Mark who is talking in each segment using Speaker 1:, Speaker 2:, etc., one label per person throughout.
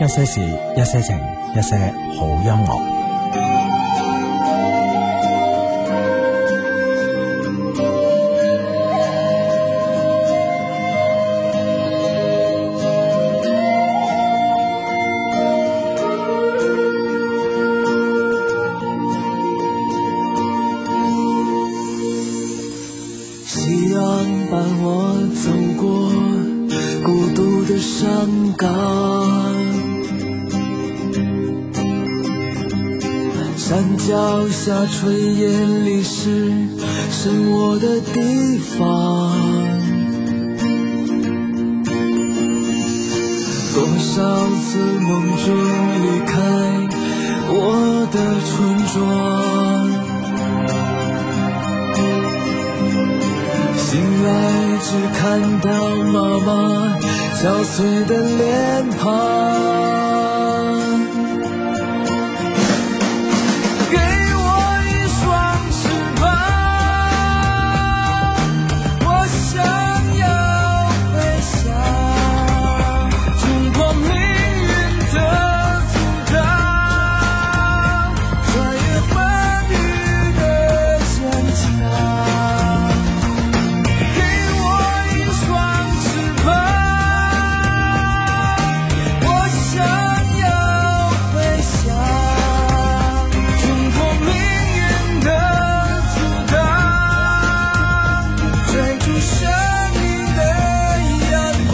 Speaker 1: 一些事，一些情，一些好音樂。
Speaker 2: 夕阳伴我走过孤独的山岗，山脚下炊烟里是生我的地方。多少次梦中离开我的村庄。醒来只看到妈妈憔悴的脸庞。给我一双翅膀，我想要飞翔，冲破命运的阻挡，穿越风雨的坚强。给我一双翅膀，我想要飞翔，冲破命运的阻挡，追逐生命的阳光。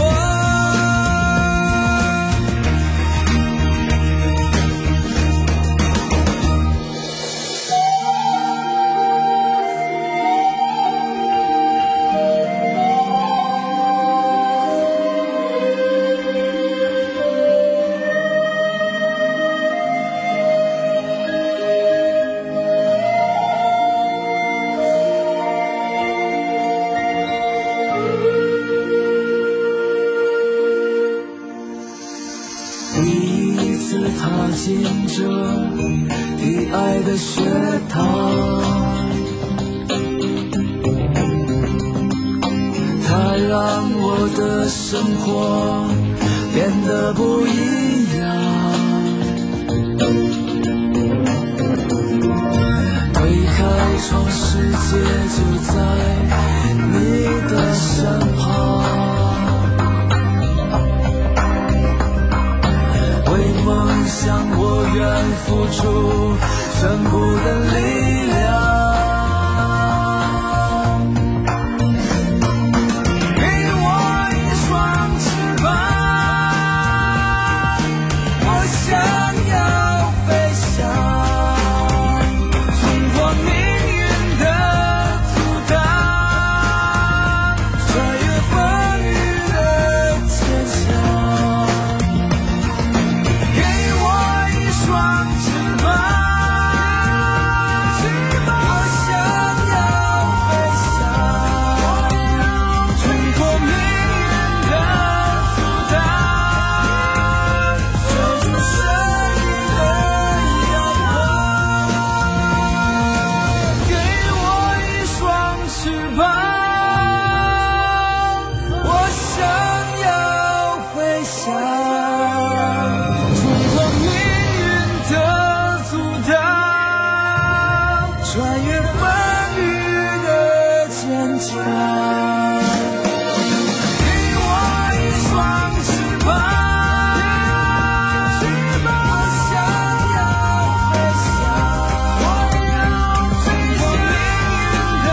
Speaker 2: 第一次踏进这低矮的学堂，它让我的生活变得不一样。推开窗，世界就在你的身旁。为梦想，我愿付出全部的力量。给我一双翅膀，我想要飞翔，冲破命运的阻挡，穿越风雨的坚强。给我一双翅膀，我想要飞翔，冲破命运的阻挡，抓住生命的阳光。给我一双翅膀，我想要飞翔。冲破命运的阻挡，穿越风雨的坚强。给我一双翅膀，我想要飞翔，冲破命运的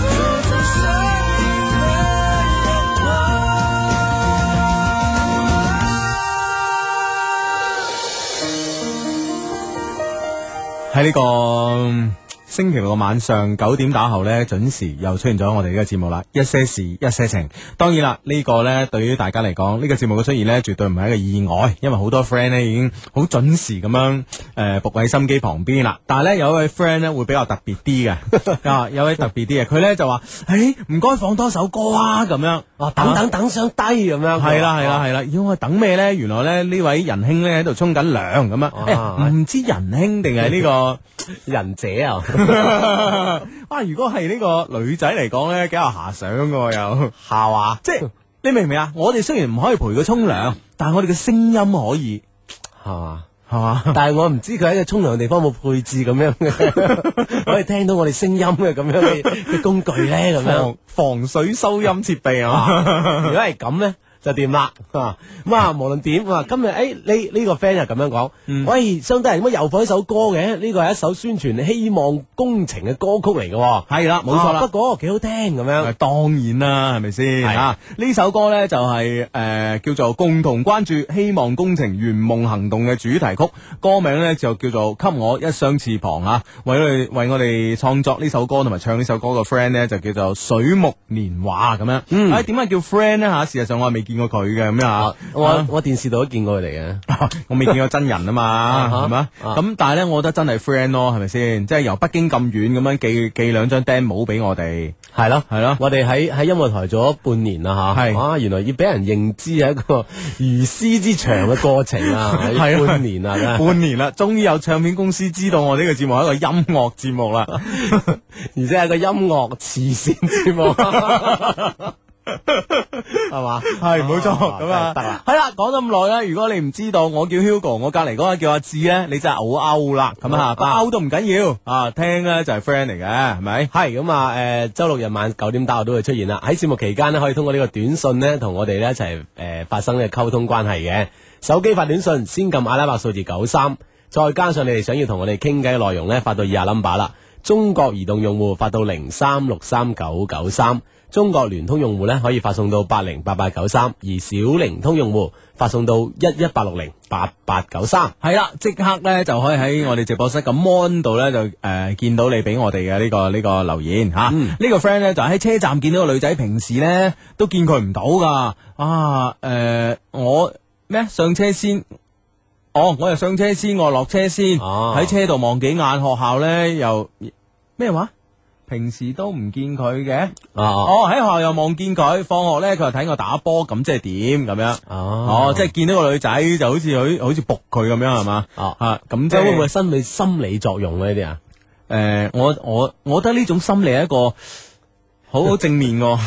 Speaker 2: 阻挡，抓住生命的阳光。
Speaker 3: 喺呢個星期六嘅晚上九點打後呢，準時又出現咗我哋呢個節目啦。一些事，一些情。當然啦，呢、個呢對於大家嚟講，呢、個節目嘅出現呢，絕對唔係一個意外，因為好多 friend 呢已經好準時咁樣誒伏喺心機旁邊啦。但係呢，有一位 friend 呢會比較特別啲嘅， 啊有位特別啲嘅，佢呢就話：，誒唔該放多首歌啊咁樣。
Speaker 4: 哇，等等等上低咁樣。
Speaker 3: 系啦系啦系啦，妖我等咩咧？原來咧呢位仁兄咧喺度沖緊涼咁 啊！
Speaker 4: 哇
Speaker 3: 誒唔知仁兄定係呢 個？
Speaker 4: 人者啊，
Speaker 3: 啊，如果係呢個女仔嚟講咧，幾有遐想噶又，
Speaker 4: 下話
Speaker 3: 即係你明唔明啊？我哋虽然唔可以陪佢沖涼，但系我哋嘅聲音可以，
Speaker 4: 系嘛？
Speaker 3: 係嘛？
Speaker 4: 但系我唔知佢喺個沖涼地方有冇配置咁樣嘅，可以聽到我哋聲音嘅咁樣嘅嘅工具咧，咁樣。
Speaker 3: 防防水收音設備啊！
Speaker 4: 如果係咁咧，就掂啦。啊咁啊，無論點啊，今日诶呢呢個 friend 就咁樣講，喂，相低人點解又放一首歌嘅？呢個係一首宣傳希望工程嘅歌曲嚟嘅喎。
Speaker 3: 係啦，冇錯
Speaker 4: 啊
Speaker 3: 啦
Speaker 4: 不。過幾好聽咁
Speaker 3: 誒
Speaker 4: 樣。
Speaker 3: 當然啦，係咪先
Speaker 4: 係
Speaker 3: 啊？呢首歌呢，就係、呃叫做《共同關注希望工程圓夢行動》嘅主題曲，歌名呢，就叫做《給我一雙翅膀》啊！為我哋為我哋創作呢首歌同埋唱呢首歌嘅 friend 呢，就叫做水木年華咁樣。嗯，誒點解叫 friend 呢？嚇？事實上我係未見過佢嘅咁樣啊。
Speaker 4: 我我電視度都見過佢嚟
Speaker 3: 我未見過真人啊嘛，
Speaker 4: 哈
Speaker 3: 係嘛？
Speaker 4: 啊
Speaker 3: 咁但係咧，我覺得真係 friend 咯，係咪先？即係由北京咁遠咁樣寄寄兩張 demo 俾我哋，
Speaker 4: 嘅，係咯。
Speaker 3: 係咯。
Speaker 4: 我哋喺喺音樂台做咗半年啦吓，
Speaker 3: 係
Speaker 4: 啊，原來要俾人認知係一個如斯之長嘅過程啊，
Speaker 3: 係啊
Speaker 4: 半年啊，真係
Speaker 3: 半年啦，終於有唱片公司知道我呢個節目係一個音樂節目啦。
Speaker 4: 而且係個音樂慈善節目，係嘛？
Speaker 3: 係冇錯咁啊，
Speaker 4: 哦得啦。
Speaker 3: 係啦，講咗咁耐啦，如果你唔知道，我叫 Hugo，我隔離嗰個叫阿志咧，你真係好 out 啦。咁
Speaker 4: 哦
Speaker 3: 啊，不 out 都唔緊要啊，聽咧就係 friend 嚟嘅，係咪？
Speaker 4: 係咁啊！誒、周六日晚九點打我都會出現啦。喺節目期間呢，可以通過呢個短信呢，同我哋呢一齊誒、發生呢個溝通關係嘅。手機發短信先撳阿拉伯數字九三，再加上你哋想要同我哋傾偈嘅內容呢，發到以下 number 啦。中國移動用戶發到零三六三九九三，中國聯通用戶呢，可以發送到八零八八九三，而小靈通用戶發送到一一八六零八八九三。
Speaker 3: 係啦，即刻咧就可以喺我哋直播室嘅 mon 度咧就誒、呃、見到你俾我哋嘅呢個呢、個留言嚇。呢、個 friend 咧就喺車站見到個女仔，平時咧都見佢唔到噶。啊誒、呃我咩上車先？哦，我又上車先，我落車先，喺、
Speaker 4: 哦
Speaker 3: 車度望幾眼。學校咧又咩話？平時都唔見佢嘅。
Speaker 4: 哦
Speaker 3: 哦，喺學校又望見佢，放學咧佢又睇我打波，咁即係點咁樣？
Speaker 4: 哦
Speaker 3: 哦，即係見到個女仔就好似佢好似仆佢咁樣係嘛？
Speaker 4: 哦
Speaker 3: 啊，咁即
Speaker 4: 即係
Speaker 3: 係
Speaker 4: 會唔會心理心理作用呢？呢啲啊？
Speaker 3: 诶、我我我覺得呢種心理係一個好好正面喎。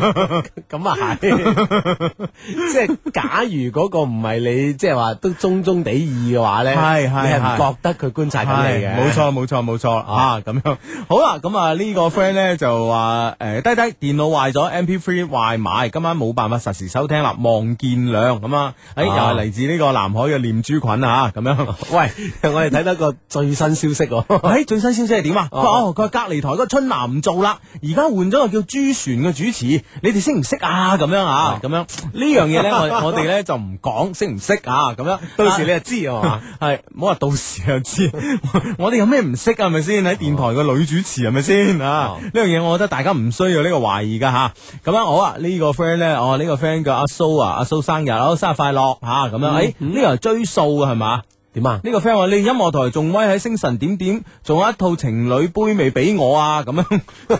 Speaker 4: 咁啊系， 即係假如嗰個唔係你，即係話都中中地意嘅話咧，
Speaker 3: 係係
Speaker 4: 你係唔
Speaker 3: 係
Speaker 4: 覺得佢觀察緊你
Speaker 3: 係
Speaker 4: 嘅，
Speaker 3: 冇。錯冇錯冇錯啊！咁樣好啦，咁啊呢個 friend 咧就話诶、低低電腦壞咗，MP3 壞埋，今晚冇辦法實時收聽啦，望見亮咁啊！诶、又
Speaker 4: 啊
Speaker 3: 係嚟自呢個南海嘅念珠菌啊，咁樣。
Speaker 4: 喂，我哋睇到一個最新消 息喎，
Speaker 3: 喺最新消息係點啊？佢話哦，佢話隔離台嗰個春楠唔做啦，而家換咗個叫朱璇嘅主持，你哋識唔識啊？咁樣啊，咁樣呢樣嘢咧，我我哋咧就唔講識唔識啊，咁樣
Speaker 4: 到時你
Speaker 3: 就知啊嘛。係，唔好話到時就知， 我哋有咩唔識啊？係咪先？喺電台個女主持係咪先啊
Speaker 4: 哦？
Speaker 3: 呢樣嘢我覺得大家唔需要呢個懷疑噶吓。咁樣好啊，呢個 friend 咧，哦呢個 friend 叫阿蘇啊，阿蘇生日，哦生日快樂吓咁樣。誒呢個係追數啊係嘛？
Speaker 4: 嗯點啊？
Speaker 3: 呢個 friend 話：你音樂台仲威喺星辰點點，仲有一套情侶杯未俾我啊！咁 樣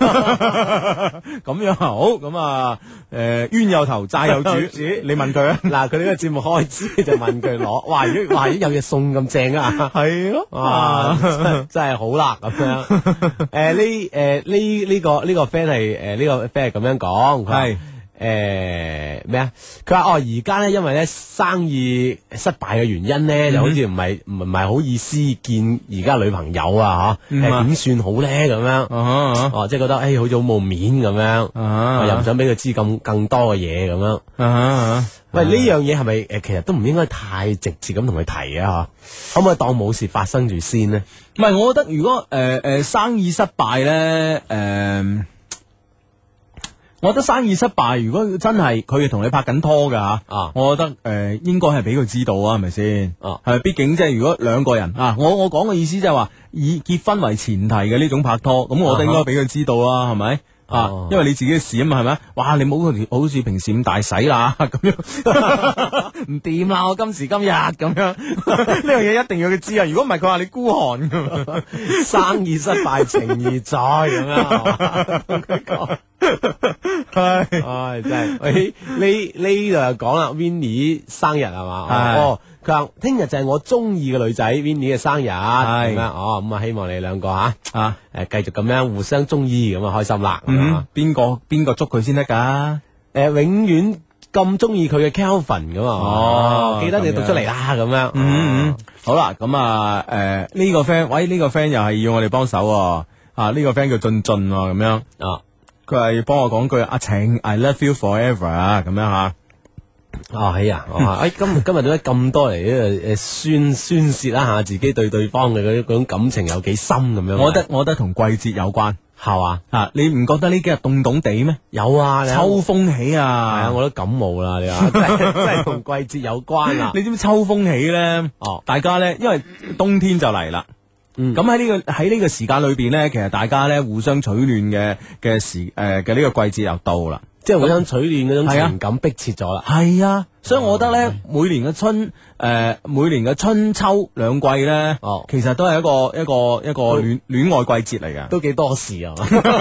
Speaker 3: 咁樣好咁啊！誒、冤有頭債有主，你問佢啊？
Speaker 4: 嗱，佢呢個節目開始就問佢攞，哇！如果哇啊有嘢送咁 正啊！
Speaker 3: 係咯啊
Speaker 4: 哇，真真係好啦咁 樣。誒呢誒呢呢個呢個 friend 係誒呢個 friend 係咁樣講，佢話
Speaker 3: 係
Speaker 4: 誒咩啊？佢話哦，而家咧因為咧生意失敗嘅原因
Speaker 3: 嗯
Speaker 4: 咧，就好似唔係唔唔係好意思見而家女朋友啊嚇，
Speaker 3: 嗯
Speaker 4: 誒
Speaker 3: 啊
Speaker 4: 點算好咧咁樣？
Speaker 3: 啊
Speaker 4: 哦，即係覺得誒好似好冇面咁樣，
Speaker 3: 啊
Speaker 4: 又唔想俾佢知咁更多嘅嘢咁樣。
Speaker 3: 啊啊！
Speaker 4: 喂，呢樣嘢係咪誒？其實都唔應該太直接咁同佢提啊，嚇，可唔可以當冇事發生住 先呢？
Speaker 3: 唔係，我覺得如果誒誒、呃生意失敗咧，誒、我覺得生意失敗，如果真係佢同你拍緊拖㗎嚇，
Speaker 4: 啊
Speaker 3: 我覺得誒、呃、應該係俾佢知道啊，係咪先？
Speaker 4: 啊
Speaker 3: 係咪，畢竟即係如果兩個人啊，我我講嘅意思即係話以結婚為前提嘅呢種拍拖，咁我覺得
Speaker 4: 啊哈
Speaker 3: 應該俾佢知道啊，係咪？啊
Speaker 4: 哦，
Speaker 3: 因為你自己嘅事啊嘛，係咪？哇，你冇好似平時咁大使啦， 咁樣 唔掂啦！我今時今日咁樣， 呢樣嘢一定要佢知啊！如果唔係，佢話你孤寒㗎嘛
Speaker 4: 生意失敗，情義在咁樣，同佢講，唉，真係，喂，呢呢度又講啦，Vinny 生日係嘛？
Speaker 3: 係
Speaker 4: 哦，佢話聽日就係我中意嘅女仔 Vinny 嘅生日，咁樣，哦，咁啊，希望你兩個吓，
Speaker 3: 啊！
Speaker 4: 誒，繼續咁樣互
Speaker 3: 嗯
Speaker 4: 相中意，咁啊，開心啦，咁樣
Speaker 3: 嗯，邊個邊個捉佢先得㗎？
Speaker 4: 誒，永遠咁中意佢嘅 Kelvin 噶嘛？啊
Speaker 3: 哦
Speaker 4: 記得你讀出嚟啦，咁樣。
Speaker 3: 嗯嗯，好啦，咁啊，诶呢個 friend，喂呢個 friend 又係要我哋幫手喎，啊呢個 friend 叫俊俊喎，咁樣。
Speaker 4: 嗯啊
Speaker 3: 佢係幫我講句阿晴，I love you forever 啊，咁樣吓。
Speaker 4: 啊係啊！哇！ 哎，今日今日點解咁多嚟呢個誒宣宣泄一下自己對對方嘅嗰啲嗰種感情有幾深咁樣？啊
Speaker 3: 我覺得我覺得同季節有關
Speaker 4: 係嘛？
Speaker 3: 啊，你唔覺得呢幾日凍凍地咩？
Speaker 4: 有啊，你
Speaker 3: 秋風起
Speaker 4: 係啊，
Speaker 3: 啊！
Speaker 4: 我都感冒啦，你話真係真係同季節有關啦。
Speaker 3: 你知唔知秋風起咧？
Speaker 4: 啊哦，
Speaker 3: 大家咧，因為冬天就嚟啦。
Speaker 4: 嗯
Speaker 3: 咁喺呢個喺呢個時間裏邊咧，其實大家咧互相取暖嘅嘅時誒嘅呢個季節又到啦。
Speaker 4: 即係互相取暖嗰種
Speaker 3: 係啊
Speaker 4: 情感迫切咗啦。
Speaker 3: 係啊，所以我覺得咧，每年嘅春誒、呃每年嘅春秋兩季咧，
Speaker 4: 哦
Speaker 3: 其實都係一個一個一個戀戀愛季節嚟嘅。
Speaker 4: 都幾多事啊！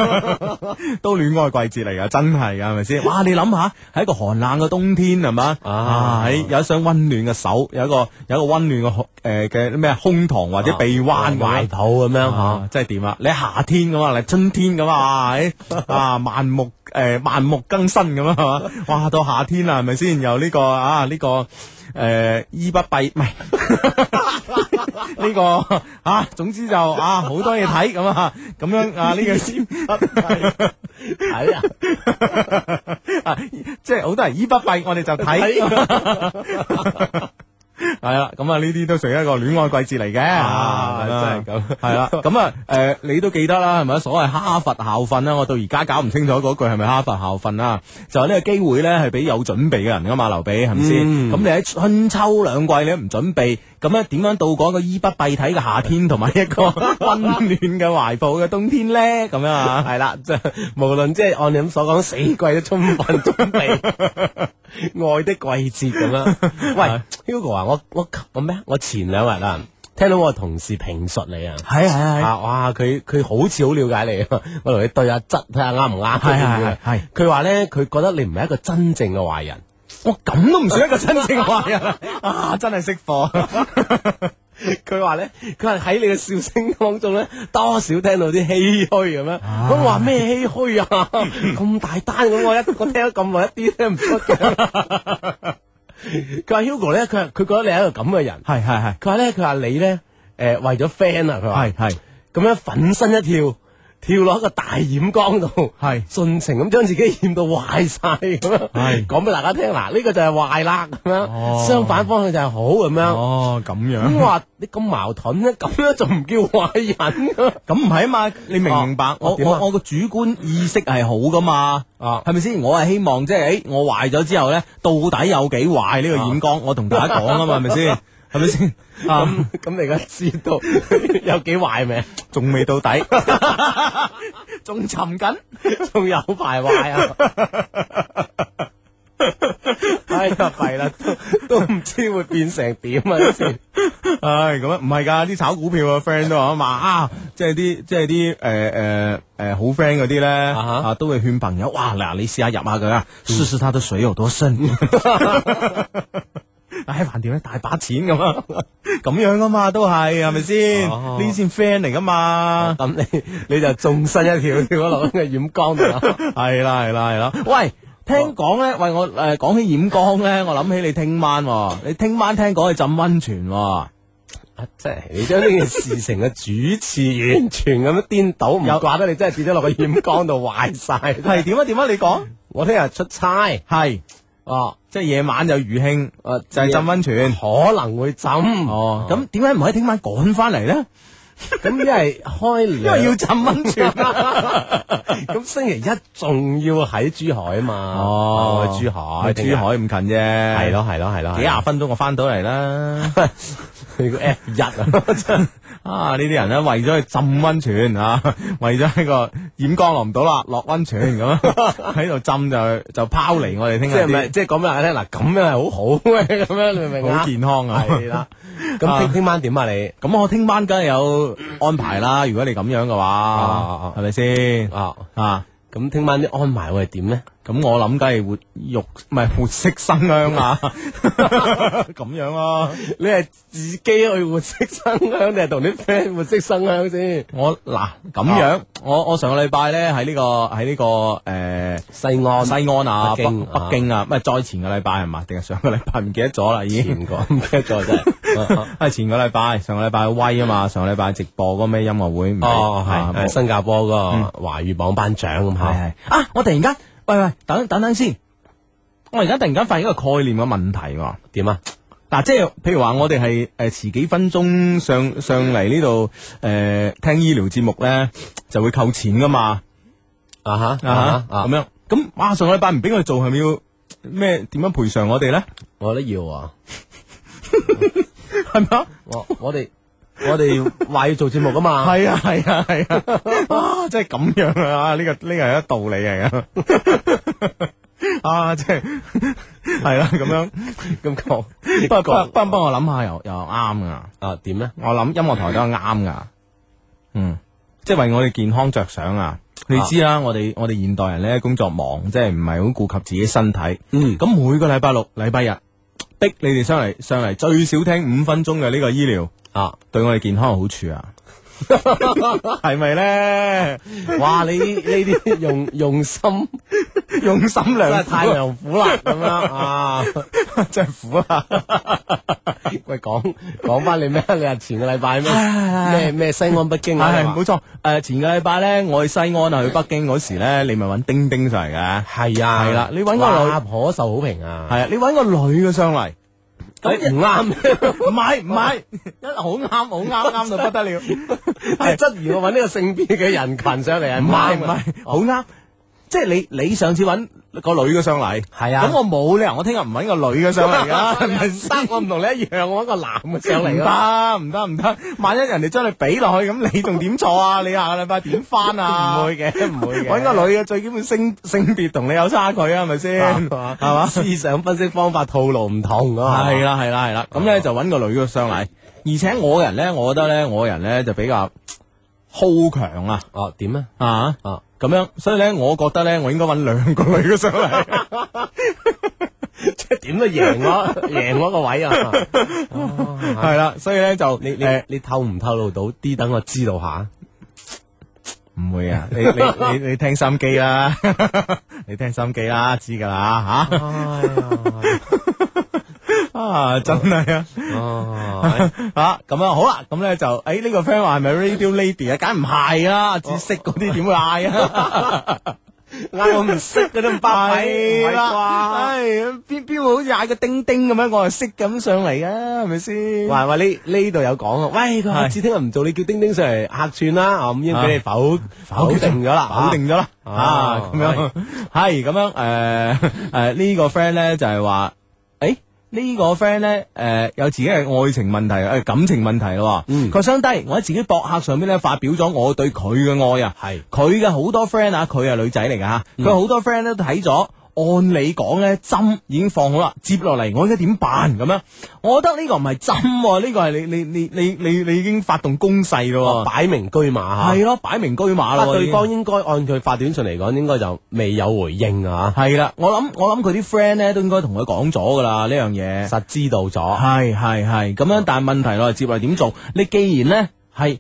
Speaker 3: 都戀愛季節嚟噶，真係噶，係咪先？ 哇！你諗下，喺一個寒冷嘅冬天，係嘛？
Speaker 4: 啊
Speaker 3: 啊，喺有一雙温暖嘅手，有一個有一個温暖嘅誒嘅咩胸膛或者臂彎咁
Speaker 4: 啊懷
Speaker 3: 樣。
Speaker 4: 抱咁樣
Speaker 3: 啊
Speaker 4: 嚇，，
Speaker 3: 真係掂啊！你夏天咁啊，你春天咁啊，唉 啊，萬木誒萬木更新咁啊，係嘛？哇，到夏天啦，係咪先？有呢個啊呢個誒衣不蔽，唔係 呢個啊，總之就啊好多嘢睇咁啊，咁樣啊呢個
Speaker 4: 係啊，
Speaker 3: 啊，即係好多人衣不蔽，我哋就睇。啊 係啦，咁啊呢啲都屬於一個戀愛季節嚟嘅，
Speaker 4: 啊
Speaker 3: 咁樣。係 啦，咁啊，誒你都記得啦，係咪？所謂哈佛校訓啦，我到而家搞唔清楚嗰句係咪哈佛校訓啦，就係呢個機會咧係俾有準備嘅人噶嘛，留俾係咪先？
Speaker 4: 嗯
Speaker 3: 咁你喺春秋兩季你都唔準備，咁咧點樣度過一個衣不蔽體嘅夏天，同埋一 個温暖嘅懷抱嘅冬天咧？咁樣 啊，
Speaker 4: 係啦，即係無論即係按你咁所講，四季都充分準備 愛的季節咁啦。喂，Hugo 啊，我我我咩啊？我前兩日啊，聽到我同事評述你啊。
Speaker 3: 係係係
Speaker 4: 啊！哇，佢佢好似好了解你，啊 我同你對下質，睇下啱唔啱。
Speaker 3: 係係係係
Speaker 4: 佢話咧，佢覺得你唔係一個真正嘅壞人。
Speaker 3: 我咁都唔算一個真正壞人啊！真係識貨，
Speaker 4: 佢話咧，佢話喺你嘅笑聲當中咧，多少聽到啲唏噓咁樣。
Speaker 3: 啊
Speaker 4: 咁我話咩唏噓 啊？咁大單咁，我一我聽咗咁耐，一啲聽唔出 嘅。佢話 Hugo 咧，佢話佢覺得你係一個咁嘅人。
Speaker 3: 係係係
Speaker 4: 佢話咧，佢話你咧，誒、為咗 friend 啊，佢話
Speaker 3: 係係
Speaker 4: 咁樣粉身一跳，跳落一個大染缸度，
Speaker 3: 係
Speaker 4: 盡情咁將自己染到壞晒咁樣。
Speaker 3: 係
Speaker 4: 講俾大家聽嗱，呢、個就係壞啦咁樣，
Speaker 3: 哦
Speaker 4: 相反方向就係好咁樣。
Speaker 3: 哦咁
Speaker 4: 咁
Speaker 3: 樣，
Speaker 4: 話你咁矛盾咧，咁樣就唔叫壞人
Speaker 3: 咁唔係啊嘛？你明唔明白？我
Speaker 4: 點啊
Speaker 3: 我我個主觀意識係好噶嘛？
Speaker 4: 啊！
Speaker 3: 係咪先？我係希望即係，誒，我壞咗之後咧，到底有幾壞呢個染缸？我同大家講啊嘛，係咪先？係咪先？ 啊，
Speaker 4: 咁咁你而家知道 有幾壞未？
Speaker 3: 仲未到底， 仲沉緊。
Speaker 4: 仲有排壞啊！ 哎呀，弊啦，都都唔知會變成點啊！先
Speaker 3: 唉，咁啊，唔係㗎，啲炒股票嘅 friend 都話啊嘛，啊，即係啲即係啲誒誒誒好 friend 嗰啲咧，
Speaker 4: 哈嗯
Speaker 3: 啊都會勸朋友，哇嗱，你試下入下佢啊，試試他的水有多 深。唉，橫掂咧，大把錢咁啊， 咁樣噶嘛，都係係咪先？
Speaker 4: 哦
Speaker 3: 呢啲先 friend 嚟噶嘛，
Speaker 4: 咁你你就縱身一跳跳咗落個染缸度啊啦。
Speaker 3: 係啦係啦係啦。喂，聽講咧，喂我誒講起染缸咧，我諗起你聽晚喎，你聽晚聽講去浸温泉喎。
Speaker 4: 啊真係你將呢件事情嘅主次完全咁樣顛倒，唔怪得你真係跌咗落個染缸度壞晒。
Speaker 3: 係點啊點啊？你講
Speaker 4: 我聽日出差
Speaker 3: 係。
Speaker 4: 哦，
Speaker 3: 即係夜晚有餘興，哦
Speaker 4: 誒
Speaker 3: 就係浸温泉。
Speaker 4: 可能會浸哦咁
Speaker 3: 咁點解唔可以聽晚趕翻嚟咧？
Speaker 4: 咁因為開
Speaker 3: 因
Speaker 4: 涼，
Speaker 3: 為要浸温泉。
Speaker 4: 咁星期一仲要喺珠海嘛？
Speaker 3: 哦
Speaker 4: 我去珠海，啊
Speaker 3: 去珠海咁近啫，
Speaker 4: 係
Speaker 3: 係
Speaker 4: 咯，係咯係咯，
Speaker 3: 幾廿分鐘我翻到嚟啦。
Speaker 4: 你個 F 一 啊，
Speaker 3: 啊，呢啲人咧為咗去浸温泉啊， 為咗呢個染缸落唔到啦，落温泉 咁樣喺度浸就就拋離我哋聽
Speaker 4: 即
Speaker 3: 日
Speaker 4: 係咪
Speaker 3: 啲
Speaker 4: 即係講俾大家聽嗱，咁樣係好好 嘅，咁樣你明唔明啊
Speaker 3: 好？健康啊。
Speaker 4: 係啦， 咁
Speaker 3: 啊
Speaker 4: 聽聽晚點啊你？
Speaker 3: 咁我聽晚梗係有安排啦。如果你咁樣嘅
Speaker 4: 啊啊
Speaker 3: 話，係咪先
Speaker 4: 啊，
Speaker 3: 啊？
Speaker 4: 咁聽晚啲安排會係點咧？
Speaker 3: 咁我諗梗係活肉唔係活色生香 啦，咁樣咯、
Speaker 4: 你係自己去活色生香，定係同啲 friend 活色生香先？
Speaker 3: 我嗱咁
Speaker 4: 啊
Speaker 3: 樣，我我上個禮拜咧喺呢個喺呢、個誒。
Speaker 4: 西安
Speaker 3: 西安啊，
Speaker 4: 北
Speaker 3: 北
Speaker 4: 京
Speaker 3: 北京啊，咪再前個禮拜係嘛？定係上個禮拜唔記得咗啦，已經。
Speaker 4: 前個 唔記得咗真係。
Speaker 3: 係前個禮拜，上個禮拜威啊嘛，上個禮拜直播嗰個咩音樂會唔係
Speaker 4: 哦，
Speaker 3: 啊
Speaker 4: 係
Speaker 3: 冇
Speaker 4: 係新加坡嗰個華語榜頒獎咁
Speaker 3: 係
Speaker 4: 嚇。
Speaker 3: 係啊！我突然間，喂喂，等等等先，我而家突然間發現一個概念嘅問題喎。
Speaker 4: 點啊？
Speaker 3: 嗱，即係譬如話，我哋係誒遲幾分鐘上上嚟呢度呃誒聽醫療節目咧，就會扣錢噶嘛
Speaker 4: 啊哈
Speaker 3: 啊
Speaker 4: 啊
Speaker 3: 哈
Speaker 4: 哈
Speaker 3: 咁樣。咁哇，上個禮拜唔俾佢做，係咪要咩點樣賠償我哋 咧？
Speaker 4: 我覺得要啊！
Speaker 3: 係咪啊？
Speaker 4: 我我哋我哋話要做節目噶嘛。
Speaker 3: 系啊系啊系啊！ 哇，真系咁样啊！呢、個个呢、個个系一道理嚟噶。 啊，即系 系啦，咁样
Speaker 4: 咁講
Speaker 3: 不不不不，我諗下又又啱噶。
Speaker 4: 啊點咧？
Speaker 3: 我諗音樂台都係啱噶。嗯，即係為我哋健康着想啊！你知啦，我哋我哋現代人咧工作忙，即係唔係好顧及自己身體。
Speaker 4: 嗯
Speaker 3: 咁每個禮拜六、禮拜日，逼你哋上嚟上嚟，最少聽五分鐘嘅呢個醫療，
Speaker 4: 啊，
Speaker 3: 對我哋健康有好處啊！係咪咧？
Speaker 4: 哇！你呢啲用用心
Speaker 3: 用心
Speaker 4: 真係
Speaker 3: 良苦
Speaker 4: 太良苦啦，咁樣啊！
Speaker 3: 真係苦啊！
Speaker 4: 喂，講講翻你咩？你話前個禮拜咩咩咩西安北京
Speaker 3: 係
Speaker 4: 啊
Speaker 3: 冇？錯。誒，前個禮拜咧，我去西安啊，去北京嗰時咧，你咪揾丁丁上嚟嘅。
Speaker 4: 係啊
Speaker 3: 係啦你搵個女
Speaker 4: 阿婆受好評啊！
Speaker 3: 系啊，你揾個女嘅上嚟，
Speaker 4: 咁唔啱，
Speaker 3: 唔係唔係，一好啱好啱啱到不得了，
Speaker 4: 係質疑我揾呢個性別嘅人群上嚟係
Speaker 3: 唔係
Speaker 4: 啱
Speaker 3: 唔
Speaker 4: 嘅
Speaker 3: 係，好啱，即係你你上次揾個女嘅上嚟，
Speaker 4: 係啊
Speaker 3: 咁我冇理由我聽日唔揾個女嘅上 嚟噶，係咪先？
Speaker 4: 得我唔同你一樣，我一個男嘅上嚟
Speaker 3: 唔
Speaker 4: 啦。
Speaker 3: 得唔得唔得，萬一人哋將你俾落去，咁你仲點坐啊？你下個禮拜點翻啊？
Speaker 4: 唔會嘅唔會嘅
Speaker 3: 揾個女嘅最基本性性別同你有差距啊，係咪先？
Speaker 4: 係嘛？思想分析方法套路唔同啊，
Speaker 3: 系啦系啦系啦，咁咧就揾個女嘅上嚟，而且我人咧，我覺得咧，我人咧就比較嗯好強啊，
Speaker 4: 哦，點咧？
Speaker 3: 啊
Speaker 4: 啊，
Speaker 3: 咁樣，所以咧，我覺得咧，我應該揾兩個女嘅上 嚟，
Speaker 4: 即係點都贏我，贏我個位啊！
Speaker 3: 係啦，所以咧就你
Speaker 4: 你你你透唔透露到啲？等我知道下。
Speaker 3: 唔會啊，你你你你聽心機 啦，你聽心機啦，知噶啦
Speaker 4: 哎呀，
Speaker 3: 吓，啊真係啊，
Speaker 4: 哦，
Speaker 3: 啊咁樣好啦，咁咧就誒呢個 friend 話係咪 radio lady 啊？梗唔係啦，只識嗰啲點會嗌啊？
Speaker 4: 嗌我唔識嗰啲咁巴
Speaker 3: 係
Speaker 4: 閉，
Speaker 3: 啦，
Speaker 4: 啦。
Speaker 3: 唉，邊邊會好似嗌個叮叮咁樣，我係識咁上嚟嘅，係咪先？
Speaker 4: 喂喂，呢呢度有講啊！喂，佢下次聽日唔做，你叫丁丁上嚟客串啦，啊咁已經俾你否否定咗 啦，
Speaker 3: 否定咗啦，
Speaker 4: 啊
Speaker 3: 啊咁樣 係咁樣誒 誒呢個 friend 咧就係話，誒呢個 friend 咧誒有自己嘅愛情問題誒感情問題咯喎，
Speaker 4: 嗯
Speaker 3: 佢相低我喺自己博客上邊咧發表咗我對佢嘅愛啊，
Speaker 4: 係嗯
Speaker 3: 佢嘅好多 friend 啊，佢係女仔嚟㗎吓，佢好多 friend 咧都睇咗。按理講咧，針已經放好啦，接落嚟我應該點辦咁樣？我覺得呢個唔係針喎，呢個係你你你你你你已經發動攻勢
Speaker 4: 啊
Speaker 3: 咯
Speaker 4: 擺明居馬嚇。
Speaker 3: 哦喎，係咯，擺明車馬
Speaker 4: 啊，
Speaker 3: 啦喎，
Speaker 4: 對
Speaker 3: 已經
Speaker 4: 方應該按佢發短信嚟講，應該就未有回應啊，
Speaker 3: 系啦，我諗我谂佢啲 friend 咧都應該同佢講咗噶啦呢樣嘢。
Speaker 4: 實知道咗。
Speaker 3: 係係係咁樣，但係問題落嚟接落嚟點做？你既然咧係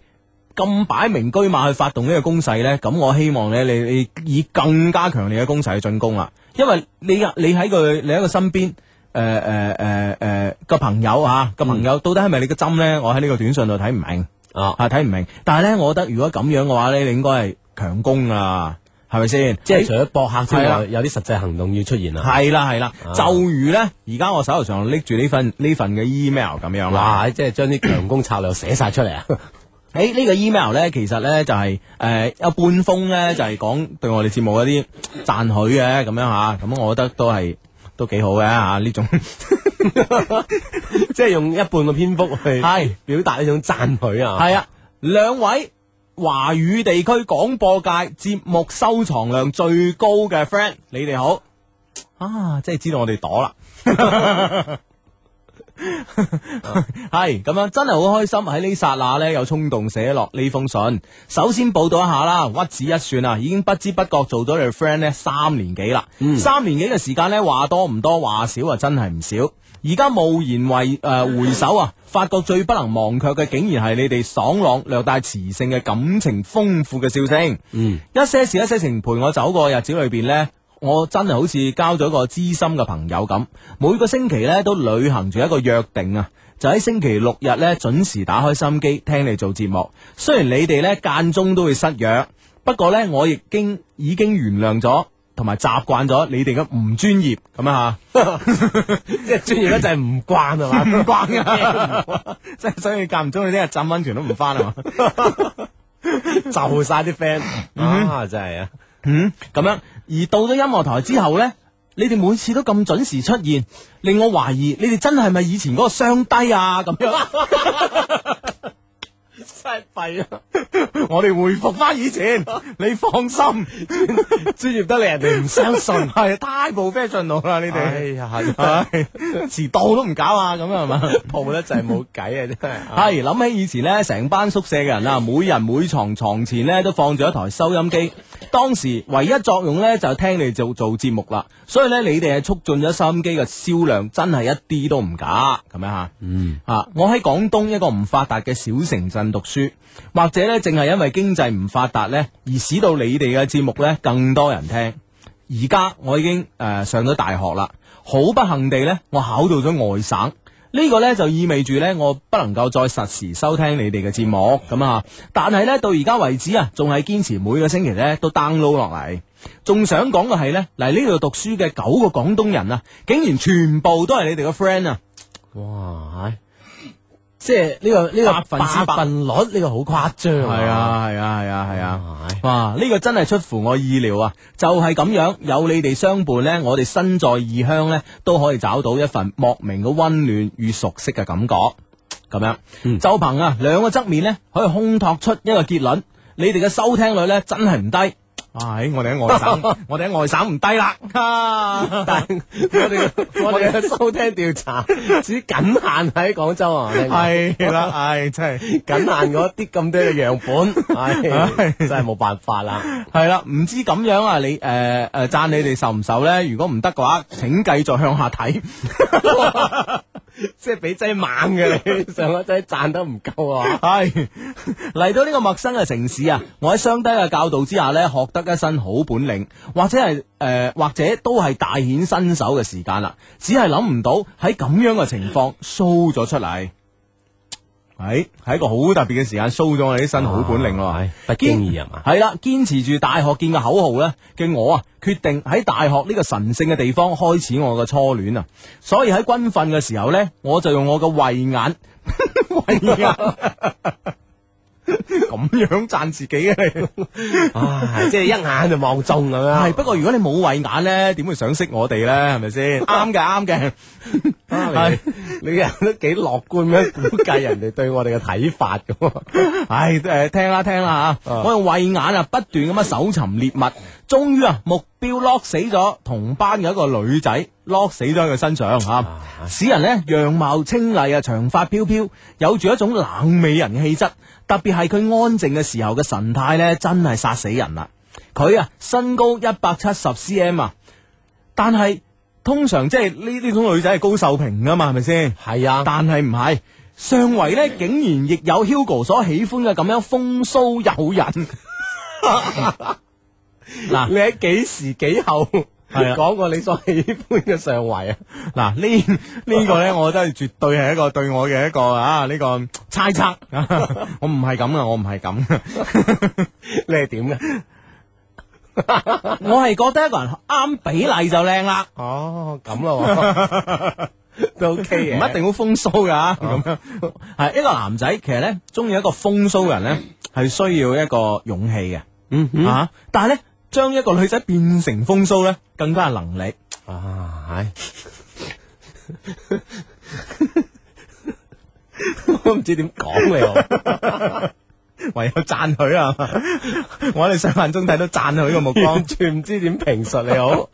Speaker 3: 咁擺明車馬去發動呢個攻勢咧，咁我希望咧你你以更加強烈嘅攻勢去進攻啦，因為你你喺佢你喺佢身邊。呃誒誒誒誒個朋友啊，個朋友到底係咪你嘅針咧？我喺呢個短信度睇唔明
Speaker 4: 嗯啊，
Speaker 3: 啊，睇唔明。但係咧，我覺得如果咁樣嘅話咧，你應該係強攻啊，係咪先？
Speaker 4: 即係除咗博客之
Speaker 3: 係啊
Speaker 4: 外，有啲實際行動要出現啦。
Speaker 3: 系啦系啦
Speaker 4: 啊，
Speaker 3: 就如咧，而家我手頭上拎住呢份呢份嘅 email 咁樣啦。
Speaker 4: 哇！即係將啲強攻策略寫晒出嚟啊！
Speaker 3: 誒呢個 email 咧，其實咧就係誒有半封咧，就係講對我哋節目一啲讚許嘅咁樣吓，咁我覺得都係都幾好嘅吓呢種。
Speaker 4: 即係用一半嘅篇幅去
Speaker 3: 係
Speaker 4: 表達呢種讚許啊！
Speaker 3: 系啊，兩位華語地區廣播界節目收藏量最高嘅 friend，你哋好啊！即係知道我哋躲啦，系咁样，真系好开心喺呢刹那呢，有冲动写落呢封信。首先报道一下啦，屈指一算啊，已经不知不觉做咗你 friend 呢三年幾啦。三年幾嘅時間呢，話多唔多，話少啊，真係唔少。而家蓦然為诶、呃回首啊，發覺最不能忘卻嘅，竟然係你哋爽朗略帶磁性嘅感情豐富嘅笑聲。嗯，一些事一些情陪我走過嘅日子裏边呢。我真係好似交咗個知心嘅朋友咁，每個星期呢都履行住一個約定啊，就喺星期六日呢準時打開心機聽你做節目。雖然你哋呢間中都會失約，不過呢，我亦經已經原諒咗同埋習慣咗你哋嘅唔專業咁啊
Speaker 4: 即系专业咧就系唔惯系
Speaker 3: 吓，唔
Speaker 4: 嘛，
Speaker 3: 慣噶，即係所以間唔中你聽日浸温泉都唔翻啊嘛。
Speaker 4: 就晒啲 friend 啊，真系啊，
Speaker 3: 嗯，咁樣而到咗音樂台之後呢，你哋每次都咁準時出現，令我懷疑你哋真係咪以前嗰個雙低啊咁樣。
Speaker 4: 真系弊啊！
Speaker 3: 我哋回復翻以 前，你放心，
Speaker 4: 专业得你人哋唔相信，
Speaker 3: 係太 professional 啦，你
Speaker 4: 哎
Speaker 3: 哋。啊
Speaker 4: 呀，
Speaker 3: 唉，遲到都唔搞啊，咁樣係嘛？
Speaker 4: 抱得就系冇计啊，真系。
Speaker 3: 系諗起以前呢，成班宿舍嘅人啊，每人每床床前呢都放住一台收音機。當時唯一作用呢，就係聽你做做節目啦，所以呢，你哋係促進咗收音機嘅銷量，真係一啲都唔假咁樣吓。嗯，啊，我喺廣東一個唔發達嘅小城鎮讀書，或者呢，正係因為經濟唔發達呢，而使到你哋嘅節目呢更多人聽。而家我已經诶、呃上咗大學啦，好不幸地呢，我考到咗外省。呢個呢就意味住呢，我不能夠再實時收聽你哋嘅節目咁啊！但係呢，到而家為止啊，仲係堅持每個星期呢都 download 落嚟。仲想講嘅係呢，嚟呢度讀書嘅九個廣東人啊，竟然全部都係你哋嘅 friend 啊！
Speaker 4: 哇！即系呢個呢個
Speaker 3: 百分之百
Speaker 4: 百分率呢個好誇張，係，
Speaker 3: 係啊，係啊，係
Speaker 4: 啊！
Speaker 3: 哇！呢、個真係出乎我意料啊！就係咁樣，有你哋相伴呢，我哋身在異鄉呢，都可以找到一份莫名嘅温暖與熟悉嘅感覺。咁樣，就憑啊兩個側面呢，可以烘托出一個結論。你哋嘅收聽率呢，真係唔低。唉、我哋喺外 省，我哋喺外省唔低啦。
Speaker 4: 但係我哋 我哋嘅收聽調查只僅限喺廣州啊，係
Speaker 3: 係啦，唉，真係。
Speaker 4: 僅限嗰啲咁多嘅樣 本，係真係冇辦法啦。
Speaker 3: 系啦，唔知咁樣啊，你诶诶赞你哋受唔受呢？如果唔得嘅話，請繼續向下睇。
Speaker 4: 即係俾劑猛 嘅你，上個劑賺得唔夠啊！
Speaker 3: 系 嚟到呢個陌生嘅城市啊，我喺雙低嘅教導之下呢，學得一身好本領，或者係诶、呃或者都係大顯身手嘅時間啦。只係諗唔到喺咁樣嘅情況 show 咗出嚟，係係一個好特別嘅時間 show 咗我哋啲新好本領咯。
Speaker 4: 哦係不經意啊係嘛？
Speaker 3: 系啦，堅持住大學見嘅口號呢嘅我啊，決定喺大學呢個神聖嘅地方開始我嘅初戀啊！所以喺軍訓嘅時候呢，我就用我嘅慧眼， 慧眼 咁樣讚自己嘅你。
Speaker 4: 唉，即係一眼就望中咁樣。
Speaker 3: 係不過如果你冇慧眼呢，點會想識我哋呢？係咪先？啱嘅，啱 嘅。
Speaker 4: 啊
Speaker 3: 係
Speaker 4: 你你人都幾樂觀嘅，估計人哋對我哋嘅睇法嘅喎。
Speaker 3: 啊唉，诶、聽啦聽啦吓，
Speaker 4: 啊
Speaker 3: 我用慧眼啊，不斷咁樣搜尋獵物，終於啊，目標 lock 死咗同班嘅一個女仔，lock 死咗喺佢身上吓，使人呢樣貌清麗啊，長髮飄飄，有住一種冷美人嘅氣質，特別係佢安靜嘅時候嘅神態呢，真係殺死人啦！佢啊，身高一百七十 cm 啊，但係通常即係呢呢種女仔係高瘦平噶嘛，係咪先？
Speaker 4: 係啊，
Speaker 3: 但系唔系。上圍咧，竟然亦有 Hugo 所喜歡嘅咁樣風騷誘 人。嗱
Speaker 4: 你喺幾時幾後
Speaker 3: 係啊
Speaker 4: 講過你所喜歡嘅上圍啊？
Speaker 3: 嗱呢呢個咧，我覺得絕對係一個對我嘅一個啊呢個猜測。 我唔係咁噶，我唔係咁。
Speaker 4: 你係點嘅？
Speaker 3: 我係覺得一個人啱比例就靚啦，
Speaker 4: 哦，咁咯喎，都 OK
Speaker 3: 唔
Speaker 4: 嘅，啊
Speaker 3: 一定好風騷噶。咁樣係一個男仔，其實咧中意一個風騷嘅人咧，係需要一個勇氣嘅。
Speaker 4: 嗯哼
Speaker 3: 啊，但係咧將一個女仔變成風騷咧，更加係能力。
Speaker 4: 啊，係。我唔知點講你喎，
Speaker 3: 唯有讚佢啊！我哋上眼中睇到讚佢個目光
Speaker 4: 完，全唔知點評述你好。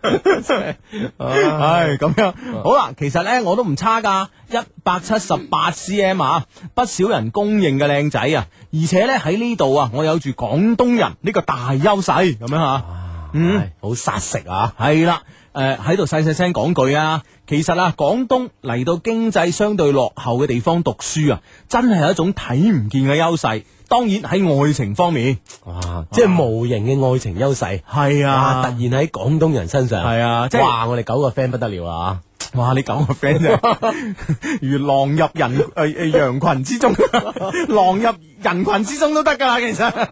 Speaker 3: 唉，咁样好啦。其实咧我都唔差噶，一百七十八 cm 啊，不少人公认嘅靓仔啊。而且咧喺呢度啊，我有住广东人呢个大优势咁样吓。嗯
Speaker 4: 唉，好殺食啊！
Speaker 3: 系啦，诶喺度細細聲講句啊，其實啊，廣東嚟到經濟相對落後嘅地方讀書啊，真係有一種睇唔見嘅優勢。當然喺愛情方面，
Speaker 4: 哇，即係無形嘅愛情優勢，
Speaker 3: 係
Speaker 4: 哇！突然喺廣東人身上，
Speaker 3: 啊係啊即係
Speaker 4: 啊哇！我哋九個 friend 不得 了啊！
Speaker 3: 哇！你講個 friend 啫，如狼入人 诶诶羊群之中，狼入人群之中都得㗎啦，其實。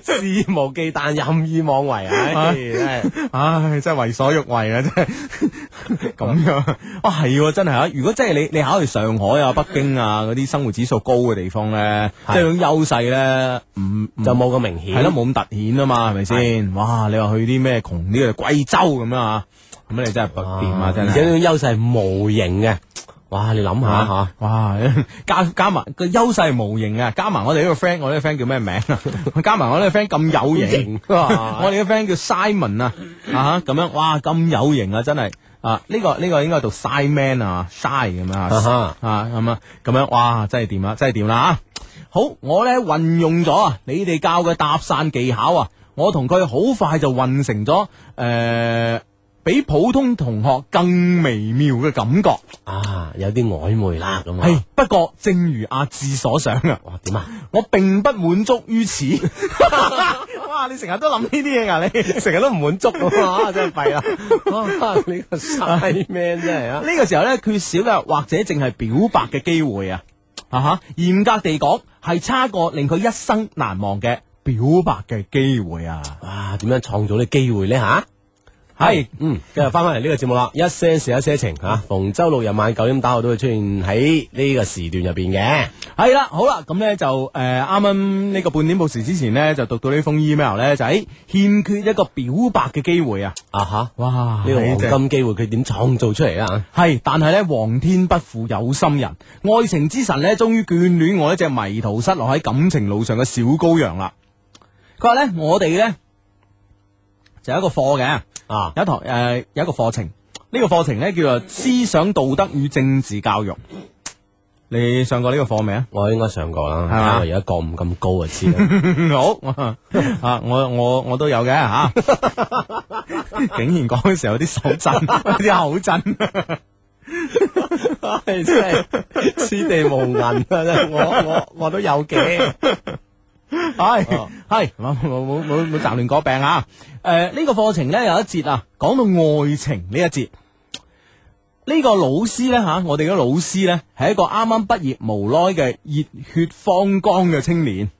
Speaker 4: 肆無忌憚，任意妄為，唉，真係
Speaker 3: 唉，真係為所欲為啊！真係咁樣啊，係喎真係啊！如果真係你你考慮上海啊、北京啊嗰啲生活指數高嘅地方咧，即
Speaker 4: 係嗯
Speaker 3: 係種優勢咧，唔唔
Speaker 4: 就冇咁明顯。
Speaker 3: 係咯，冇咁突顯啊嘛，係咪先？哇！你話去啲咩窮啲嘅貴州咁樣啊？咁你真係不掂啊！真
Speaker 4: 而且
Speaker 3: 係。
Speaker 4: 呢種優勢係無形嘅，哇！你諗下嚇。
Speaker 3: 哇！ 加加埋個優勢無形啊！加埋我哋呢個 friend，我呢個 friend 叫咩名啊？ 加埋我呢個 friend 咁有型
Speaker 4: 型，
Speaker 3: 我哋個 friend 叫 Simon 啊，啊咁樣，哇咁有型啊，真係啊！呢、個呢、個應該讀 Simon 啊，Shy 咁樣
Speaker 4: 啊
Speaker 3: 啊，
Speaker 4: 哈，
Speaker 3: 啊咁啊咁樣，哇！真係掂啦，真係掂啦啊！好，我呢運用咗啊，你哋教嘅搭訕技巧啊，我同佢好快就混成咗誒、呃比普通同學更微妙嘅感覺。
Speaker 4: 啊，有啲曖昧啦咁
Speaker 3: 系
Speaker 4: 啊，，
Speaker 3: 不過正如阿志所想啊，
Speaker 4: 哇點啊？
Speaker 3: 我並不滿足於 此。哇！你成日都諗呢啲嘢噶，你成日都唔滿足噶 嘛，真係弊啦。
Speaker 4: 哇！你個晒 man 真係啊！
Speaker 3: 呢個時候咧，缺少嘅或者淨係表白嘅機會啊，啊哈！嚴格地講，係差過令佢一生難忘嘅表白嘅機會啊。
Speaker 4: 哇！點樣創造啲機會咧吓？
Speaker 3: 係
Speaker 4: 嗯，今日翻返嚟呢個節目啦，一些事一些情吓、啊逢周六日晚九點打我都會出現喺呢個時段入邊嘅。
Speaker 3: 係啦，好啦，咁咧就诶，呃啱啱呢個半點報時之前咧，就讀到呢封 email 咧，就喺欠缺一個表白嘅機會啊。
Speaker 4: 啊哈！
Speaker 3: 哇！
Speaker 4: 呢個
Speaker 3: 真
Speaker 4: 黃
Speaker 3: 係
Speaker 4: 金機會佢點創造出嚟啊啦？
Speaker 3: 系，但系咧，皇天不負有心人，愛情之神咧，終於眷戀我一隻迷途失落喺感情路上嘅小羔羊啦。佢話咧，我哋咧就有一個課嘅，
Speaker 4: 啊，
Speaker 3: 有一堂诶、呃有一個課程，呢、個課程咧叫做思想道德與政治教育。你上過呢個課未啊？
Speaker 4: 我應該上過啦，睇
Speaker 3: 嘛
Speaker 4: 下我而家覺唔咁高就啊知啦。
Speaker 3: 好啊！我我我都有嘅吓， 竟然講嘅時候有啲手震， 有啲口 震。
Speaker 4: 真係此地無銀啊！真係我我我都有嘅。
Speaker 3: 系
Speaker 4: 哦
Speaker 3: 系冇冇冇冇冇雜亂嗰病啊！诶、呢、個課程咧有一節啊，講到愛情呢一節。呢個老師呢，吓、我哋嘅老師呢，係一個啱啱畢業無耐嘅熱血方剛嘅青年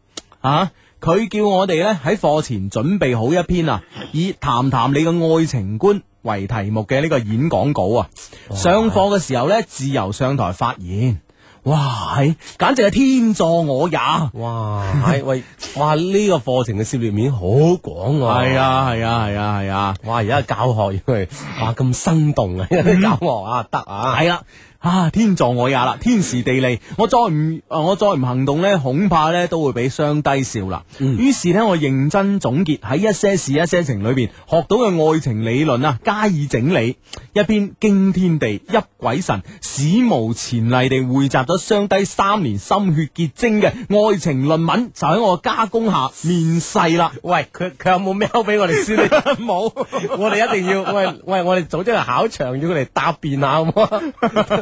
Speaker 3: 啊！佢叫我哋呢喺課前準備好一篇啊，以談談你嘅愛情觀為題目嘅呢個演講稿啊。上課嘅時候呢，自由上台發言，哇，係簡直係天助我也！
Speaker 4: 哇！係喂，哇！呢、個課程嘅涉獵面好廣喎。
Speaker 3: 系。啊系啊系啊系啊，
Speaker 4: 哇！而家教學原來哇咁生動啊，教學啊得啊，
Speaker 3: 系啦、啊，天助我也啦，天時地利，我再唔啊我再唔行動呢，恐怕呢都會俾雙低笑啦。於是呢，我認真總結喺一些事一些情裏边學到嘅愛情理論啊，加以整理，一篇驚天地泣鬼神、史無前例地匯集咗雙低三年心血結晶嘅愛情論文，就喺我加工下面世啦。
Speaker 4: 喂，佢佢有冇喵俾我哋先？ 冇，我哋一定要喂喂，我哋組織個考場要佢嚟答辯下好唔好啊？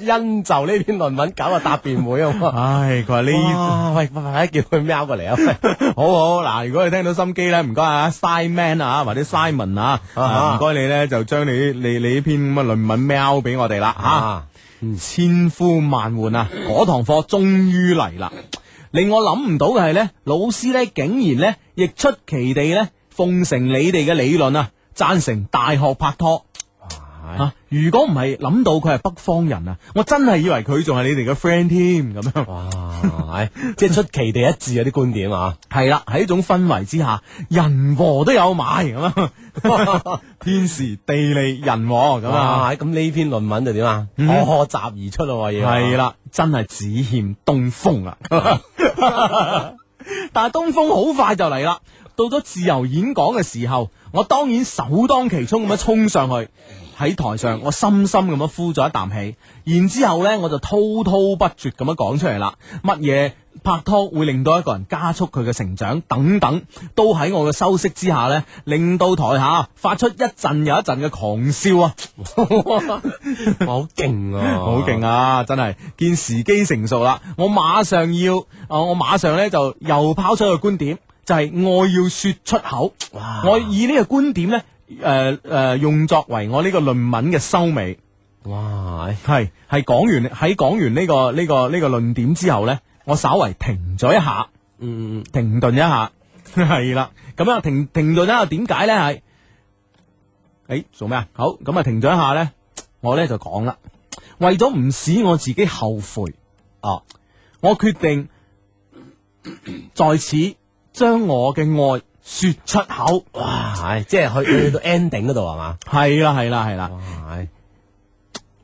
Speaker 4: 因就呢篇論文搞個答辯會好唔好啊？
Speaker 3: 唉，佢話
Speaker 4: 哇！喂，快快叫佢喵過嚟啊！ 喂
Speaker 3: 好好嗱，如果你聽到心機咧，唔該啊，Simon 啊，或者 Simon 啊，啊
Speaker 4: 啊
Speaker 3: 唔該你咧就將你你你呢篇咁嘅論文 mail 俾我哋啦吓。
Speaker 4: 啊，
Speaker 3: 千呼萬喚啊，嗰堂課終於嚟啦。令我諗唔到嘅係呢，老師呢竟然呢亦出奇地呢奉承你哋嘅理論啊，贊成大學拍拖。啊！如果唔係諗到佢係北方人啊，我真係以為佢仲係你哋嘅 friend 添咁樣。
Speaker 4: 哇！係即係出奇地一致啊啲觀點啊！
Speaker 3: 系啦，喺一種氛圍之下，人和都有買咁啊， 天時地利人和咁
Speaker 4: 咁
Speaker 3: 啊，
Speaker 4: 啊，咁呢篇論文就點啊？
Speaker 3: 嗯
Speaker 4: 破集而出咯，要啊
Speaker 3: 係啦，真係只欠東風 啊！但係東風好快就嚟啦，到咗自由演講嘅時候，我當然首當其衝咁樣衝上去，喺台上我深深咁樣呼咗一啖氣，然之後咧我就滔滔不絕咁樣講出嚟啦，乜嘢拍拖會令到一個人加速佢嘅成長等等，都喺我嘅修飾之下咧，令到台下發出一陣又一陣嘅狂笑啊！
Speaker 4: 哇，好勁啊！
Speaker 3: 好勁啊！真係見時機成熟啦，我馬上要，啊我馬上咧就又拋出一個觀點，就係、我要說出口。
Speaker 4: 哇！
Speaker 3: 我以呢個觀點咧，誒、誒、用作為我呢個論文嘅收尾。
Speaker 4: 哇！
Speaker 3: 係係講完喺講完呢、個呢、個呢、個論點之後咧，我稍為停咗一下，
Speaker 4: 嗯，
Speaker 3: 停頓一下， 係啦。咁樣停停頓一下，點解咧？係誒做咩啊？好咁啊，停咗一下咧，我咧就講啦，為咗唔使我自己後悔，啊
Speaker 4: 哦，
Speaker 3: 我決 定在此將我嘅愛說出口。
Speaker 4: 哇！唉即係去去到 ending 嗰度係嘛？
Speaker 3: 係啦，係啦，係啦。
Speaker 4: 哇！唉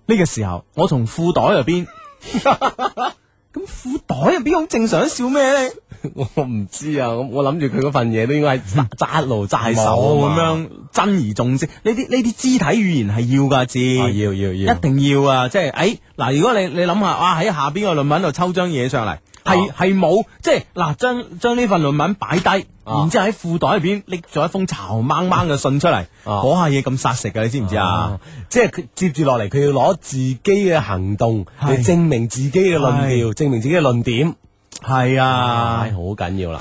Speaker 3: 呢個時候，我從褲袋入 邊， 咁褲袋入邊好正常，笑咩咧？
Speaker 4: 我唔知啊，我我諗住佢嗰份嘢都應 該係揸揸一路揸喺手
Speaker 3: 冇咁
Speaker 4: 啊嘛
Speaker 3: 樣珍而重之，呢啲呢啲肢體語言係要噶，字
Speaker 4: 啊要要要
Speaker 3: 一定要啊！即係，誒嗱，如果你你諗下，哇喺下邊個論文度抽張嘢上嚟，係係冇，即係嗱，將將呢份論文擺低，
Speaker 4: 啊
Speaker 3: 然之後喺褲袋入邊拎咗一封巢掹掹嘅信出
Speaker 4: 啊
Speaker 3: 嚟，嗰下嘢咁殺食嘅，你知唔知啊？，
Speaker 4: 即係佢接住落嚟，佢要攞自己嘅行動
Speaker 3: 係
Speaker 4: 嚟證明自己嘅論調，證明自己嘅論點，
Speaker 3: 係啊
Speaker 4: 唉，，好緊要啦。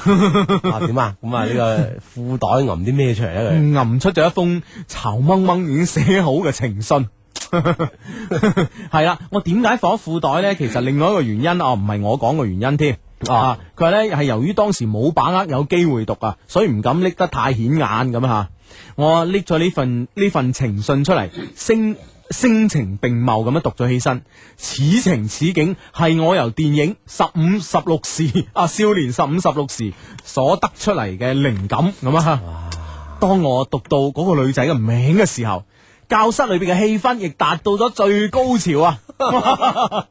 Speaker 4: 啊點啊？咁啊，呢個褲袋揞啲咩出嚟啊咧？佢
Speaker 3: 揞出咗一封巢掹掹已經寫好嘅情信。 係啦，我點解放喺褲袋呢？其實另外一個原因啊，唔係我講嘅原因添。啊，佢話呢係由於當時冇把握有機會讀啊，所以唔敢拎得太顯眼咁吓。我拎咗呢份呢份情信出嚟，聲聲情並茂咁樣讀咗起身。此情此景係我由電影十五十六時啊少年十五十六時所得出嚟嘅靈感咁啊。當我讀到嗰個女仔嘅名嘅時候，教室裏邊嘅氣氛亦達到咗最高潮啊！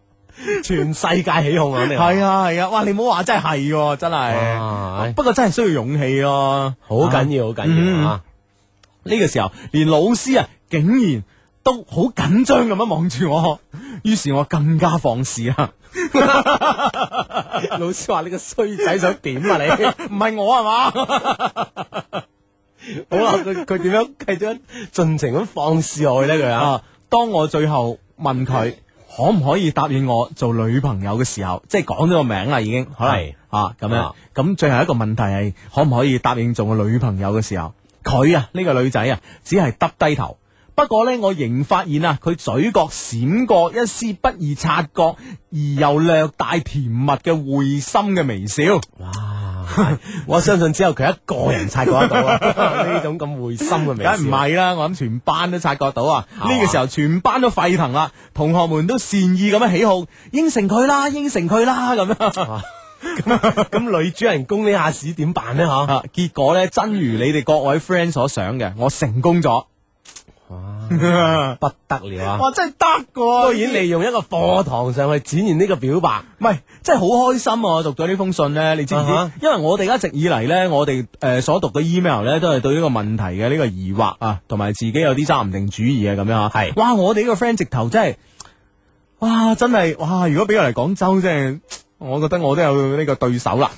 Speaker 4: 全世界起哄啊！你話
Speaker 3: 係啊係啊，哇！你唔好話真係係，真啊係。
Speaker 4: 哇唉
Speaker 3: 不過真係需要勇氣咯，
Speaker 4: 啊好緊要，好緊要啊！
Speaker 3: 呢個時候，連老師啊，竟然都好緊張咁樣望住我，於是我更加放肆啊！
Speaker 4: 老師話：你個衰仔想點 啊？你
Speaker 3: 唔係我係嘛？
Speaker 4: 好啦，佢佢點樣繼續盡情咁放肆落去咧？佢啊，
Speaker 3: 啊！當我最後問佢可唔可以答應我做女朋友嘅時候，即係講咗個名啦，已經可能
Speaker 4: 係
Speaker 3: 啊咁樣
Speaker 4: 啊。
Speaker 3: 咁最後一個問題係可唔可以答應做我女朋友嘅時候，佢啊呢個女仔啊，只係耷低頭。不過呢，我仍發現啊，佢嘴角閃過一絲不易察覺而又略帶甜蜜嘅會心嘅微笑。
Speaker 4: 哇！我相信只有佢一個人察覺得到啊， 呢種咁會心嘅微
Speaker 3: 梗係唔
Speaker 4: 笑。
Speaker 3: 係啦，我諗全班都察覺到啊！
Speaker 4: 嘛
Speaker 3: 呢個時候全班都沸騰啦，同學們都善意咁樣起哄，應承佢啦，應承佢啦咁樣。
Speaker 4: 咁女主人公呢下屎點辦咧？吓，
Speaker 3: 啊，結果呢，真如你哋各位 friend 所想嘅，我成功咗。
Speaker 4: 不得了啊！
Speaker 3: 哇，真係得噶！
Speaker 4: 居然利用一個課堂上去展現呢個表白，
Speaker 3: 唔係，真係好開心啊！我讀咗呢封信呢，你知唔知
Speaker 4: 啊哈
Speaker 3: 因為我哋一直以嚟呢，我哋誒、呃所讀嘅 email 呢，都係對呢個問題嘅呢、個疑惑啊，同埋自己有啲揸唔定主意啊，咁樣啊。
Speaker 4: 係
Speaker 3: 哇！我哋呢個 friend 直頭真係，哇！真係哇！如果俾我嚟廣州，真係，我覺得我都有呢個對手啦。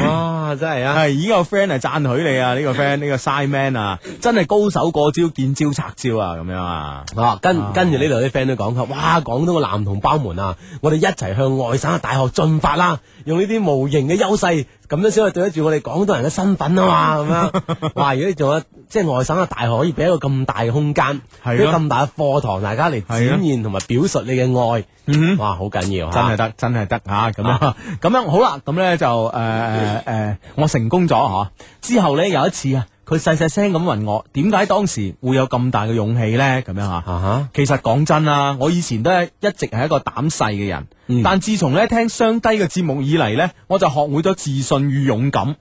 Speaker 4: 哇！真係啊！
Speaker 3: 係依個 friend 係讚許你啊！呢、個 friend 呢個 side man 啊，真係高手過招，見招拆招啊！咁樣啊。
Speaker 4: 啊，跟跟住呢度啲 friend 都講佢，哇！廣東嘅男同胞們啊，我哋一齊向外省嘅大學進發啦，用呢啲無形嘅優勢，咁樣先可以對得住我哋廣東人嘅身 份啊嘛，咁樣。哇！如果你仲有即係外省嘅大學可以俾一個咁大嘅空間，
Speaker 3: 係
Speaker 4: 俾
Speaker 3: 咯
Speaker 4: 咁大嘅課堂，大家嚟
Speaker 3: 係
Speaker 4: 展
Speaker 3: 咯
Speaker 4: 現同埋表述你嘅愛，
Speaker 3: 嗯
Speaker 4: 哇！好緊要
Speaker 3: 真係
Speaker 4: 嚇，
Speaker 3: 得，真係得吓咁樣，咁樣好啦，咁咧就誒誒誒，我成功咗啊吓。之後咧有一次啊，佢細細聲咁問我，點解當時會有咁大嘅勇氣咧？咁樣吓。
Speaker 4: 啊哈！
Speaker 3: 其實講真啦，我以前都係一直係一個膽細嘅人，
Speaker 4: 嗯
Speaker 3: 但自從咧聽雙低嘅節目以嚟咧，我就學會咗自信與勇敢。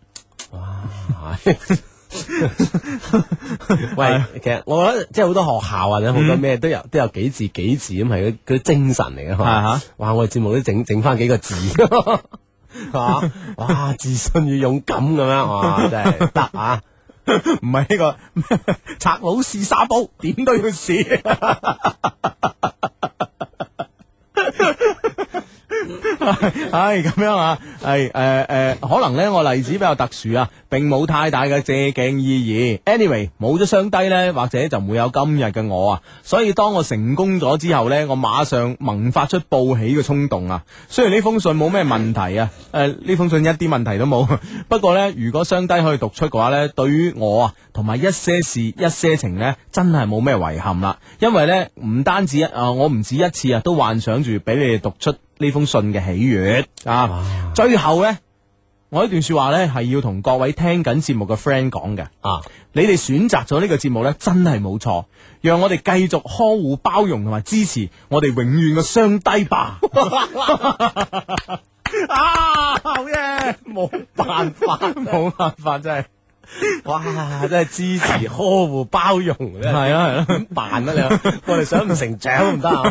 Speaker 4: 喂，其實我覺得即係好多學校或者好多咩都有都有幾字幾字咁係嗰嗰啲精神嚟嘅，
Speaker 3: 啊哈
Speaker 4: 哇！我哋節目都整整翻幾個字， 係嘛？哇，自信與勇敢咁樣，哇，真係得 啊！
Speaker 3: 唔係呢個賊佬試沙煲，點都要試。唉，咁樣啊，係誒誒，可能咧我例子比較特殊啊，並冇太大嘅借鏡意義。Anyway，冇咗雙低咧，或者就唔會有今日嘅我啊。所以當我成功咗之後咧，我馬上萌發出報喜嘅衝動啊。雖然呢封信冇咩問題啊，誒、呢封信一啲問題都冇。 不過咧，如果雙低可以讀出嘅話咧，對於我啊同埋一些事一些情咧，真係冇咩遺憾啦。因為咧唔單止一啊，我唔止一次啊，都幻想住俾你哋讀出。呢封信嘅喜悦啊！最後呢，我呢段说話呢係要同各位聽緊節目嘅 friend 講嘅
Speaker 4: 啊，
Speaker 3: 你哋選擇咗呢個節目呢，真係冇錯，讓我哋繼續呵護、包容同埋支持我哋永遠嘅雙低吧！ 啊，好嘢， 冇辦法， 冇辦法，真係
Speaker 4: 哇，真係支持、呵護、包容，真係
Speaker 3: 係啊係啊。
Speaker 4: 點辦啊 你？我哋想唔成長都唔得啊！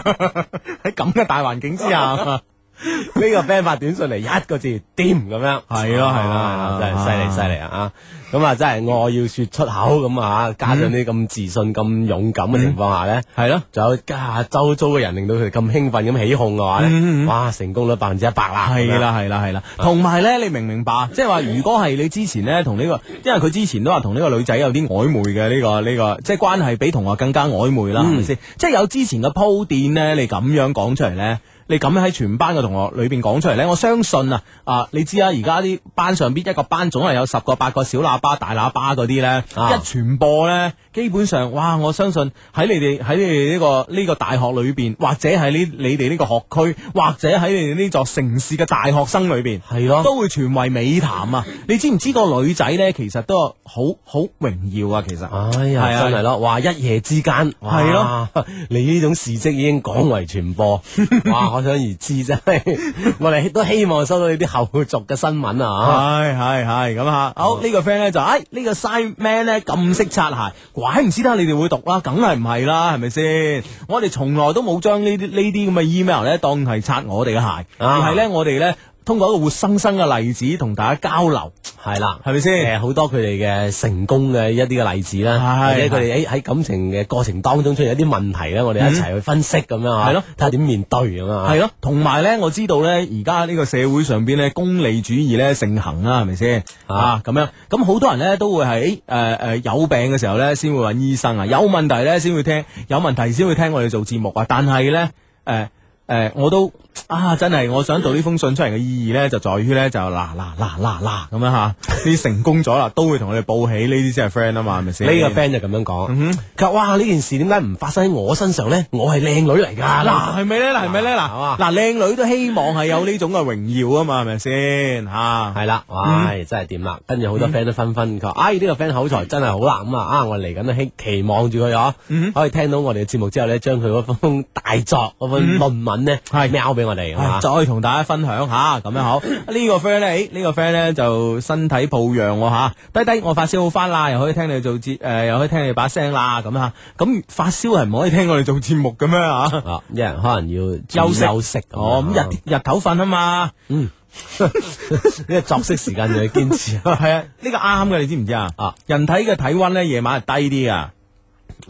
Speaker 3: 喺咁嘅大環境之下，
Speaker 4: 呢個 friend 發短信嚟一個字掂咁樣，
Speaker 3: 係咯係咯係咯
Speaker 4: 啊真係犀利犀利啊！咁啊，真係我要說出口咁啊，加上呢咁自信、咁勇敢嘅情況下咧，
Speaker 3: 係咯。
Speaker 4: 仲有加下周遭嘅人令到佢哋咁興奮咁起哄嘅話
Speaker 3: 嗯嗯嗯
Speaker 4: 咧，哇，成功率百分之一百啦！
Speaker 3: 系啦系啦系啦，同埋咧，你明唔明白？即系话，如果系你之前咧同呢個，因為佢之前都話同呢個女仔有啲曖昧嘅呢、個呢、個，即係關係比同學更加曖昧啦，係咪先？即係有之前嘅鋪墊咧，你咁樣講出嚟咧。你咁樣喺全班嘅同學裏邊講出嚟呢，我相信啊，啊，你知啦，而家啲班上邊一個班總係有十個八個小喇叭、大喇叭嗰啲呢，
Speaker 4: 啊
Speaker 3: 一傳播呢，基本上，哇！我相信喺你哋喺你哋呢、個呢、個大學裏邊，或者喺呢你哋呢個學區，或者喺你哋呢座城市嘅大學生裏邊，
Speaker 4: 係咯
Speaker 3: 都會傳為美談啊！你知唔知個女仔呢？其實都有好好榮耀啊！其實，
Speaker 4: 哎
Speaker 3: 係啊
Speaker 4: 呀，真係咯，哇！一夜之間，哇
Speaker 3: 係咯，
Speaker 4: 你呢種事蹟已 經廣為傳播，哇！可想而知真係，我哋都希望收到呢啲後續嘅新聞啊！
Speaker 3: 係係係咁吓，好呢個 friend 咧就，哎呢個 side man 咧咁識擦鞋，怪唔知得你哋會讀啦，梗係唔係啦，係咪先？我哋從來都冇將呢啲呢啲咁嘅 email 咧當係擦我哋嘅鞋，而係咧我哋咧通過一個活生生嘅例子同大家交流，
Speaker 4: 係啦，
Speaker 3: 係咪先？
Speaker 4: 誒好多佢哋嘅成功嘅一啲嘅例子啦，或者
Speaker 3: 係
Speaker 4: 佢哋喺喺感情嘅過程當中出現一啲問題咧，我哋一齊去分析咁樣啊，
Speaker 3: 係咯
Speaker 4: 睇下點面對咁啊，
Speaker 3: 系咯，同埋咧，我知道咧，而家呢個社會上邊咧，功利主義咧盛行啦，係咪先啊？咁樣咁好多人咧都會喺诶诶有病嘅時候咧，先會揾醫生啊，有問題咧先會聽，有問題先會聽我哋做節目啊。但係咧，诶、诶、我都啊，真係我想讀呢封信出嚟嘅意義咧，哎就在於咧就嗱嗱嗱嗱嗱咁樣 吓，你成功咗啦，都會同我哋報喜，呢啲先係 friend 啊嘛，係咪先？
Speaker 4: 呢個 friend 就咁樣講，佢話：哇！呢件事點解唔發生喺我身上咧？我係靚女嚟㗎，
Speaker 3: 嗱，係咪咧？嗱，係咪咧？
Speaker 4: 係嘛
Speaker 3: 嗱，嗱，靚女都希望係有呢種嘅榮耀啊嘛，係咪先吓？
Speaker 4: 系啦，哇，真系掂啦！跟住好多 friend 都紛紛佢話：，唉，呢個 friend 口才真係好啦，咁啊，啊，我嚟緊都希期望住佢啊，可以聽到我哋嘅節目之後咧，將佢嗰封大作嗰份論文咧，
Speaker 3: 係
Speaker 4: 喵俾我哋，嗯係
Speaker 3: 唉
Speaker 4: 嘛
Speaker 3: 再同大家分享下，咁樣 好。呢個 friend 咧，誒呢個 friend 咧就身體抱恙喎吓，低低我發燒好翻啦，又可以聽你做節，誒又可以聽你把聲啦，咁吓。咁發燒係唔可以聽我哋做節目嘅咩吓？
Speaker 4: 啊，一人可能要注意
Speaker 3: 息
Speaker 4: 休息樣嗯
Speaker 3: 哦，咁日日頭瞓啊嘛，
Speaker 4: 呢個作息時間就要堅持 啊，
Speaker 3: 係啊，呢個啱嘅，你知唔知啊？
Speaker 4: 啊，
Speaker 3: 人體嘅體温咧夜晚係低啲噶，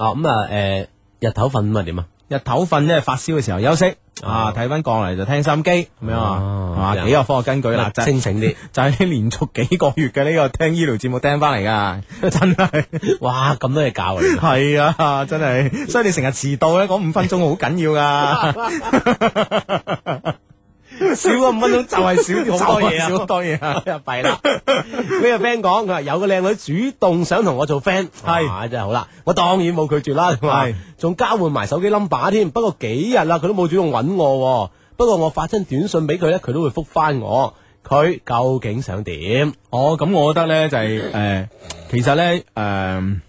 Speaker 4: 咁啊，誒，日頭瞓咁啊點啊？
Speaker 3: 日頭瞓咧發燒嘅時候休息，啊
Speaker 4: 啊
Speaker 3: 體温降嚟就聽心機咁樣
Speaker 4: 哦
Speaker 3: 啊，係
Speaker 4: 咁
Speaker 3: 嘛
Speaker 4: 樣
Speaker 3: 幾有科學根據啦，真係
Speaker 4: 清醒啲，
Speaker 3: 就係連續幾個月嘅呢個聽醫療節目聽翻嚟 噶，真係
Speaker 4: 哇，咁多嘢教啊！原來
Speaker 3: 係啊，真係，所以你成日遲到咧，嗰五分鐘好緊要噶，
Speaker 4: 少咗五分鐘 就係 少好多嘢啊
Speaker 3: 少！好多嘢啊！
Speaker 4: 又 弊啦！呢個 friend 講佢話有個靚女主動想同我做 friend，
Speaker 3: 係
Speaker 4: 哇真係好啦，我當然冇拒絕啦，佢話
Speaker 3: 係
Speaker 4: 仲交換埋手機 number 添。不過幾日啦，佢都冇主動揾我喎。不過我發親短信俾佢咧，佢都會覆翻我。佢究竟想點？
Speaker 3: 哦，咁我覺得咧就係、誒、其實咧誒、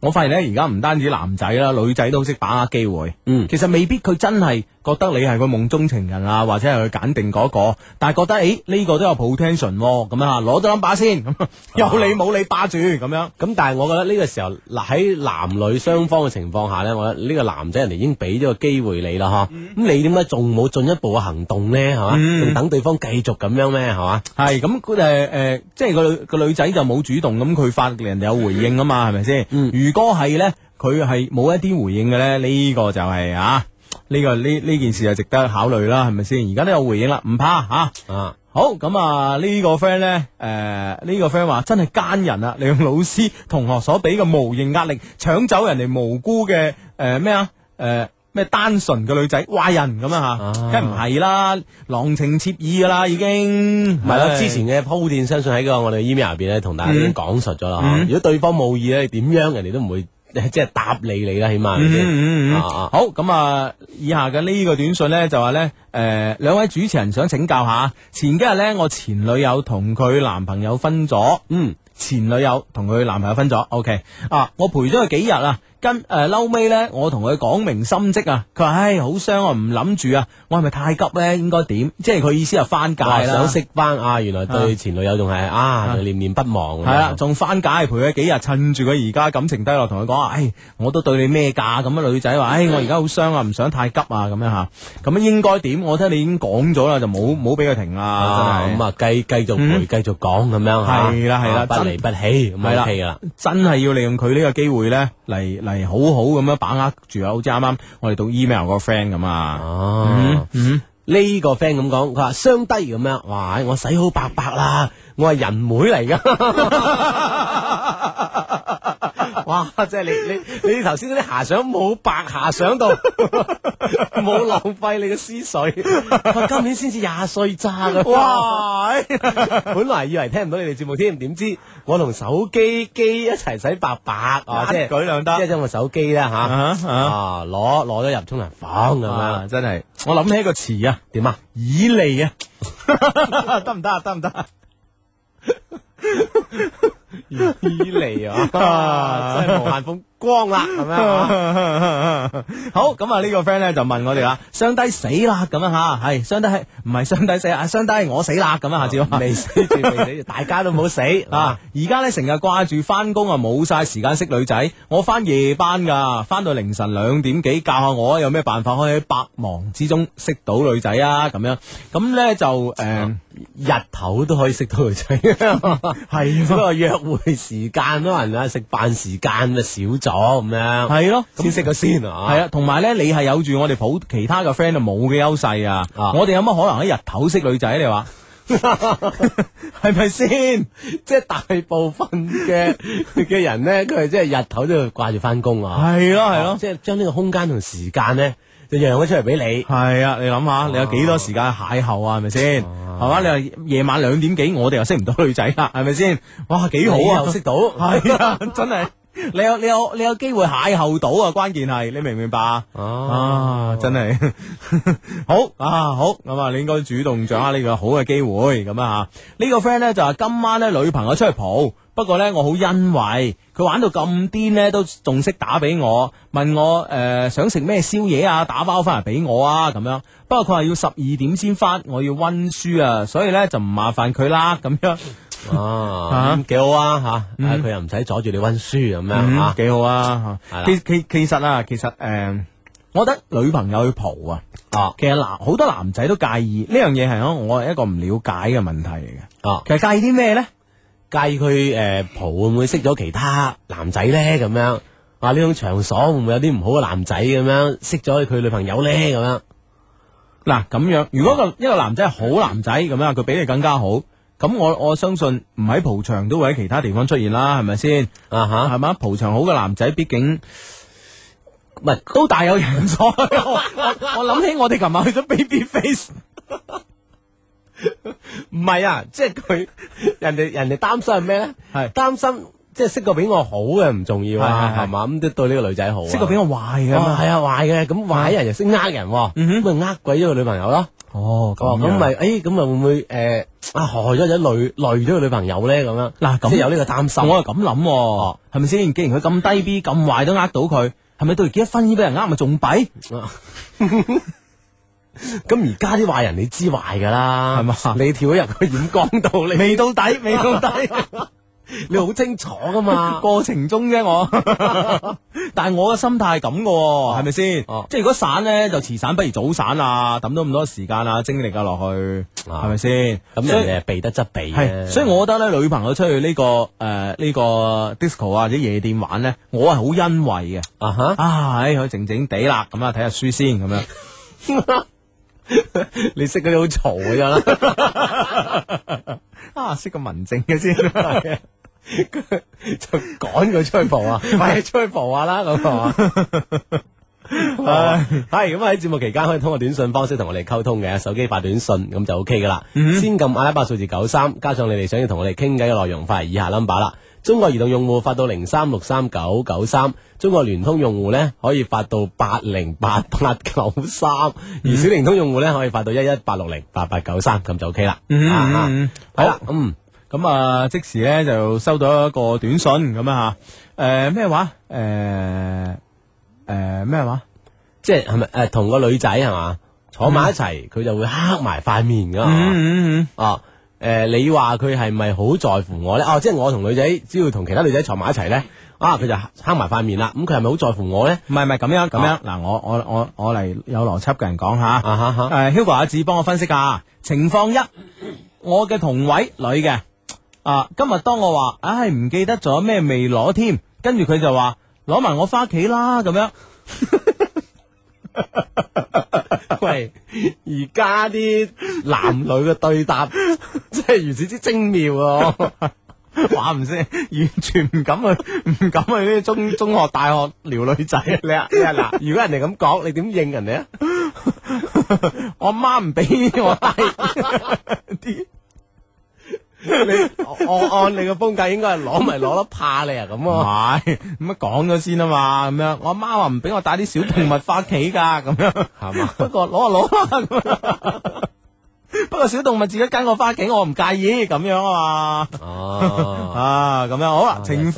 Speaker 3: 我發現咧而家唔單止男仔啦，女仔都識把握機會。
Speaker 4: 嗯
Speaker 3: 其實未必佢真係覺得你係佢夢中情人啊，或者係佢揀定嗰、個，但係覺得誒呢、個都有 potential 喎咁樣啊，攞咗 number 先，咁有你冇你霸住咁樣。
Speaker 4: 咁但係我覺得呢個時候嗱喺男女雙方嘅情況下咧，我覺得呢個男仔人哋已經俾咗個機會你啦，嗬、咁你點解仲冇進一步嘅行動咧？係嘛，
Speaker 3: 嗯
Speaker 4: 仲等對方繼續咁樣咩？係嘛？
Speaker 3: 係咁誒誒，即係個女個女仔就冇主動，咁佢發人哋有回應啊嘛，係咪先？
Speaker 4: 嗯
Speaker 3: 如果係咧，佢係冇一啲回應嘅咧，呢、個就係、啊，呢、個呢呢件事就值得考慮啦，係咪先？而家都有回應啦，唔怕吓。啊
Speaker 4: 啊，
Speaker 3: 好咁啊！呢、個 friend 咧，誒、呢、個 friend 話真係奸人啊！利用老師同學所俾嘅無形壓力，搶走人哋無辜嘅誒咩啊誒咩單純嘅女仔，壞人咁啊
Speaker 4: 啊
Speaker 3: 吓，梗唔係啦，郎情妾意噶啦已經。
Speaker 4: 唔係啦，
Speaker 3: 唉
Speaker 4: 之前嘅鋪墊相信喺個我哋 email 入邊咧，同大家已經講述咗啦。嗬
Speaker 3: 嗯
Speaker 4: 如果對方冇意咧，你點樣人哋都唔會即係答理你啦，起碼係咪先
Speaker 3: 嗯嗯嗯嗯
Speaker 4: 啊啊
Speaker 3: 好咁啊！以下嘅呢個短信呢，就話呢，誒、兩位主持人想請教下，前幾日呢，我前女友同佢男朋友分咗，嗯，前女友同佢男朋友分咗，OK 啊，我陪咗佢幾日啊，跟誒嬲尾呢，我同佢講明心跡啊，佢話唉好傷啊，唔諗住啊，我係咪太急呢？應該點？即係佢意思係翻界
Speaker 4: 哇
Speaker 3: 啦，
Speaker 4: 想識翻啊，原來對前女友仲係啊念念不忘。
Speaker 3: 系啦，仲翻解陪佢幾日，趁住佢而家感情低落，同佢講啊，唉，我都對你咩㗎？咁啊，女仔
Speaker 4: 嗯
Speaker 3: 話，唉，我而家好傷啊，唔想太急啊，咁樣吓，咁應該點？我覺得你已經講咗啦，就冇冇俾佢停啦，
Speaker 4: 嗯啊
Speaker 3: 真係
Speaker 4: 咁啊，繼繼續陪，
Speaker 3: 嗯
Speaker 4: 繼續講咁樣嚇
Speaker 3: 係啦係啦
Speaker 4: 啊不
Speaker 3: 真
Speaker 4: 離不棄咁
Speaker 3: 係啦
Speaker 4: OK 噶啦。
Speaker 3: 真係要利用佢呢個機會咧，嚟嚟好好咁樣把握住啊！好似啱啱我哋讀 email 個 friend 咁啊，嗯
Speaker 4: 哦，呢個 friend 咁講，佢話雙低咁樣，哇！我洗好白白啦，我係人妹 嚟噶。哇！即係你你你頭先嗰啲遐想冇白遐 想到，冇浪費你嘅思緒。佢今年先至廿歲咋咁。
Speaker 3: 哇！
Speaker 4: 啊本來以為聽唔到你哋節目添，點知我同手機機一齊洗白白啊！即
Speaker 3: 一
Speaker 4: 係
Speaker 3: 哎舉兩得
Speaker 4: 即係將部手機啦吓，
Speaker 3: 啊哈啊
Speaker 4: 啊攞攞咗入沖涼房咁
Speaker 3: 啊，
Speaker 4: 樣，
Speaker 3: 真係，我諗起一個詞啊，
Speaker 4: 點啊？
Speaker 3: 以利啊， 得唔得啊？得唔得啊？
Speaker 4: 以嚟 啊，真係無限風光啦咁 樣啊。
Speaker 3: 好咁啊！呢個 friend 咧就問我哋啦，雙低死啦咁樣吓，係雙低係唔係雙低死啊？ 雙低我死啦咁樣 下次話
Speaker 4: 未死住未死，大家都唔好死
Speaker 3: 啊
Speaker 4: 啊！！
Speaker 3: 而家咧成日掛住翻工啊，冇晒時間識女仔。我翻夜班噶，翻到凌晨兩點幾，教下我啊有咩辦法可以喺百忙之中識到女仔啊？咁樣咁咧就誒。呃
Speaker 4: 日頭都可以識到女仔，
Speaker 3: 啊
Speaker 4: 係不過約會時間可能啊食飯時間就少咗咁樣，
Speaker 3: 係咯，咁
Speaker 4: 先識咗先啊。
Speaker 3: 系啊，同埋咧，你係有住我哋普其他嘅 friend 就冇嘅優勢啊！
Speaker 4: 啊
Speaker 3: 我哋有乜可能喺日頭識女仔？你 話係咪先？
Speaker 4: 即係大部分 嘅嘅人咧，佢係即係日頭都要掛住翻工啊，
Speaker 3: 係咯係
Speaker 4: 啊
Speaker 3: 咯，
Speaker 4: 即係將呢個空間同時間咧，就讓咗出嚟 俾你。
Speaker 3: 係啊！你諗下，你有幾多時間邂逅啊？係咪先？係嘛？你話夜晚兩點幾，我哋又識唔到女仔啦，係咪先？哇，幾好
Speaker 4: 你
Speaker 3: 啊！
Speaker 4: 又識到，
Speaker 3: 係啊，真係你有你有你有機會邂逅到啊！關鍵係你明唔明白啊？啊，
Speaker 4: 哦
Speaker 3: 真係 好啊，好咁啊，你應該主動掌握呢個好嘅機會咁啊呢、個 friend 呢，就話今晚呢女朋友出去蒲，不過呢，我好欣慰，佢玩到咁癲呢，都仲識打俾我，問我誒、呃想食咩宵夜啊，打包翻嚟俾我啊咁樣。不過佢話要十二點先翻，我要温書啊，所以呢，就唔麻煩佢啦咁樣。
Speaker 4: 啊，咁幾好啊吓，啊佢又唔使阻住你温書咁樣
Speaker 3: 嗯
Speaker 4: 吓，
Speaker 3: 幾好啊！
Speaker 4: 係啦
Speaker 3: 其其其實啊，其實誒、呃我覺得女朋友去蒲啊。
Speaker 4: 啊
Speaker 3: 其實男好多男仔都介意呢樣嘢係我我係一個唔了解嘅問題嚟嘅。
Speaker 4: 啊，
Speaker 3: 其實介意啲咩咧？
Speaker 4: 介意佢誒蒲會唔會識咗其他男仔咧咁樣？啊，呢種場所會唔會有啲唔好嘅男仔咁樣識咗佢女朋友咧咁樣？
Speaker 3: 嗱咁樣，如果個一個男仔係好男仔咁樣，佢比你更加好，咁我我相信唔喺蒲場都會喺其他地方出現啦，係咪先？
Speaker 4: 啊吓。
Speaker 3: 係嘛？蒲場好嘅男仔，畢竟
Speaker 4: 唔係
Speaker 3: 都大有人在。我 我諗起我哋琴晚去咗 Baby Face，
Speaker 4: 唔係啊，即係佢人哋人哋擔心係咩咧？
Speaker 3: 係
Speaker 4: 擔心即係識個比我好嘅唔重要啊，
Speaker 3: 係係係
Speaker 4: 係嘛？咁都對呢個女仔好啊。
Speaker 3: 識個比我壞嘅
Speaker 4: 哦
Speaker 3: 嘛。
Speaker 4: 係啊壞嘅，咁壞人又識呃人喎，
Speaker 3: 嗯
Speaker 4: 咁咪呃鬼咗個女朋友咯。
Speaker 3: 哦，
Speaker 4: 哦，咁咪誒咁咪會唔會誒啊害咗咗女累咗個女朋友咧咁樣？
Speaker 3: 嗱咁
Speaker 4: 即係哦有呢個擔心。
Speaker 3: 我係咁諗喎，係咪先？既然佢咁低 B 咁壞都呃到佢，係咪到時結咗婚先俾人呃咪仲弊？
Speaker 4: 啊咁而家啲壞人你知壞噶啦，
Speaker 3: 係嘛
Speaker 4: 你跳咗入個染缸度，你
Speaker 3: 未到底，未到 底，
Speaker 4: 你好清楚噶 嘛？
Speaker 3: 過程中啫 我。但係我嘅心態係咁嘅喎，係咪先？
Speaker 4: 哦
Speaker 3: 即係如果散咧，就遲散不如早散啊，抌咗咁多時間啊、精力啊落去，
Speaker 4: 啊
Speaker 3: 係咪先？
Speaker 4: 咁
Speaker 3: 所以
Speaker 4: 人哋係避得則避嘅
Speaker 3: 系，所以我覺得咧，女朋友出去呢、個誒呢、個 disco 啊或者夜店玩咧，我係好欣慰嘅。
Speaker 4: 啊哈，
Speaker 3: 啊，唉，佢靜靜地啦，咁啊睇下書先咁樣。
Speaker 4: 你識嗰啲好嘈噶啦。
Speaker 3: 啊，識個文靜嘅先。
Speaker 4: 啊就趕佢出去蒲 啊，喂，出去蒲下啦，咁係嘛？係咁喺節目期間可以通過短信方式同我哋溝通嘅，手機發短信咁就 O K 噶啦。
Speaker 3: 嗯
Speaker 4: 先撳阿拉伯數字九三，加上你哋想要同我哋傾偈嘅內容，發嚟以下 number 啦。中國移動用戶發到零三六三九九三，中國聯通用戶呢可以發到八零八八九三，
Speaker 3: 嗯
Speaker 4: 而小靈通用戶呢可以發到一一八六零八八九三，咁就 O K 啦。
Speaker 3: 嗯
Speaker 4: 啊啊
Speaker 3: 嗯嗯
Speaker 4: 係啦，嗯。
Speaker 3: 咁啊，即時咧就收到一個短信咁啊吓，誒咩話？誒誒咩話？
Speaker 4: 即係係咪诶同個女仔係嘛坐埋一齊，佢、就會黑埋塊面噶、
Speaker 3: 嗯嗯
Speaker 4: 啊诶、誒你話佢係咪好在乎我咧？哦、即係我同女仔只要同其他女仔坐埋一齊咧，啊佢就黑埋塊面啦。咁佢係咪好在乎我咧？
Speaker 3: 嗯，唔係唔係咁樣咁樣
Speaker 4: 啊
Speaker 3: 嗱，我我我我嚟有邏輯嘅人講吓。
Speaker 4: 啊哈哈，
Speaker 3: 诶，Hugo 阿志幫我分析下情況一，我嘅同位女嘅啊，今日當我話唉唔記得咗咩未攞添，跟住佢就話攞埋我翻屋企啦咁樣。
Speaker 4: 喂，而家啲男女嘅對答 即係如此之精妙啊！
Speaker 3: 话唔先，完全唔敢去，唔敢去呢啲中中学、大学撩女仔。
Speaker 4: 你啊你啊嗱，如果人哋咁講，你點應人哋啊？
Speaker 3: 我媽唔俾我低啲，
Speaker 4: 我我 按你嘅風格應該係攞咪攞咯，怕你啊咁
Speaker 3: 唔
Speaker 4: 啊！
Speaker 3: 係咁啊講咗先啊嘛，咁樣我阿媽話唔俾我帶啲小動物翻屋企㗎，咁樣係嘛？不過攞就攞啦，咁樣 不過小動物自己跟我翻屋企，我唔介意咁樣啊嘛，
Speaker 4: 哦，
Speaker 3: 啊咁樣好啦，情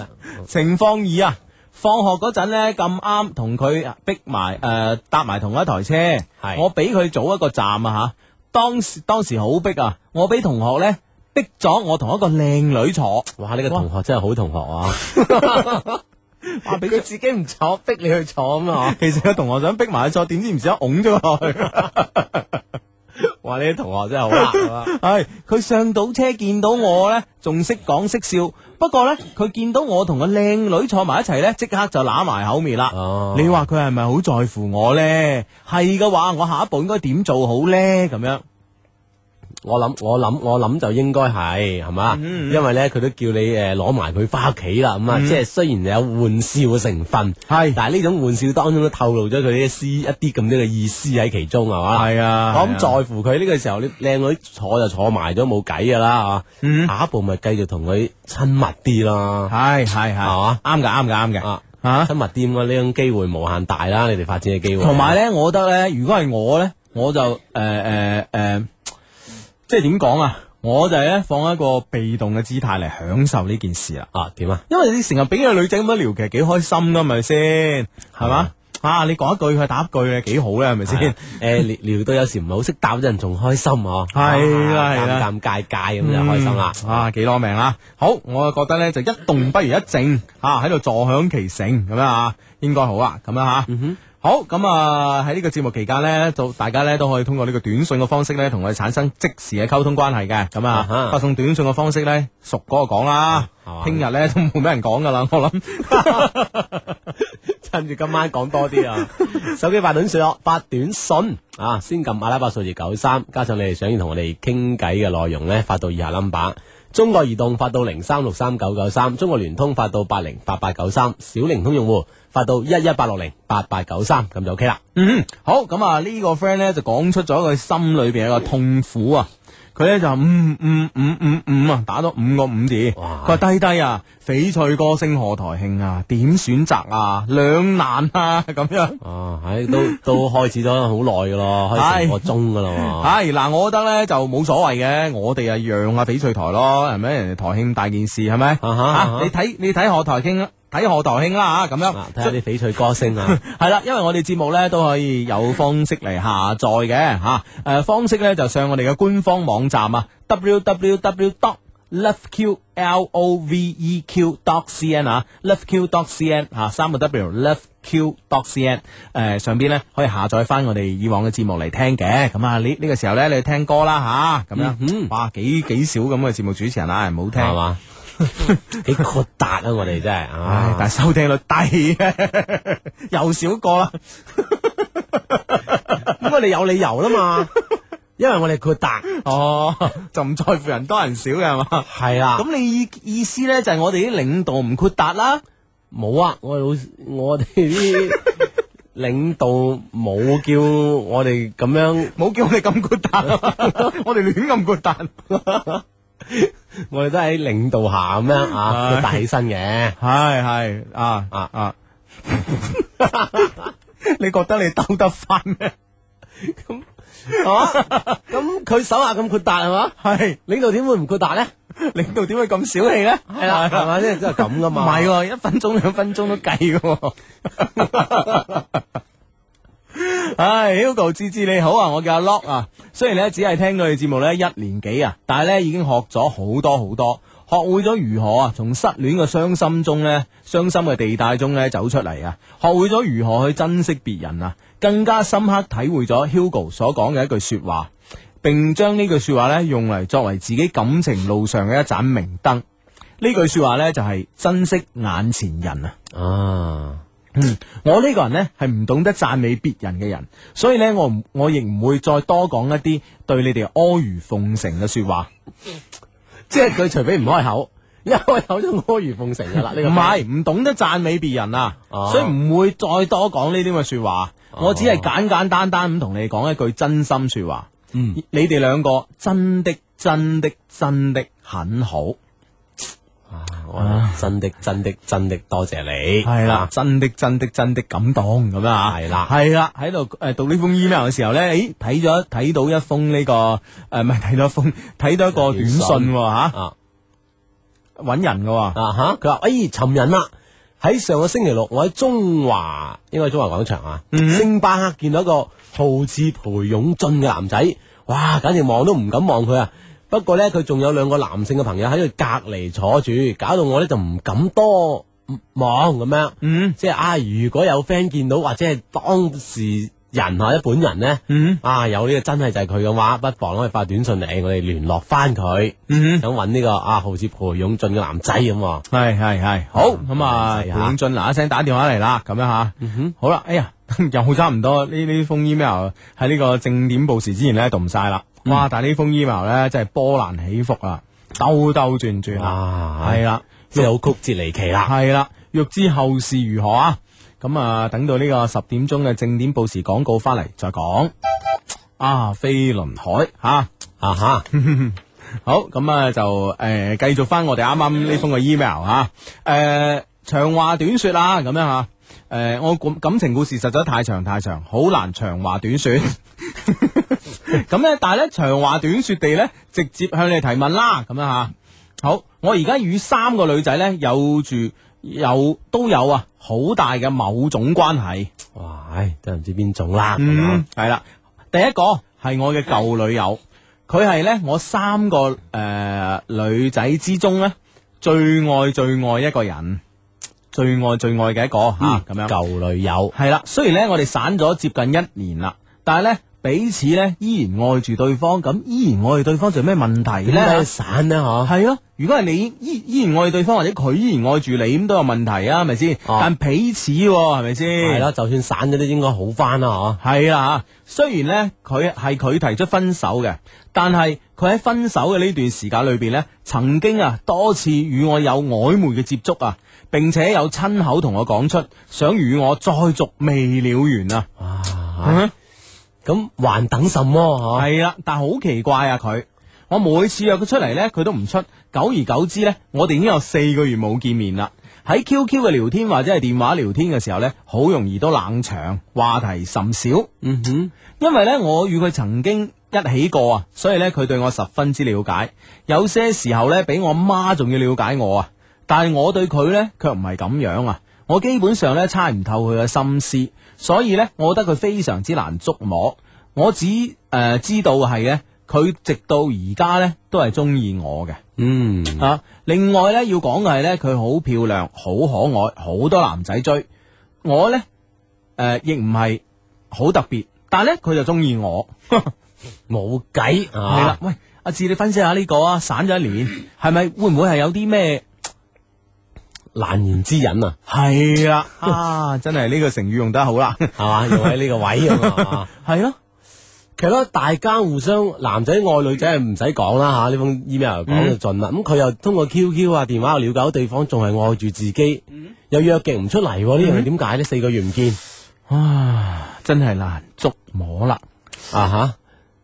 Speaker 3: 情況二啊，放學嗰陣咧咁啱同佢逼埋誒搭埋同一台車，
Speaker 4: 係
Speaker 3: 我比佢早一個站啊嚇。當時當時好逼啊，我俾同學咧逼咗我同一個靚女 坐，
Speaker 4: 哇！呢、個同學真係好同學啊！
Speaker 3: 啊俾佢自己唔
Speaker 4: 我
Speaker 3: 坐。
Speaker 4: 逼你去坐咁 啊！
Speaker 3: 其實個同學想逼埋佢坐，點知唔小心㧬咗落去。
Speaker 4: 哇！呢啲同學真係好難啊！
Speaker 3: 係佢上到車見到我咧，仲識講識笑。不過咧，佢見到我同個靚女坐埋一齊咧，即刻就揦埋口面啦。
Speaker 4: 哦
Speaker 3: 你話佢係咪好在乎我咧？係嘅話，我下一步應該點做好咧？咁樣
Speaker 4: 我諗我諗我諗就應該係係嘛，因為咧佢都叫你誒攞埋佢翻屋企啦，咁啊，即係雖然有玩笑嘅成分，
Speaker 3: 係
Speaker 4: 但係呢種玩笑當中都透露咗佢啲思一啲咁多嘅意思喺其中係
Speaker 3: 係
Speaker 4: 嘛。
Speaker 3: 啊
Speaker 4: 我
Speaker 3: 係啊
Speaker 4: 諗在乎佢呢個時候，你靚女坐就坐埋咗冇計㗎啦嚇，下一步咪繼續同佢親密啲咯，
Speaker 3: 係係係
Speaker 4: 嗯係嘛
Speaker 3: 啱㗎啱㗎啱嘅
Speaker 4: 啊
Speaker 3: 嚇
Speaker 4: 親。密啲咁啊，呢種機會無限大啦，你哋發展嘅機會。
Speaker 3: 同埋咧，我覺得咧，如果係我咧，我就誒誒誒，即係點講啊？我就係咧放一個被動嘅姿態嚟享受呢件事啦。
Speaker 4: 啊點啊？
Speaker 3: 因為你成日俾個女仔咁樣聊，其實幾開心噶，係咪先？係嘛？啊，你講一句佢答一句咧，幾好咧，係咪
Speaker 4: 先
Speaker 3: 先？
Speaker 4: 誒聊聊到有時唔係好識答嗰陣，仲開心啊！
Speaker 3: 係啦係啦
Speaker 4: 尷尷尬尬咁就開心啦。
Speaker 3: 嗯啊，幾攞命啦！好，我覺得咧就一動不如一靜啊，喺度坐享其成咁樣啊，應該好啦，咁樣吓。
Speaker 4: 嗯
Speaker 3: 好咁啊！喺呢個節目期間呢，就大家呢都可以通過呢個短信嘅方式呢，同我哋產生即時嘅溝通關係嘅。咁
Speaker 4: 啊
Speaker 3: 啊
Speaker 4: 哈，啊
Speaker 3: 發送短信嘅方式呢，熟嗰個講啦
Speaker 4: 係嘛。
Speaker 3: 聽日呢都冇咩人講噶啦，我諗。
Speaker 4: 趁住今晚講多啲啊！手機發短信咯，發短信啊，先撳阿拉伯數字九三，加上你哋想要同我哋傾偈嘅內容呢，發到以下 number。中國移動發到零三六三九九三，中國聯通發到八零八八九三，小靈通用戶發到一一八六零八八九三，咁就 OK 啦。
Speaker 3: 嗯，好咁啊！呢個 friend 咧就講出咗佢心裏邊一個痛苦啊！佢咧就嗯五五五五五啊，打咗五個五字。
Speaker 4: 哇
Speaker 3: 佢話低低啊，翡翠歌星賀台慶啊，點選擇啊，兩難啊 咁樣。
Speaker 4: 哦，唉、 都都開始咗好耐噶咯，開始成個鐘噶啦
Speaker 3: 係嗱，我覺得咧就冇所謂嘅，我哋啊讓下翡翠台咯，係咪？人哋台慶大件事係咪？
Speaker 4: 哈啊哈
Speaker 3: 你睇你睇賀台慶啊，睇睇何台慶啦吓，咁樣
Speaker 4: 啊睇下啲翡翠歌星 啊，
Speaker 3: 系啦，因為我哋節目咧都可以有方式嚟下載嘅吓，诶、誒方式咧就上我哋嘅官方網站啊，www dot loveq l o v e q dot c n 啊，loveq dot c n 啊，三個 w loveq dot c n 誒、上邊咧可以下載翻我哋以往嘅節目嚟聽嘅，咁啊呢呢個時候咧你去聽歌啦吓，咁、樣，哇幾幾少咁嘅節目主持人啊，唔好聽
Speaker 4: 嗯係 嘛？幾豁達啊！我哋真係，
Speaker 3: 唉
Speaker 4: 唉，
Speaker 3: 但係收聽率低， 又少個啦。
Speaker 4: 咁我哋有理由啦 嘛，因為我哋豁達，
Speaker 3: 哦，就唔在乎人多人少嘅係 嘛？
Speaker 4: 係啦。
Speaker 3: 咁你意意思咧就係我哋啲領導唔豁達啦？
Speaker 4: 冇啊！我老我哋啲領導冇叫我哋咁樣，
Speaker 3: 冇叫我哋咁豁達， 我哋亂咁豁達。
Speaker 4: 我哋都喺領導下咁 樣啊，
Speaker 3: 唉
Speaker 4: 要大起身嘅。
Speaker 3: 係係啊啊啊！ 你覺得你兜得翻咩？
Speaker 4: 哦，咁佢手下咁豁達係嘛？
Speaker 3: 係
Speaker 4: 領導點會唔豁達咧？
Speaker 3: 領導點會咁小氣咧？
Speaker 4: 係啦，係嘛？即係真係咁噶
Speaker 3: 唔
Speaker 4: 嘛？
Speaker 3: 係喎，一分鐘兩分鐘都計嘅喎。唉，Hugo 芝芝你好啊，我叫阿 Lock 啊。雖然咧只係聽佢哋節目咧一年幾啊，但係咧已經學咗好多好多，學會咗如何啊從失戀嘅傷心中咧，傷心嘅地帶中咧走出嚟啊，學會咗如何去珍惜別人啊，更加深刻體會咗 Hugo 所講嘅一句說話，並將呢句說話咧用嚟作為自己感情路上嘅一盞明燈。呢句说話呢，就係珍惜眼前人啊！
Speaker 4: 啊，
Speaker 3: 我呢個人呢，係唔懂得讚美別人嘅人，所以呢，我唔我亦唔會再多講一啲對你哋阿谀奉承嘅说話。
Speaker 4: 即係佢除非唔開口，一開口就阿谀奉承噶啦。呢個
Speaker 3: 唔係唔懂得讚美別人啊，
Speaker 4: 哦
Speaker 3: 所以唔會再多講呢啲咁嘅说話。我只係簡簡單單咁同你講一句真心说話。
Speaker 4: 嗯，
Speaker 3: 你哋兩個真的真的真的很好，
Speaker 4: 啊，我真的真的真的多謝你。
Speaker 3: 係啦，啊真的真的真的感動咁樣啊！
Speaker 4: 係啦
Speaker 3: 系啦，喺度诶讀呢封 email 嘅時候咧，诶睇咗睇到一封呢、個个诶唔係睇到一封 睇到一個短信喎吓，
Speaker 4: 啊。
Speaker 3: 搵人嘅喎，
Speaker 4: 啊哈！佢話：哎，尋人啦！喺上個星期六，我喺中華，應該係中華廣場啊，
Speaker 3: 嗯
Speaker 4: 星巴克見到一個豪字裴勇俊嘅男仔，哇！簡直望都唔敢望佢啊！不過呢，佢仲有兩個男性嘅朋友喺佢隔離坐住，搞到我呢就唔敢多望咁樣。
Speaker 3: 嗯
Speaker 4: 即係啊，如果有 friend 見到或者係當事人啊，一本人呢，
Speaker 3: 嗯
Speaker 4: 啊有呢個真係就係佢嘅話，不妨可以發短信嚟，我哋聯絡翻佢。
Speaker 3: 嗯，
Speaker 4: 想揾呢、個啊豪似裴勇俊嘅男仔咁喎。
Speaker 3: 係係係，好咁啊，
Speaker 4: 係
Speaker 3: 裴
Speaker 4: 啊
Speaker 3: 永俊嗱一聲打電話嚟啦，咁樣吓，好啦，哎呀 又差唔多呢呢封 email 喺呢個正點報時之前咧讀唔晒啦，哇！但係呢封 email 咧真係波瀾起伏啊，兜兜轉轉啊，嗯
Speaker 4: 啊，
Speaker 3: 係啦。
Speaker 4: 即係好曲折離奇啦。
Speaker 3: 系啦，欲知後事如何啊？咁啊，等到呢個十點鐘嘅正點報時廣告翻嚟再講。啊，飛輪海吓、啊
Speaker 4: 啊哈，
Speaker 3: 好咁啊，就诶繼續翻我哋啱啱呢封嘅 email 吓，诶、長話短說啦，咁樣吓。诶、我感感情故事實在太長太長，好難長話短說。 咁咧，但係咧長話短說地咧，直接向你提問啦，咁樣吓。好，我而家與三個女仔咧有住有都有啊，好大嘅某種關係。
Speaker 4: 哇，唉，真係唔知邊種啦。咁樣
Speaker 3: 嗯，系啦，第一個係我嘅舊女友，佢係呢我三個诶、呃女仔之中呢最愛最愛一個人，最愛最愛嘅一個
Speaker 4: 嗯
Speaker 3: 吓嗯咁、樣。
Speaker 4: 啊舊女友
Speaker 3: 係啦，雖然呢我哋散咗接近一年啦，但係呢彼此呢依然愛住對方，咁依然愛對方就有咩問題
Speaker 4: 點解
Speaker 3: 呢
Speaker 4: 要？散呢？嗬，
Speaker 3: 系咯，如果係你依依然愛對方，或者佢依然愛住你，咁都有問題啊，係咪先？
Speaker 4: 哦
Speaker 3: 但彼此喎係咪先？
Speaker 4: 係啦，就算散咗都應該好翻啦，嗬。
Speaker 3: 系啦，虽然呢，佢係佢提出分手嘅，但係佢喺分手嘅呢段時間裏边呢，曾經啊多次與我有曖昧嘅接觸啊，並且有親口同我講出想與我再續未了緣啊。
Speaker 4: 哇，咁還等什麼？嗬，
Speaker 3: 系啦，但好奇怪啊佢，我每次約佢出嚟呢，佢都唔出，久而久之呢，我哋已經有四個月冇見面啦。喺 QQ 嘅聊天或者係電話聊天嘅時候呢，好容易都冷場，話題甚少。
Speaker 4: 嗯哼，
Speaker 3: 因為呢，我與佢曾經一起過啊，所以呢，佢對我十分之了解，有些時候呢，比我媽仲要了解我啊。但係我對佢呢，卻唔係咁樣啊！我基本上呢，猜唔透佢嘅心思，所以呢，我覺得佢非常之難捉摸。我只誒、呃知道係呢，佢直到而家呢，都係中意我嘅。
Speaker 4: 嗯，
Speaker 3: 啊，另外咧要講嘅係咧，佢好漂亮，好可愛，好多男仔追。我咧，誒、亦唔係好特別，但係咧佢就中意我。
Speaker 4: 冇计
Speaker 3: 係啦
Speaker 4: 啊，，
Speaker 3: 喂，阿志，你分析下呢、個啊，散咗一年，係咪會唔會係有啲咩？
Speaker 4: 难言之隱啊，
Speaker 3: 係啦， 啊，真係呢個成語用得好啦，
Speaker 4: 係嘛？用喺呢個位啊 嘛係嘛。
Speaker 3: 係咯，
Speaker 4: 其實咧，大家互相男仔愛女仔係唔使講啦吓，呢封 email 講就盡啦。咁佢又通過 QQ 啊、電話去了解到對方，仲係愛住自己，又約極唔出嚟喎，呢樣嘢點解呢？四個月唔見
Speaker 3: 啊， 真係難捉摸啦。
Speaker 4: 啊吓，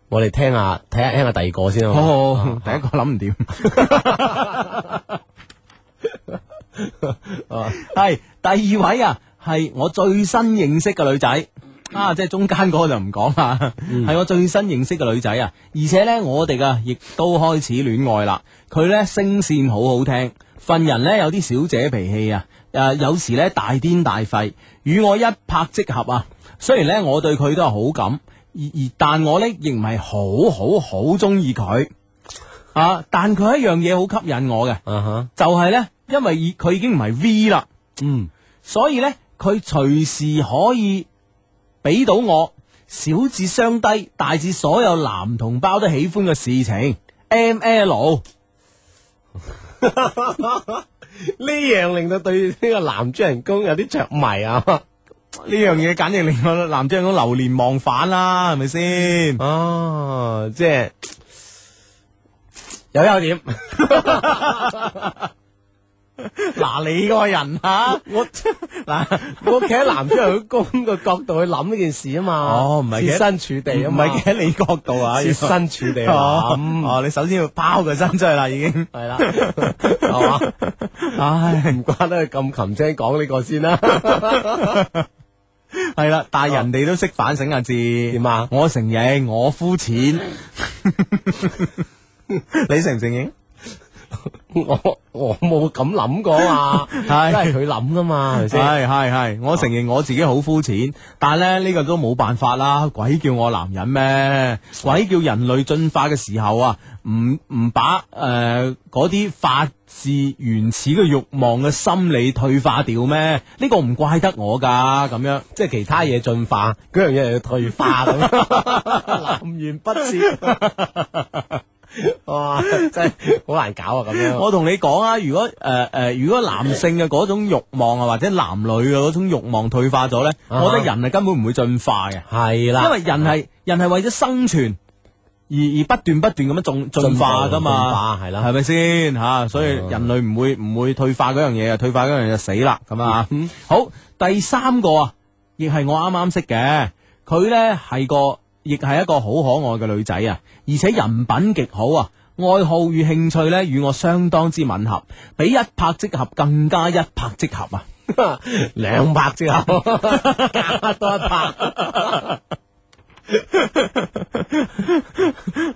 Speaker 4: 我哋聽下睇下聽下第二個先啊嘛。
Speaker 3: 好好，哦第一個諗唔 掂。哦係第二位啊，係我最新認識嘅女仔。啊，即係中間嗰個就唔講啦，係我最新認識嘅女仔啊，而且呢，我哋啊亦都開始戀愛啦。佢呢聲線好好聽，份人呢有啲小姐脾氣啊，誒、有時呢大癲大肺，與我一拍即合啊。雖然呢，我對佢都係好感，而而但我呢亦唔係好好好中意佢啊，但佢一樣嘢好吸引我嘅，
Speaker 4: 啊哈，
Speaker 3: 就係呢，因為已佢已經唔係 V 啦。
Speaker 4: 嗯，
Speaker 3: 所以呢，佢隨時可以俾到我小至相低，大至所有男同胞都喜歡嘅事情。M L
Speaker 4: 呢樣令到對呢個男主人公有啲着迷啊。
Speaker 3: 呢樣嘢，簡直令我男將講流連忘返啦，係咪先？啊
Speaker 4: 哦，即係有優點。
Speaker 3: 嗱，你個人啊吓，
Speaker 4: 我嗱，我企喺男主人公嘅角度去諗呢件事啊嘛。
Speaker 3: 哦唔係企喺
Speaker 4: 設身處地啊
Speaker 3: 唔
Speaker 4: 嘛，
Speaker 3: 係企喺你角度 啊，
Speaker 4: 設身處 地啊
Speaker 3: 哦
Speaker 4: 嘛，
Speaker 3: 哦，你首先要拋個身出去啦，已經。
Speaker 4: 係啦，係嘛？
Speaker 3: 唉，
Speaker 4: 唔怪得佢咁擒青講呢個先啦。
Speaker 3: 係啦，但係人哋都識反省下字。哦點
Speaker 4: 點啊
Speaker 3: 我承認我膚淺， 你承唔承認？
Speaker 4: 我我冇咁諗過啊嘛，
Speaker 3: 係
Speaker 4: 真係佢諗噶嘛，係咪
Speaker 3: 系系
Speaker 4: 先？哦
Speaker 3: 系，我承认我自己好膚淺，但系咧呢、個都冇辦法啦，鬼叫我男人咩？鬼叫人類進化嘅時候啊，唔唔把诶嗰啲發自原始嘅慾望嘅心理退化掉咩？呢、個唔怪得我㗎，咁樣
Speaker 4: 即係其他嘢進化，嗰樣嘢就退化咁， 南轅北轍。哇！真係好難搞啊，咁樣。
Speaker 3: 我同你講啊，如果誒誒、呃呃如果男性嘅嗰種慾望啊，或者男女嘅嗰種慾望退化咗咧，
Speaker 4: 啊哈
Speaker 3: 我覺得人係根本唔會進化嘅。
Speaker 4: 係啦，
Speaker 3: 因為人係人係為咗生存而而不斷不斷咁樣進進化噶嘛，
Speaker 4: 進化係嗯啦
Speaker 3: 係咪先吓？所以人類唔會唔會退化嗰樣嘢啊，退化嗰樣嘢就死啦咁啊！
Speaker 4: 嗯
Speaker 3: 好，第三個啊，亦係我啱啱識嘅，佢呢係個亦係一個好可愛嘅女仔啊，而且人品極好啊。愛好與興趣呢，與我相當之吻合，比一拍即合更加一拍即合啊！
Speaker 4: 兩拍之 後加多一拍，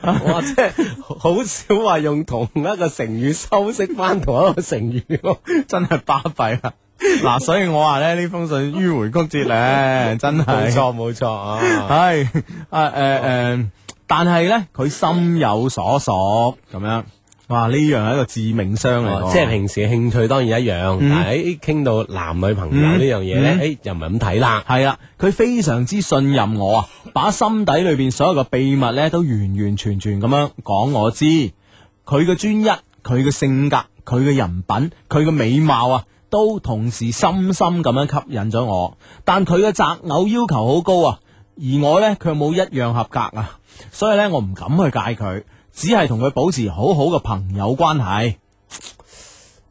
Speaker 4: 哇！即係好少話用同一個成語修飾翻同一個成語咯，
Speaker 3: 真係巴閉啦！ 嗱，所以我話咧呢封信迂回曲折咧，真
Speaker 4: 冇
Speaker 3: 係
Speaker 4: 錯冇錯啊！
Speaker 3: 係啊誒誒，但係咧佢心有所屬咁樣，哇呢樣係一個致命傷嚟
Speaker 4: 哦
Speaker 3: 講，
Speaker 4: 即係平時嘅興趣當然一樣，但係誒傾到男女朋友呢樣嘢咧，
Speaker 3: 嗯
Speaker 4: 誒又唔係咁睇啦。
Speaker 3: 係啦，佢非常之信任我啊，把心底裏邊所有嘅秘密咧都完完全全咁樣講我知。佢嘅專一，佢嘅性格，佢嘅人品，佢嘅美貌啊，都同時深深咁樣吸引咗我。但佢嘅擇偶要求好高啊，而我呢，卻冇一樣合格啊，所以呢，我唔敢去戒佢，只係同佢保持好好嘅朋友關係。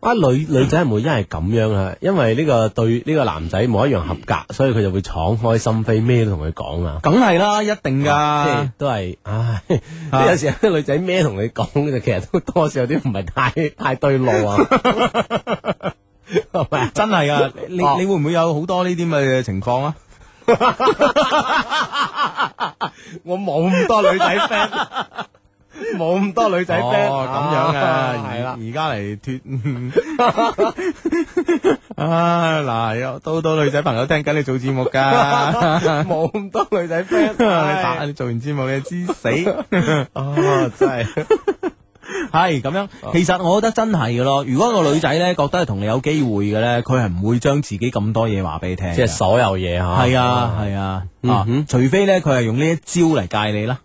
Speaker 4: 啊女女仔係咪因為咁樣啊？因為呢個對呢個男仔冇一樣合格，所以佢就會敞開心扉，咩都同佢講啊。
Speaker 3: 梗係啦，一定
Speaker 4: 即
Speaker 3: 噶
Speaker 4: 係。都係，唉，你有時候啲女仔咩同你講就其實都多少有啲唔係太 太對路啊，係咪啊？
Speaker 3: 真哦係噶，你你
Speaker 4: 哦
Speaker 3: 你會唔會有好多呢啲咁嘅情況啊？
Speaker 4: 我冇咁多女仔 friend， 冇咁多女仔 friend，
Speaker 5: 哦，咁样
Speaker 4: 啊
Speaker 5: 嘅，
Speaker 4: 係啦，
Speaker 5: 而家嚟脱，嗯啊嗱，有都到女仔朋友聽緊你做節目㗎，
Speaker 4: 冇咁多女仔 friend，
Speaker 5: 你打
Speaker 4: 唉
Speaker 5: 你做完節目你就知死，
Speaker 4: 啊，真系
Speaker 3: 系咁样，其實我覺得真係嘅咯。如果個女仔咧覺得係同你有機會嘅咧，佢係唔會將自己咁多嘢話俾你聽嘅。
Speaker 4: 即系所有嘢吓，
Speaker 3: 係啊，係啊，啊
Speaker 4: 嗯哼
Speaker 3: 除非咧佢係用呢一招嚟戒你啦。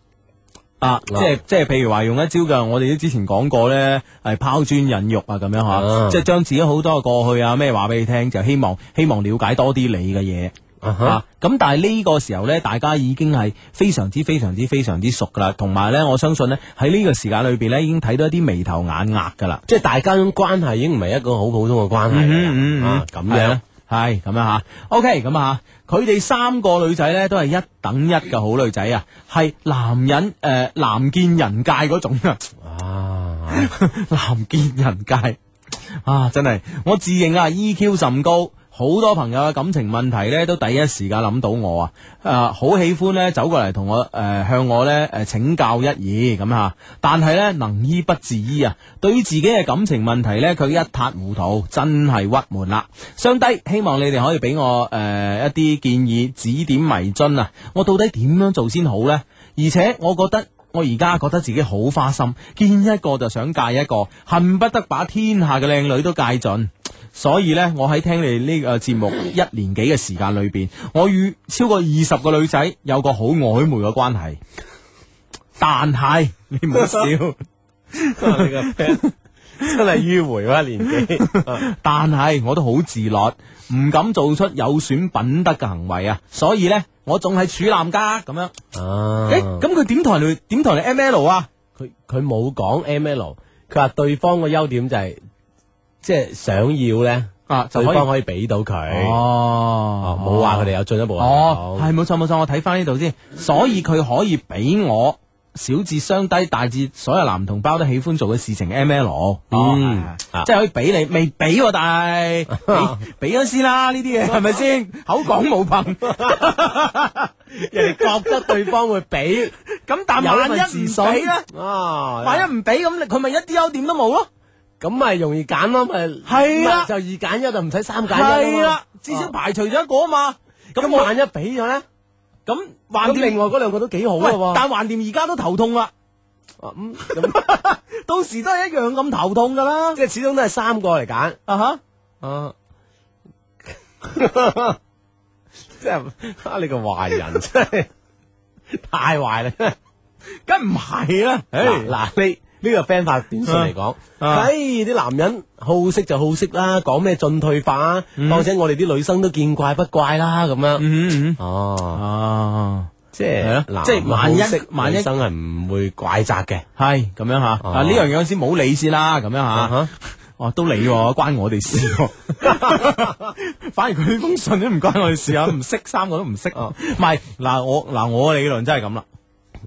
Speaker 3: 啊，即係即係，譬如話用一招嘅，我哋都之前講過咧，係拋磚引玉啊，咁樣
Speaker 4: 啊
Speaker 3: 吓，即係將自己好多嘅過去啊咩話俾你聽，就希望希望了解多啲你嘅嘢。
Speaker 4: 啊哈
Speaker 3: 啊，咁但係呢個時候呢，大家已經係非常之、非常之、非常之熟噶啦，同埋呢，我相信呢，喺呢個時間裏邊呢，已經睇到一啲眉頭眼額噶啦。
Speaker 4: 即系大家種關係已經唔係一個好普通嘅關係
Speaker 3: 嗯嗯嗯
Speaker 4: 嚟啦，啊咁樣
Speaker 3: 係咁樣吓，OK 咁啊吓，佢哋三個女仔呢，都係一等一嘅好女仔啊，係男人誒、呃男見人界嗰種啊，
Speaker 4: 啊，
Speaker 3: 男見人界啊，真係我自認啊 EQ 甚高。好多朋友嘅感情問題呢，都第一時間諗到我啊！啊、好喜歡呢，走過嚟同我誒、呃向我呢誒、呃請教一二咁嚇，但係呢，能醫不自醫啊！對於自己嘅感情問題呢，佢一塌糊塗，真係鬱悶啦！相低，希望你哋可以俾我誒、呃一啲建議，指點迷津啊！我到底點樣做先好呢？而且我覺得。我而家覺得自己好花心，見一個就想戒一個，恨不得把天下嘅靚女都戒盡。所以呢，我喺聽你呢個節目一年幾嘅時間裏邊，我與超過二十個女仔有個好曖昧嘅關係。但係你唔好笑。
Speaker 4: 你個 friend 真係迂迴喎年紀，
Speaker 3: 但係我都好自律，唔敢做出有損品德嘅行為啊！所以呢，我仲係處男家咁樣。
Speaker 4: 啊
Speaker 3: 誒，咁佢點同你點同你 M L 啊？
Speaker 4: 佢佢冇講 M L，佢話對方嘅優點就係即係想要咧，
Speaker 3: 啊，就
Speaker 4: 對
Speaker 3: 可以
Speaker 4: 方可以俾到佢，
Speaker 3: 哦
Speaker 4: 啊冇話佢哋有進一步嘅
Speaker 3: 哦，
Speaker 4: 行
Speaker 3: 係冇
Speaker 4: 動
Speaker 3: 錯冇錯，我睇翻呢度先，所以佢可以俾我小至相低，大至所有男同胞都喜歡做嘅事情 M L，哦
Speaker 4: 嗯
Speaker 3: 係
Speaker 4: 啊
Speaker 3: 即係可以俾你，未俾喎， 但係俾俾咗先啦，呢啲嘢係咪先？口講無憑，
Speaker 4: 人 哋覺得對方會俾，
Speaker 3: 咁但
Speaker 4: 有
Speaker 3: 萬
Speaker 4: 份
Speaker 3: 一
Speaker 4: 自
Speaker 3: 唔
Speaker 4: 信
Speaker 3: 俾咧，
Speaker 4: 啊，
Speaker 3: 萬一唔俾咁，佢咪一啲優點都冇咯，
Speaker 4: 咁咪容易揀咯，咪
Speaker 3: 係啦
Speaker 4: 咪就二揀一就唔使三揀一
Speaker 3: 係
Speaker 4: 啦
Speaker 3: 啦
Speaker 4: 嘛，，
Speaker 3: 至少
Speaker 4: 啊
Speaker 3: 排除咗一個啊嘛，咁
Speaker 4: 咁
Speaker 3: 我
Speaker 4: 萬一俾咗咧，
Speaker 3: 咁
Speaker 4: 咁
Speaker 3: 橫掂
Speaker 4: 另外嗰兩個都幾好
Speaker 3: 喂
Speaker 4: 嘅喎，
Speaker 3: 但橫掂而家都頭痛啦，
Speaker 4: 啊咁咁，
Speaker 3: 到時都係一樣咁頭痛噶啦，
Speaker 4: 即係始終都係三個嚟揀。
Speaker 3: 啊哈。
Speaker 4: 啊， 即係啊！你個壞人真係太壞啦！
Speaker 3: 梗唔係啦，
Speaker 4: 嗱
Speaker 3: 嗱
Speaker 4: 嗱，你呢個 friend 發短信嚟講，
Speaker 3: 啊
Speaker 4: 唉，啲男人好色就好色啦，講咩進退化啊？況且我哋啲女生都見怪不怪啦，咁樣。
Speaker 3: 嗯嗯嗯
Speaker 4: 哦，
Speaker 3: 啊，
Speaker 4: 即係
Speaker 3: 係咯
Speaker 4: 男
Speaker 3: 即係萬一
Speaker 4: 好色
Speaker 3: 萬一
Speaker 4: 女生係唔會怪責嘅。
Speaker 3: 係咁樣吓，
Speaker 4: 哦
Speaker 3: 啊呢樣嘢先冇理先啦，咁樣吓，
Speaker 4: 啊
Speaker 3: 哦都理
Speaker 4: 嗯
Speaker 3: 喎，關我哋事喎，反而佢呢封信都唔關我哋事啊，唔識三個都唔識，
Speaker 4: 哦
Speaker 3: 唔係嗱我嗱我嘅理論真係咁啦，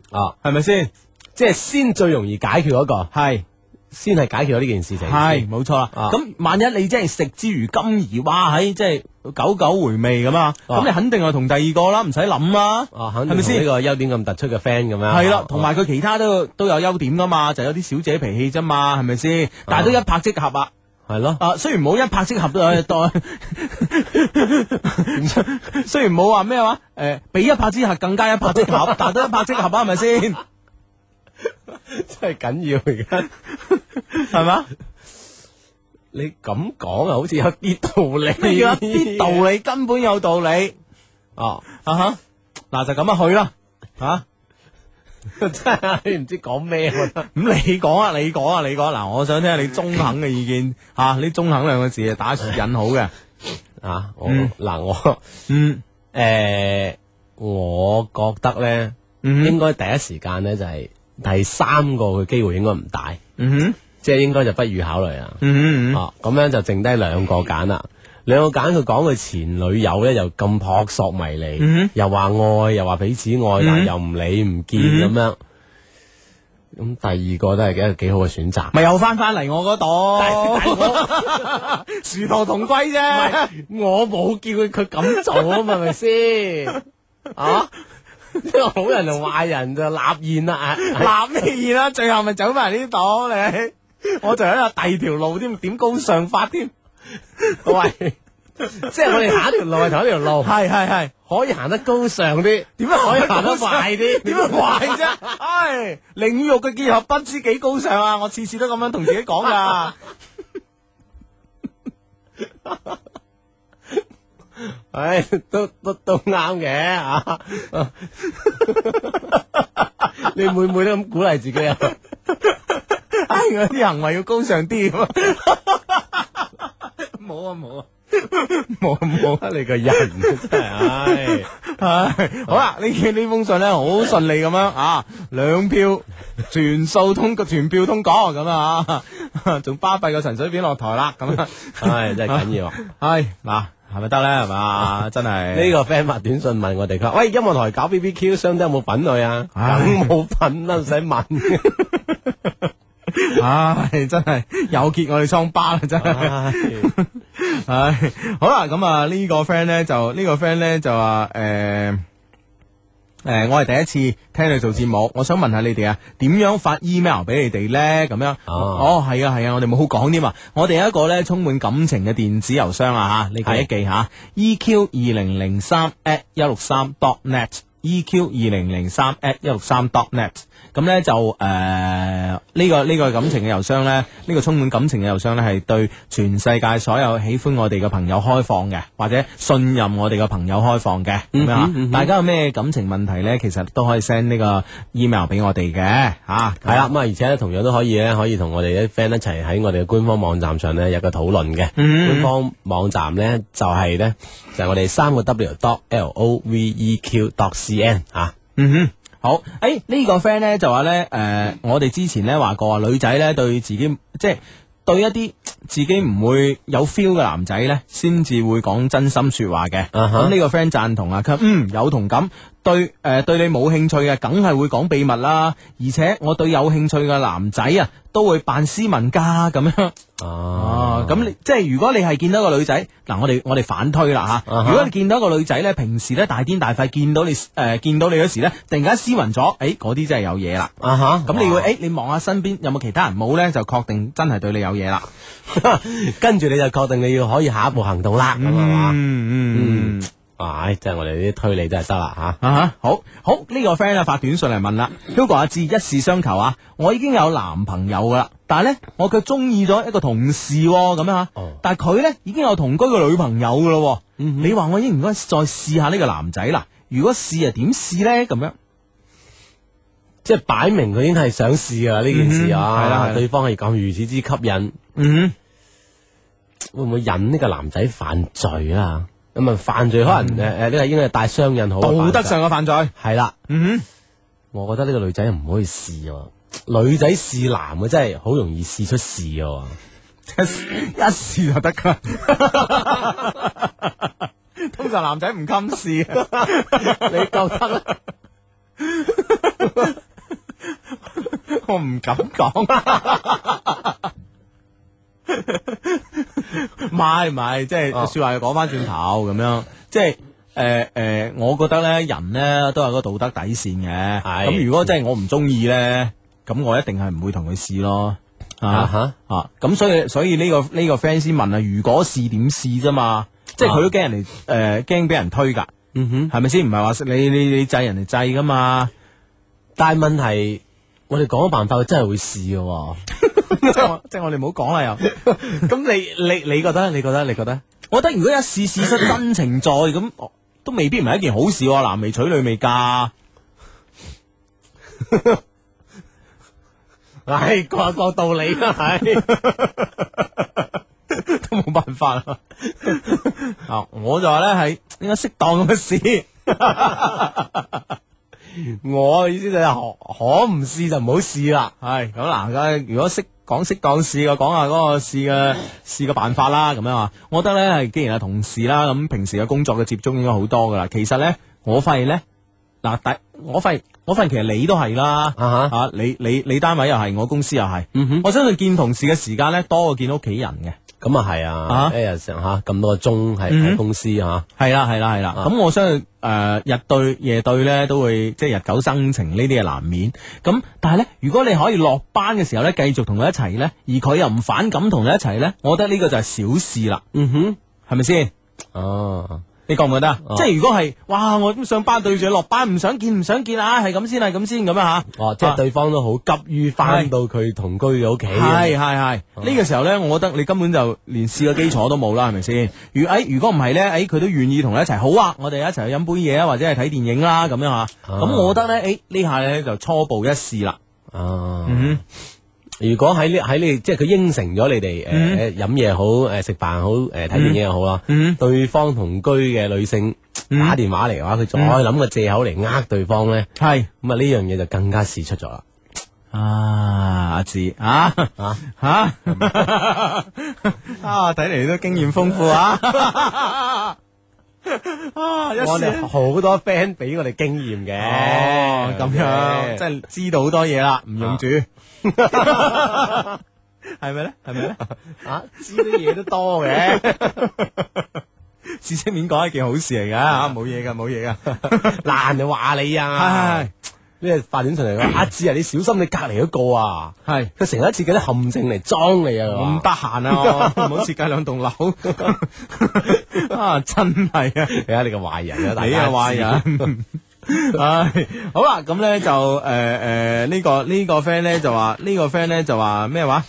Speaker 4: 啊，
Speaker 3: 係咪先？
Speaker 4: 即係先最容易解決嗰個，
Speaker 3: 係
Speaker 4: 先係解決咗呢件事情。
Speaker 3: 係冇錯啦，
Speaker 4: 啊
Speaker 3: 咁萬一你真係食之如金而哇喺即係久久回味咁啊，
Speaker 4: 啊
Speaker 3: 咁你肯定係同第二個啦，唔使諗啦。
Speaker 4: 啊，肯
Speaker 3: 係
Speaker 4: 定
Speaker 3: 咪
Speaker 4: 同
Speaker 3: 先
Speaker 4: 呢個優點咁突出嘅 friend 咁樣。
Speaker 3: 系啦
Speaker 4: 啊，
Speaker 3: 同埋佢其他都都有優點噶嘛，就有啲小姐脾氣啫嘛，係咪先？但
Speaker 4: 哦
Speaker 3: 係都一拍即合啊！
Speaker 4: 係咯。
Speaker 3: 啊，雖然冇一拍即合，誒 當雖然冇話咩話，誒、比一拍即合更加一拍即 合，但係都一拍即合啊，係咪先？
Speaker 4: 真係緊要而家，
Speaker 3: 係嘛？
Speaker 4: 你咁講啊，好似有啲道理，
Speaker 3: 咩叫一啲道 理根本有道理
Speaker 4: 哦，
Speaker 3: 啊哈！嗱就咁啊去啦吓，啊
Speaker 4: 真係唔知講咩，我覺得
Speaker 3: 咁、你講啊，你講啊，你講啊嗱、我想聽下你中肯嘅意見吓，啊呢、中肯兩個字係打引好嘅，
Speaker 4: 啊，我
Speaker 3: 嗯
Speaker 4: 嗱我
Speaker 3: 嗯
Speaker 4: 誒，我覺得咧，
Speaker 3: 嗯哼
Speaker 4: 應該第一時間咧就係第三個嘅機會應該唔大，
Speaker 3: 嗯哼
Speaker 4: 即係應該就不予考慮啦。
Speaker 3: 嗯哼嗯哼
Speaker 4: 啊，咁樣就剩低兩個揀啦。兩個揀佢講佢前女友咧，又咁撲朔迷離，
Speaker 3: 嗯哼
Speaker 4: 又話愛，又話彼此愛，但係又唔理唔見咁、樣。咁第二個都係一個幾好嘅選擇。
Speaker 3: 咪又翻翻嚟我嗰 度，殊途同歸啫。
Speaker 4: 我冇叫佢佢咁做啊嘛，係咪先？啊，好人同壞人就立現啦，
Speaker 3: 嗱咩嘢啦？最後咪走埋呢度你，我就喺
Speaker 4: 啊
Speaker 3: 度第二條路添，點高尚法添？
Speaker 4: 喂，即係我哋行一條路係同一條路，
Speaker 3: 係係係，
Speaker 4: 可以行得高尚啲，
Speaker 3: 點樣
Speaker 4: 可以行得快啲，
Speaker 3: 點樣壞 啫？唉，靈與肉嘅結合不知幾高尚啊！我次次都咁樣同自己講噶。
Speaker 4: 唉，都都都啱嘅啊！ 你每每都咁鼓勵自己啊！
Speaker 3: 唉，我哎啲行為要高尚啲咁啊。 冇啊冇啊冇啊冇啊！
Speaker 4: 你個人真係，唉，
Speaker 3: 唉，好啊啦，呢呢封信咧好順利咁樣啊，兩票全數通過，全票通過咁啊， 仲巴閉個陳水扁落台啦咁啊，
Speaker 4: 唉，真係緊 要。啊
Speaker 3: 唉嗱，係咪得咧？係嘛，真係
Speaker 4: 呢個 friend 發短信問我哋，佢話：喂，音樂台搞 BBQ，相得有冇份去啊？
Speaker 3: 唉
Speaker 4: 梗冇份啦，唔使問。
Speaker 3: 呢，唉真係又揭我哋瘡疤啦，真係。
Speaker 4: 唉
Speaker 3: 唉，好啦，咁啊呢個 friend 咧就呢個 friend 咧就話誒誒，我係第一次聽你做節目，我想問下你哋啊，點樣發 email 俾你哋咧？咁樣
Speaker 4: 哦
Speaker 3: 哦，係啊係啊，我哋冇好講添啊，我哋有一個咧充滿感情嘅電子郵箱啊吓，你記一記吓，EQ ，E 二零零三 at 一六三 dot net。EQ 二零零三 at 一六三 dot net，咁咧就誒呢、個呢、個感情嘅郵箱咧，呢、個充滿感情嘅郵箱咧係對全世界所有喜歡我哋嘅朋友開放嘅，或者信任我哋嘅朋友開放嘅，咁樣啊大家有咩感情問題咧，其實都可以 send 呢個 email 俾我哋嘅嚇，
Speaker 4: 係啦，咁啊，而且咧，同樣都可以咧，可以同我哋啲 friend 一齊喺我哋嘅官方網站上咧有個討論嘅。官方網站咧就係咧就係我哋三個 W dot L O V E Q dot C N 啊。
Speaker 3: 嗯哼。好，诶、呢、個 friend 咧就話咧，诶、我哋之前咧話過啊，女仔咧對自己即係對一啲自己唔會有 feel 嘅男仔咧，先至會講真心说話嘅。
Speaker 4: 啊哈
Speaker 3: 咁呢、個 friend 贊同啊，佢話嗯有同感，對诶、誒對你冇興趣嘅，梗係會講秘密啦。而且我對有興趣嘅男仔啊，都會扮斯文噶咁樣。
Speaker 4: 哦
Speaker 3: 哦，咁你即系如果你系见到一个女仔，嗱，我哋我哋反推啦吓。
Speaker 4: 啊哈
Speaker 3: 如果你见到一个女仔咧，平时咧大癫大肺，见到你诶、呃见到你嗰时咧，突然间斯文咗，诶、嗰啲真系有嘢啦。
Speaker 4: 啊吓，
Speaker 3: 咁你會诶、你望下身邊有冇其他人冇咧，就確定真係對你有嘢啦。
Speaker 4: 跟住你就確定你要可以下一步行動啦，咁啊嘛。
Speaker 3: 嗯嗯。
Speaker 4: 唉，真係我哋啲推理真係得啦吓。
Speaker 3: 啊哈，好好呢、個 friend 啊發短信嚟問啦，Hugo 阿志一事相求啊，我已經有男朋友噶啦，但係咧我佢中意咗一個同事喎咁、樣啊吓，
Speaker 4: 哦
Speaker 3: 但係佢咧已經有同居嘅女朋友噶咯、喎。你話我應唔應該再試下呢個男仔啦？如果試啊點試咧咁樣？
Speaker 4: 即係擺明佢已經係想試噶啦呢件事
Speaker 3: 嗯
Speaker 4: 啊，
Speaker 3: 係啦係啦
Speaker 4: 對方係咁如此之吸引，
Speaker 3: 嗯，
Speaker 4: 會唔會引呢個男仔犯罪啊？咁啊，犯罪可能诶诶，呢個應該係帶雙引號嘅
Speaker 3: 道
Speaker 4: 犯罪
Speaker 3: 德上嘅犯罪，
Speaker 4: 係啦。
Speaker 3: 嗯
Speaker 4: 我覺得呢個女仔唔可以試喎，女仔試男嘅真係好容易試出事嘅喎。
Speaker 3: 哼， 一試就得噶。 通常男仔唔襟試。
Speaker 4: 你覺得啊咧？
Speaker 3: 我唔敢講， 唔係唔係，即係
Speaker 4: 哦
Speaker 3: 说話又講翻轉頭咁樣，即係诶诶，我覺得咧人咧都有個道德底線嘅。
Speaker 4: 係
Speaker 3: 咁如果真係我唔中意咧，咁我一定係唔會同佢試咯。
Speaker 4: 啊哈
Speaker 3: 啊，咁所以所以呢、個呢、個 friend 先問啊，如果試點試啫嘛，即係佢都驚人哋诶惊俾人推㗎，
Speaker 4: 嗯哼。
Speaker 3: 係咪先？唔係話你你你制人哋制㗎嘛？
Speaker 4: 但係問題，我哋講咗辦法，佢真係會試嘅喎。
Speaker 3: 即係我即係我哋唔好講啦又。
Speaker 4: 咁你你你覺得？你覺得？你覺得？
Speaker 3: 我覺得如果一試試出真情在咁，哦都未必唔係一件好事喎。男未娶女未嫁，
Speaker 4: 唉，各有各道理啊啦，係。
Speaker 3: 都冇辦法啦。啊，我就話咧係應該適當咁樣 試。
Speaker 4: 我嘅意思就係可可唔試就唔好試啦。
Speaker 3: 係咁嗱，咁如果適講適當試嘅，講下嗰個試嘅試嘅辦法啦，咁樣啊。我覺得咧係既然係同事啦，咁平時嘅工作嘅接觸應該好多噶啦。其實咧，我發現咧，嗱，第我發現我發現其實你都係啦。
Speaker 4: 啊哈，
Speaker 3: 啊！你你你單位又係，我公司又係，
Speaker 4: 嗯哼
Speaker 3: 我相信見同事嘅時間咧多過見屋企人嘅。
Speaker 4: 咁啊係啊，
Speaker 3: 啊
Speaker 4: 一日成吓咁多個鐘喺
Speaker 3: 嗯
Speaker 4: 喺公司吓，
Speaker 3: 系啦系啦系啦，
Speaker 4: 啊
Speaker 3: 咁、我相信诶、呃日對夜對咧都會即係日久生情呢啲嘢難免。咁但係咧，如果你可以落班嘅時候咧，繼續同佢一齊咧，而佢又唔反感同你一齊咧，我覺得呢個就係小事啦，
Speaker 4: 嗯哼，
Speaker 3: 係咪先？
Speaker 4: 哦，
Speaker 3: 你覺唔覺得？啊即係如果係哇，我咁上班對住你落班唔想見唔想見啊，係咁先係咁先咁啊吓。
Speaker 4: 哦，即係
Speaker 3: 啊
Speaker 4: 對方都好急於翻
Speaker 3: 係
Speaker 4: 到佢同居嘅屋企，啊
Speaker 3: 係係係，
Speaker 4: 哦
Speaker 3: 呢個時候咧，我覺得你根本就連試個基礎都冇啦，係咪先？
Speaker 4: 嗯
Speaker 3: 如诶，如果唔係咧，诶，佢都願意同你一齊，好啊，我哋一齊去飲杯嘢啊，或者係睇電影啦，咁樣吓。咁我覺得咧，诶，呢下咧就初步一試啦。嗯
Speaker 4: 啊，如果喺呢喺你即係佢應承咗你哋誒飲嘢好誒食飯好誒睇電影又好啦，
Speaker 3: 嗯
Speaker 4: 對方同居嘅女性打電話嚟嘅話，佢再
Speaker 3: 嗯
Speaker 4: 諗個藉口嚟呃對方咧，
Speaker 3: 係
Speaker 4: 咁啊呢樣嘢就更加事出咗啦。
Speaker 3: 啊，阿志啊
Speaker 4: 啊
Speaker 3: 吓 啊，睇嚟都經驗豐富 啊。 啊！一
Speaker 4: 我
Speaker 3: 試
Speaker 4: 哋好多 friend 俾我哋經驗嘅，
Speaker 3: 哦，咁樣啊
Speaker 4: 係
Speaker 3: 即系知道好多嘢啦，唔用煮， 係咪咧？係咪 咧？
Speaker 4: 啊知啲嘢都多嘅，
Speaker 3: 知識面講係件好事嚟噶，嚇冇嘢噶，冇嘢噶，
Speaker 4: 難就話你啊
Speaker 3: 啊係。
Speaker 4: 呢個發展上 嚟講，阿志啊，你小心你隔離嗰個啊，
Speaker 3: 係
Speaker 4: 佢成日設計啲陷阱嚟裝你啊，
Speaker 3: 我唔得閒啊，我唔好設計兩 棟樓啊，真係啊！
Speaker 4: 你睇你個壞 人啊，大家
Speaker 3: 你啊壞人。 唉，好啦，咁咧就诶诶呢個呢、個 friend 咧就話呢、個 friend 咧就話咩話？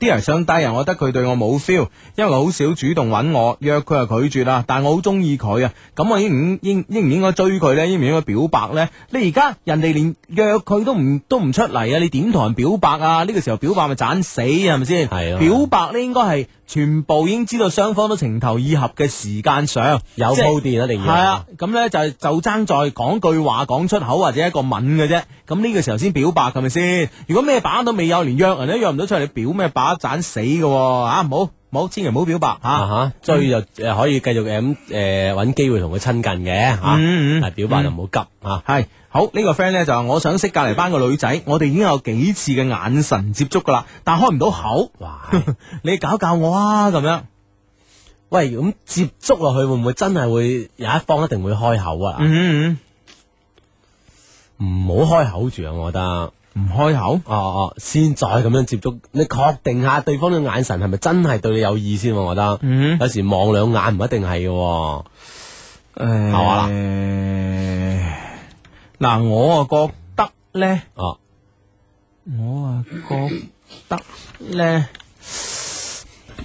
Speaker 3: 啲人想低人，我覺得佢對我冇 feel，因為佢好少主動揾我，約佢又拒絕啦。但我好中意佢啊，咁我應唔應應唔應該追佢呢？應唔應該表白呢？你而家人哋連約佢都唔都唔出嚟啊！你點同人表白啊？呢、個時候表白咪斬死係咪先？
Speaker 4: 係啊
Speaker 3: 表白呢應該係全部已經知道雙方都情投意合嘅時間上
Speaker 4: 有
Speaker 3: 即係
Speaker 4: 鋪墊一定要
Speaker 3: 系啊，咁咧就就爭在講句話講出口或者一個吻嘅啫。咁呢個時候先表白係咪先？如果咩把都未有，連約人都約唔到出嚟，你表咩把盞死嘅喎啊！唔好唔好，千祈唔好表白吓。
Speaker 4: 啊
Speaker 3: 啊
Speaker 4: 哈，追就誒可以繼續誒咁誒揾機會同佢親近嘅嚇，
Speaker 3: 嗯嗯嗯
Speaker 4: 但係表白就唔好急啊嚇。
Speaker 3: 系好呢、個 friend 咧就話我想識隔離班個女仔，我哋已經有幾次嘅眼神接觸噶啦，但開唔到口。
Speaker 4: 哇！
Speaker 3: 你搞教我啊咁樣。
Speaker 4: 喂，咁接觸落去會唔會真係會有一方一定會開口啊？
Speaker 3: 嗯
Speaker 4: 唔好開口住啊！我覺得，哦
Speaker 3: 嗯，唔開口。
Speaker 4: 哦，先再咁樣接觸，你確定下對方嘅眼神係咪真係對你有意先喎？我覺得，
Speaker 3: 嗯
Speaker 4: 有時望兩眼唔一定係嘅喎。
Speaker 3: 诶，系
Speaker 4: 嘛啦
Speaker 3: 嗱，我啊覺得咧。
Speaker 4: 哦，
Speaker 3: 我啊覺得咧，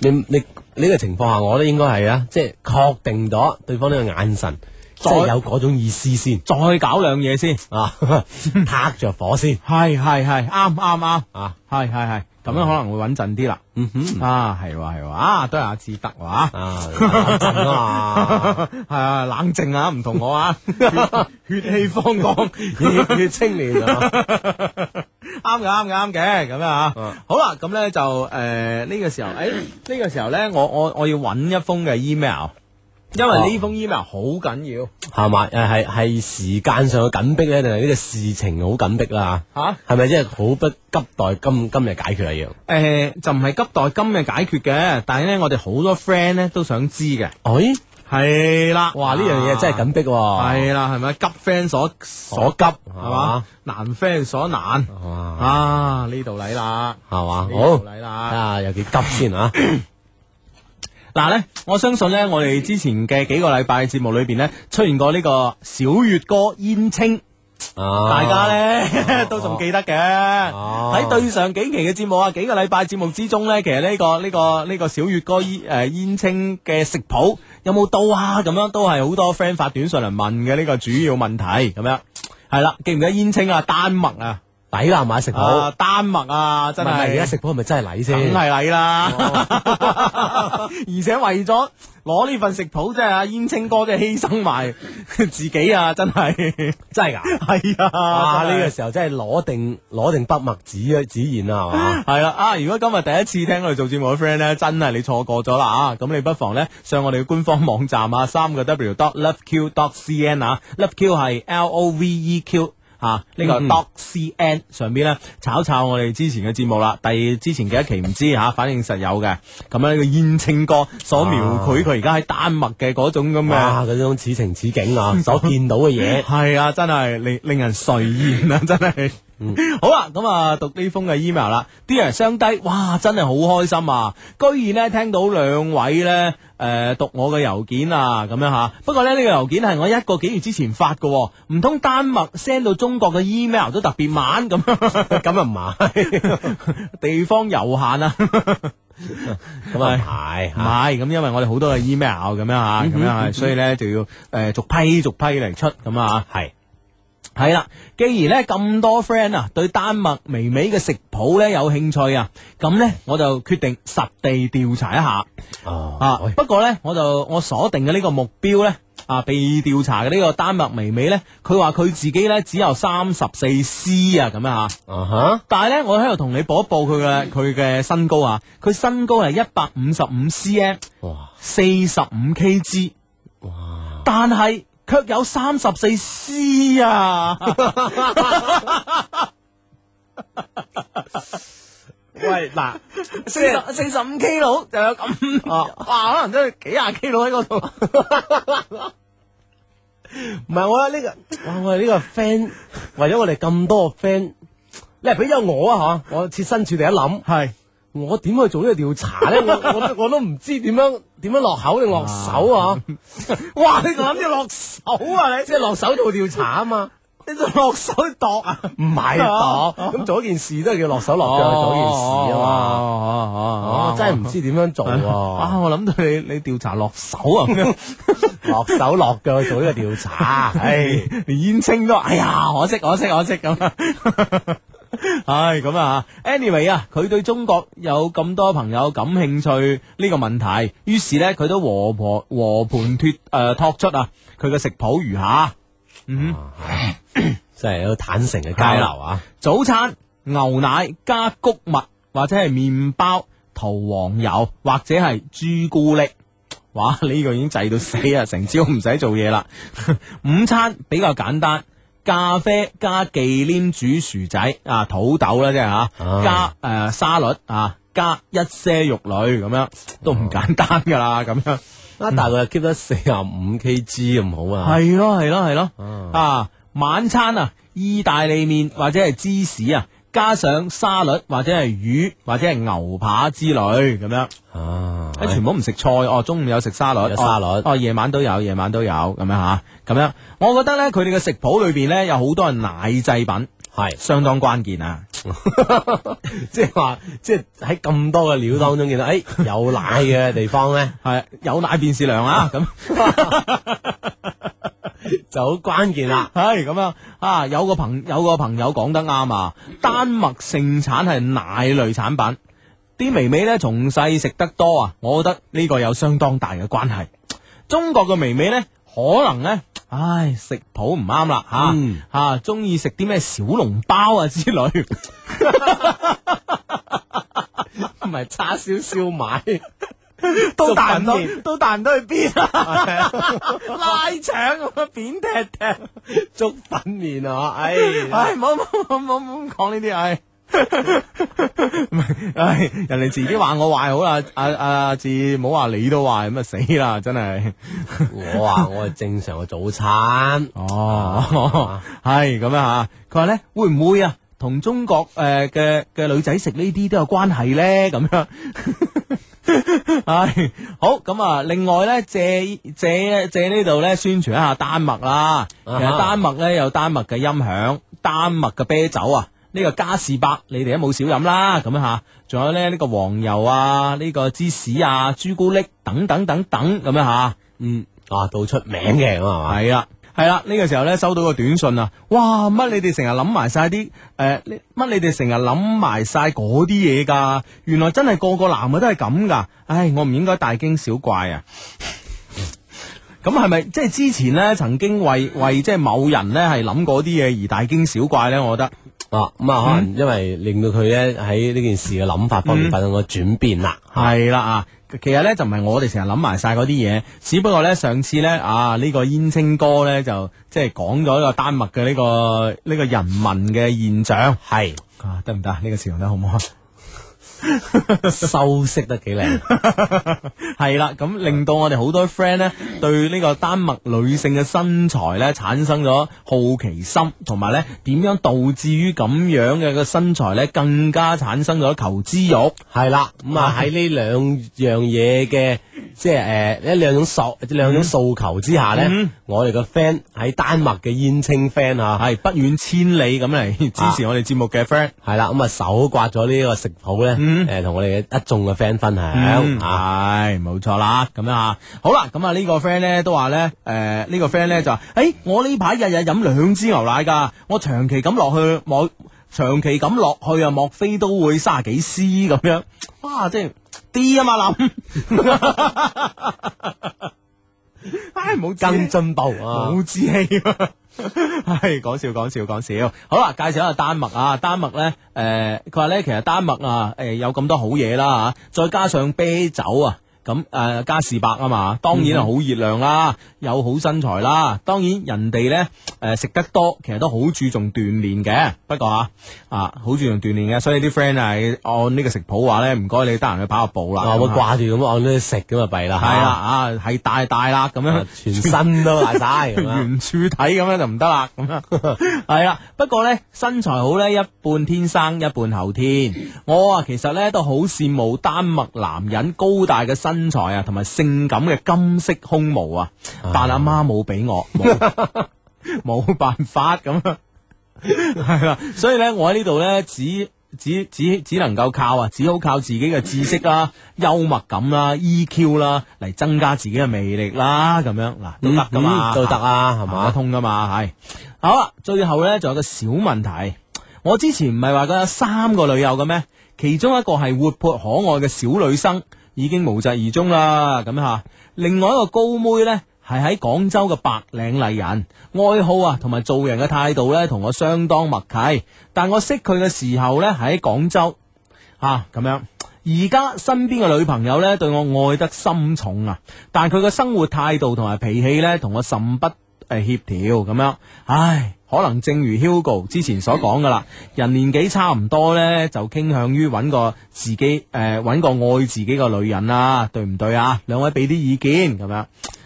Speaker 4: 你你呢個情況下，我覺得應該係啊，即係確定咗對方呢個眼神，即係
Speaker 3: 再
Speaker 4: 有嗰種意思先
Speaker 3: 再搞兩嘢先。
Speaker 4: 啊， 拍着火先。
Speaker 3: 係係係，啱啱啱
Speaker 4: 啊，
Speaker 3: 係係係，咁樣可能會穩陣啲啦。
Speaker 4: 嗯哼，
Speaker 3: 啊，係喎係喎，啊都係阿志得喎啊。
Speaker 4: 啊，真啊 嘛，
Speaker 3: 系啊，冷靜啊，唔同我啊， 血氣方剛，
Speaker 4: 熱血青年啊，
Speaker 3: 啱嘅，啱嘅，啱嘅，咁樣啊
Speaker 4: 嗯。
Speaker 3: 好啦，咁咧就誒呢個時候，誒呢個時候咧，我我我要揾一封嘅 email，因為呢封 email 好緊要
Speaker 4: 係嘛？誒係係時間上嘅緊迫咧，定係呢個事情好緊迫啦？
Speaker 3: 嚇。
Speaker 4: 係咪即係好不急待今今日解決啊一樣？
Speaker 3: 诶、就唔係急待今日解決嘅，但係咧，我哋好多 friend 咧都想知嘅，
Speaker 4: 哎，
Speaker 3: 係啦，
Speaker 4: 哇！呢樣嘢真係緊迫喎，
Speaker 3: 系啦，係咪急 friend 所所急係嘛，難 friend 所難
Speaker 4: 哇，
Speaker 3: 啊，呢度嚟啦，
Speaker 4: 係嘛？
Speaker 3: 呢
Speaker 4: 好
Speaker 3: 度嚟啦。
Speaker 4: 啊，有幾急先 啊？
Speaker 3: 嗱咧，我相信咧，我哋之前嘅幾個禮拜節目裏边咧，出現過呢個小月歌燕青，大
Speaker 4: 大
Speaker 3: 家咧 都仲記得嘅。
Speaker 4: 哦
Speaker 3: 喺對上幾期嘅節目啊，幾個禮拜節目之中咧，其實呢、個呢、個呢、個小月哥煙誒煙青嘅食譜有冇到啊？咁樣都係好多 friend 發短信嚟問嘅呢、個主要問題咁樣。係啦，記唔記得煙青啊？丹麥啊，
Speaker 4: 抵啦，係咪食
Speaker 3: 啊
Speaker 4: 譜？
Speaker 3: 丹麥啊，真
Speaker 4: 真係而家
Speaker 3: 係
Speaker 4: 食譜係咪真係禮
Speaker 3: 梗
Speaker 4: 先？
Speaker 3: 係禮啦， 而且為咗攞呢份食譜，即係阿煙青哥即係犧牲埋自己啊！真係
Speaker 4: 真係㗎！
Speaker 3: 係啊，
Speaker 4: 哇！
Speaker 3: 真係
Speaker 4: 呢個時候真係攞定攞定筆墨啊紙紙砚啦，係嘛？
Speaker 3: 系啦啊！如果今日第一次聽我哋做節目嘅 friend 咧，真係你錯過咗啦啊！咁你不妨咧上我哋嘅官方網 站啊，三個 W dot loveq dot cn 啊，loveq 係 L O V E Q。啊，呢個 dot cn 上邊咧炒炒我哋之前嘅節目啦，第之前嘅一期唔知吓，反正實有嘅。咁咧呢個燕青哥所描繪佢而家喺丹麥嘅嗰種咁
Speaker 4: 哇，
Speaker 3: 嘅。
Speaker 4: 嗰種此情此景 啊，所見到嘅嘢。
Speaker 3: 系啊，真係令令人垂涎啊，真係。好啦，咁啊讀呢封嘅 email 啦，啲人相低，哇，真係好開心啊！居然咧聽到兩位咧诶、呃、读我嘅郵件啊，咁樣吓。不過咧呢、呢個郵件係我一個幾月之前發嘅喎，唔通丹麥 send 到中國嘅 email 都特別慢咁樣，
Speaker 4: 咁啊唔係，
Speaker 3: 地方有限啊。
Speaker 4: 咁啊唔係
Speaker 3: 唔係咁，因為我哋好多嘅 email 咁樣吓，咁樣係，所以咧就要诶逐批逐批嚟出咁啊，系。系啦，既然咧咁多 friend 啊，對丹麥微微嘅食譜咧有興趣啊，咁咧我就決定實地調查一下。
Speaker 4: 嚇。
Speaker 3: 啊
Speaker 4: 啊，
Speaker 3: 不過呢，我就我鎖定嘅呢個目標呢，啊，被調查嘅呢個丹麥微微呢，佢話佢自己呢只有三十四 C 啊，咁樣啊。
Speaker 4: 啊哈，
Speaker 3: 但係呢，我喺度同你報一報佢
Speaker 4: 嗯
Speaker 3: 嘅佢嘅身高啊，佢身高係一百五十五 cm，
Speaker 4: 哇
Speaker 3: 四十五 kg，
Speaker 4: 哇，
Speaker 3: 但係卻有三十四 C 啊。
Speaker 4: 喂嗱，
Speaker 3: 四十四十五 K 佬就有咁，哇！可能真係幾廿 K 佬喺嗰度。
Speaker 4: 唔係我覺得呢個，哇我哋呢個 friend 為咗我哋咁多個 friend，你係俾咗我啊吓，我設身處地一諗，
Speaker 3: 係
Speaker 4: 我點去做呢個調 查咧？我我都我都唔知點樣點樣落口定落手 啊！
Speaker 3: 哇！你仲諗住落手啊你？
Speaker 4: 即係落手做調查啊嘛，
Speaker 3: 你仲落手去度啊？
Speaker 4: 唔係
Speaker 3: 啊
Speaker 4: 度咁做一件事都係叫落手落 腳去做一件事啊嘛。
Speaker 3: 哦
Speaker 4: 我哦真係唔知點樣做
Speaker 3: 啊！
Speaker 4: 喎，
Speaker 3: 我諗到你你調查落手啊，咁樣
Speaker 4: 落手落腳去做呢個調 查，唉。
Speaker 3: 連燕青都話哎呀，可惜可惜可惜咁啊。 唉，咁啊，anyway 啊，佢對中國有咁多朋友感興趣呢個問題，於是呢，佢都和婆和盤脱誒托出啊，佢嘅食譜如下。
Speaker 4: 真係有坦誠嘅交流啊！
Speaker 3: 早餐牛奶加谷物或者係麵包、塗黃油或者係朱古力。哇！呢、個已經滯到死啊，成朝唔使做嘢啦。 午餐比較簡單，咖啡加忌廉煮薯仔啊，土豆啦，即係吓，
Speaker 4: 啊
Speaker 3: 加誒、呃沙律啊，加一些肉類咁樣，都唔簡單噶啦，咁樣。
Speaker 4: 啊，但係佢又 keep 得四十五 Kg 咁好啊！
Speaker 3: 系咯系咯系咯
Speaker 4: 啊
Speaker 3: 啊！晚餐啊，意大利面或者係芝士啊，加上沙律或者係魚或者係牛扒之類咁樣，
Speaker 4: 啊，
Speaker 3: 誒全部都唔食菜哦，中午有食沙律，
Speaker 4: 有沙律
Speaker 3: 哦哦，夜晚都有，夜晚都有咁樣吓，咁樣，我覺得呢，佢哋嘅食譜裏邊呢，有好多係奶製品，
Speaker 4: 係
Speaker 3: 相當關鍵 啊！
Speaker 4: 即係話，即係喺咁多嘅料當中見到，誒、有奶嘅地方咧，
Speaker 3: 係有奶便是娘 啊！咁
Speaker 4: 就好關鍵啦。
Speaker 3: 係咁樣啊！有個朋有個朋友講得啱啊，丹麥盛產係奶類產品，啲微微呢從細食得多啊，我覺得呢個有相當大嘅關係。中國嘅微微呢，可能呢，唉，食譜唔啱啦吓
Speaker 4: 嗯
Speaker 3: 吓，中意食啲咩小籠包啊之類。
Speaker 4: 唔係叉燒燒賣，
Speaker 3: 都彈
Speaker 4: 彈唔
Speaker 3: 唔
Speaker 4: 到
Speaker 3: 到，都彈唔到去邊啊！ 拉腸咁樣扁踢踢，
Speaker 4: 粥粉麵啊！唉、
Speaker 3: 唉，冇冇冇冇冇講呢啲，唉，唔係唉，人哋自己話我壞好啦，阿阿阿志冇話你都壞，咁啊死啦，真係。
Speaker 4: 我話我係正常嘅早餐，
Speaker 3: 哦，係咁樣吓，佢話咧會唔會啊？同中國誒嘅嘅女仔食呢啲都有關係咧，咁樣。 唉，好咁啊！另外咧，借借借呢度咧宣傳一下丹麥啦。其
Speaker 4: 啊
Speaker 3: 實
Speaker 4: 哈
Speaker 3: 丹麥咧有丹麥嘅音響，丹麥嘅啤酒啊，呢、個嘉士伯你哋都冇少飲啦，咁樣吓。仲有咧呢、個黃油啊，呢、個芝士啊，朱古力等等等等咁樣吓。
Speaker 4: 嗯，啊，到出名嘅咁係嘛？
Speaker 3: 系啦。系啊啦，呢、個時候咧收到個短信啊！哇，乜你哋成日諗埋晒啲誒，呢乜你哋成日諗埋晒嗰啲嘢㗎？原來真係個個男嘅都係咁㗎！唉，我唔應該大驚小怪啊！ 咁係咪即係之前咧曾經為為即係某人咧係諗嗰啲嘢而大驚小怪咧？我覺得
Speaker 4: 啊，咁啊，可能因為令到佢咧喺呢件事嘅諗法方面
Speaker 3: 嗯
Speaker 4: 發生咗轉變啦。
Speaker 3: 係啦啊！其實咧就唔係我哋成日諗埋晒嗰啲嘢，只不過咧上次咧啊呢、個煙青哥咧就即係講咗一個丹麥嘅呢、個 呢、個人民嘅現象，係啊得唔得？呢、個詞用得好唔啊好啊？
Speaker 4: 修飾得幾靚，
Speaker 3: 系啦，咁令到我哋好多 friend 咧對呢個丹麥女性嘅身材咧產生咗好奇心，同埋咧點樣導致於咁樣嘅個身材咧更加產生咗求知 欲。
Speaker 4: 係啦，咁啊喺呢兩樣嘢嘅，即係诶呢兩種訴兩
Speaker 3: 嗯
Speaker 4: 種訴求之下咧，我哋個 friend 喺丹麥嘅煙青 friend 啊吓，
Speaker 3: 係不遠千里咁嚟支持我哋節目嘅 friend，
Speaker 4: 係啦，咁啊手刮咗呢個食譜
Speaker 3: 嗯
Speaker 4: 咧，诶同我哋一眾嘅 friend 分享啊，
Speaker 3: 係冇錯啦，咁樣啊，好啦，咁啊呢個 friend 咧都話咧，诶、呢、個 friend 咧就話，诶、我呢排日日飲兩支牛奶㗎，我長期咁落去，莫長期咁落去啊，莫非都會卅幾 C 咁樣？ 哇，即係啲啊嘛 諗，唉冇知
Speaker 4: 更進步啊！
Speaker 3: 冇志氣啊！系讲笑講笑講笑，好啦，介紹下丹麥啊，丹麥呢，诶、佢話呢，其實丹麥啊，诶、有咁多好嘢啦吓，再加上啤酒啊，咁、诶加士伯啊嘛，當然係好熱量啦，有好身材啦，當然人哋呢，诶、食得多，其實都好注重鍛鍊嘅，不過啊啊好注重鍛鍊嘅，所以啲 friend 係按呢個食譜話呢，唔該你得閒去跑下步啦，
Speaker 4: 啊！我
Speaker 3: 咁啊
Speaker 4: 掛住咁按呢食咁啊弊啦，
Speaker 3: 係啦啊，係大大啦咁樣
Speaker 4: 啊，。全身都大晒咁啊！
Speaker 3: 原柱體咁樣就唔得啦，咁樣 係啦。不過呢，身材好呢，一半天生，一半後天。我啊，其實呢，都好羨慕丹麥男人高大嘅身材啊，同埋性感嘅金色胸毛啊，但阿媽冇俾我， 冇冇辦法咁樣。係啦，所以呢，我喺呢度呢，只。只只只能夠靠啊，只好靠自己嘅知識啦、幽默感啦、EQ 啦，嚟增加自己嘅魅力啦，咁樣嗱都得噶嘛，
Speaker 4: 嗯都得啊，係
Speaker 3: 係嘛
Speaker 4: 嘛？
Speaker 3: 通噶嘛，係好啦。最後咧，仲有個小問題。我之前唔係話佢有三個女友嘅咩？其中一個係活潑可愛嘅小女生，已經無疾而終啦。咁吓，另外一個高妹呢，係喺廣州嘅白領麗人，愛好啊同埋做人嘅態度呢，同我相當默契。但我識佢嘅時候呢，係喺廣州啊咁樣。而家身邊嘅女朋友呢，對我愛得深重啊，但係佢嘅生活態度同埋脾氣呢，同我甚不誒協調咁樣。唉，可能正如 Hugo 之前所講噶啦，人年紀差唔多呢，就傾向於揾個自己誒揾、個愛自己嘅女人啦，對唔對啊？兩位俾啲意見咁樣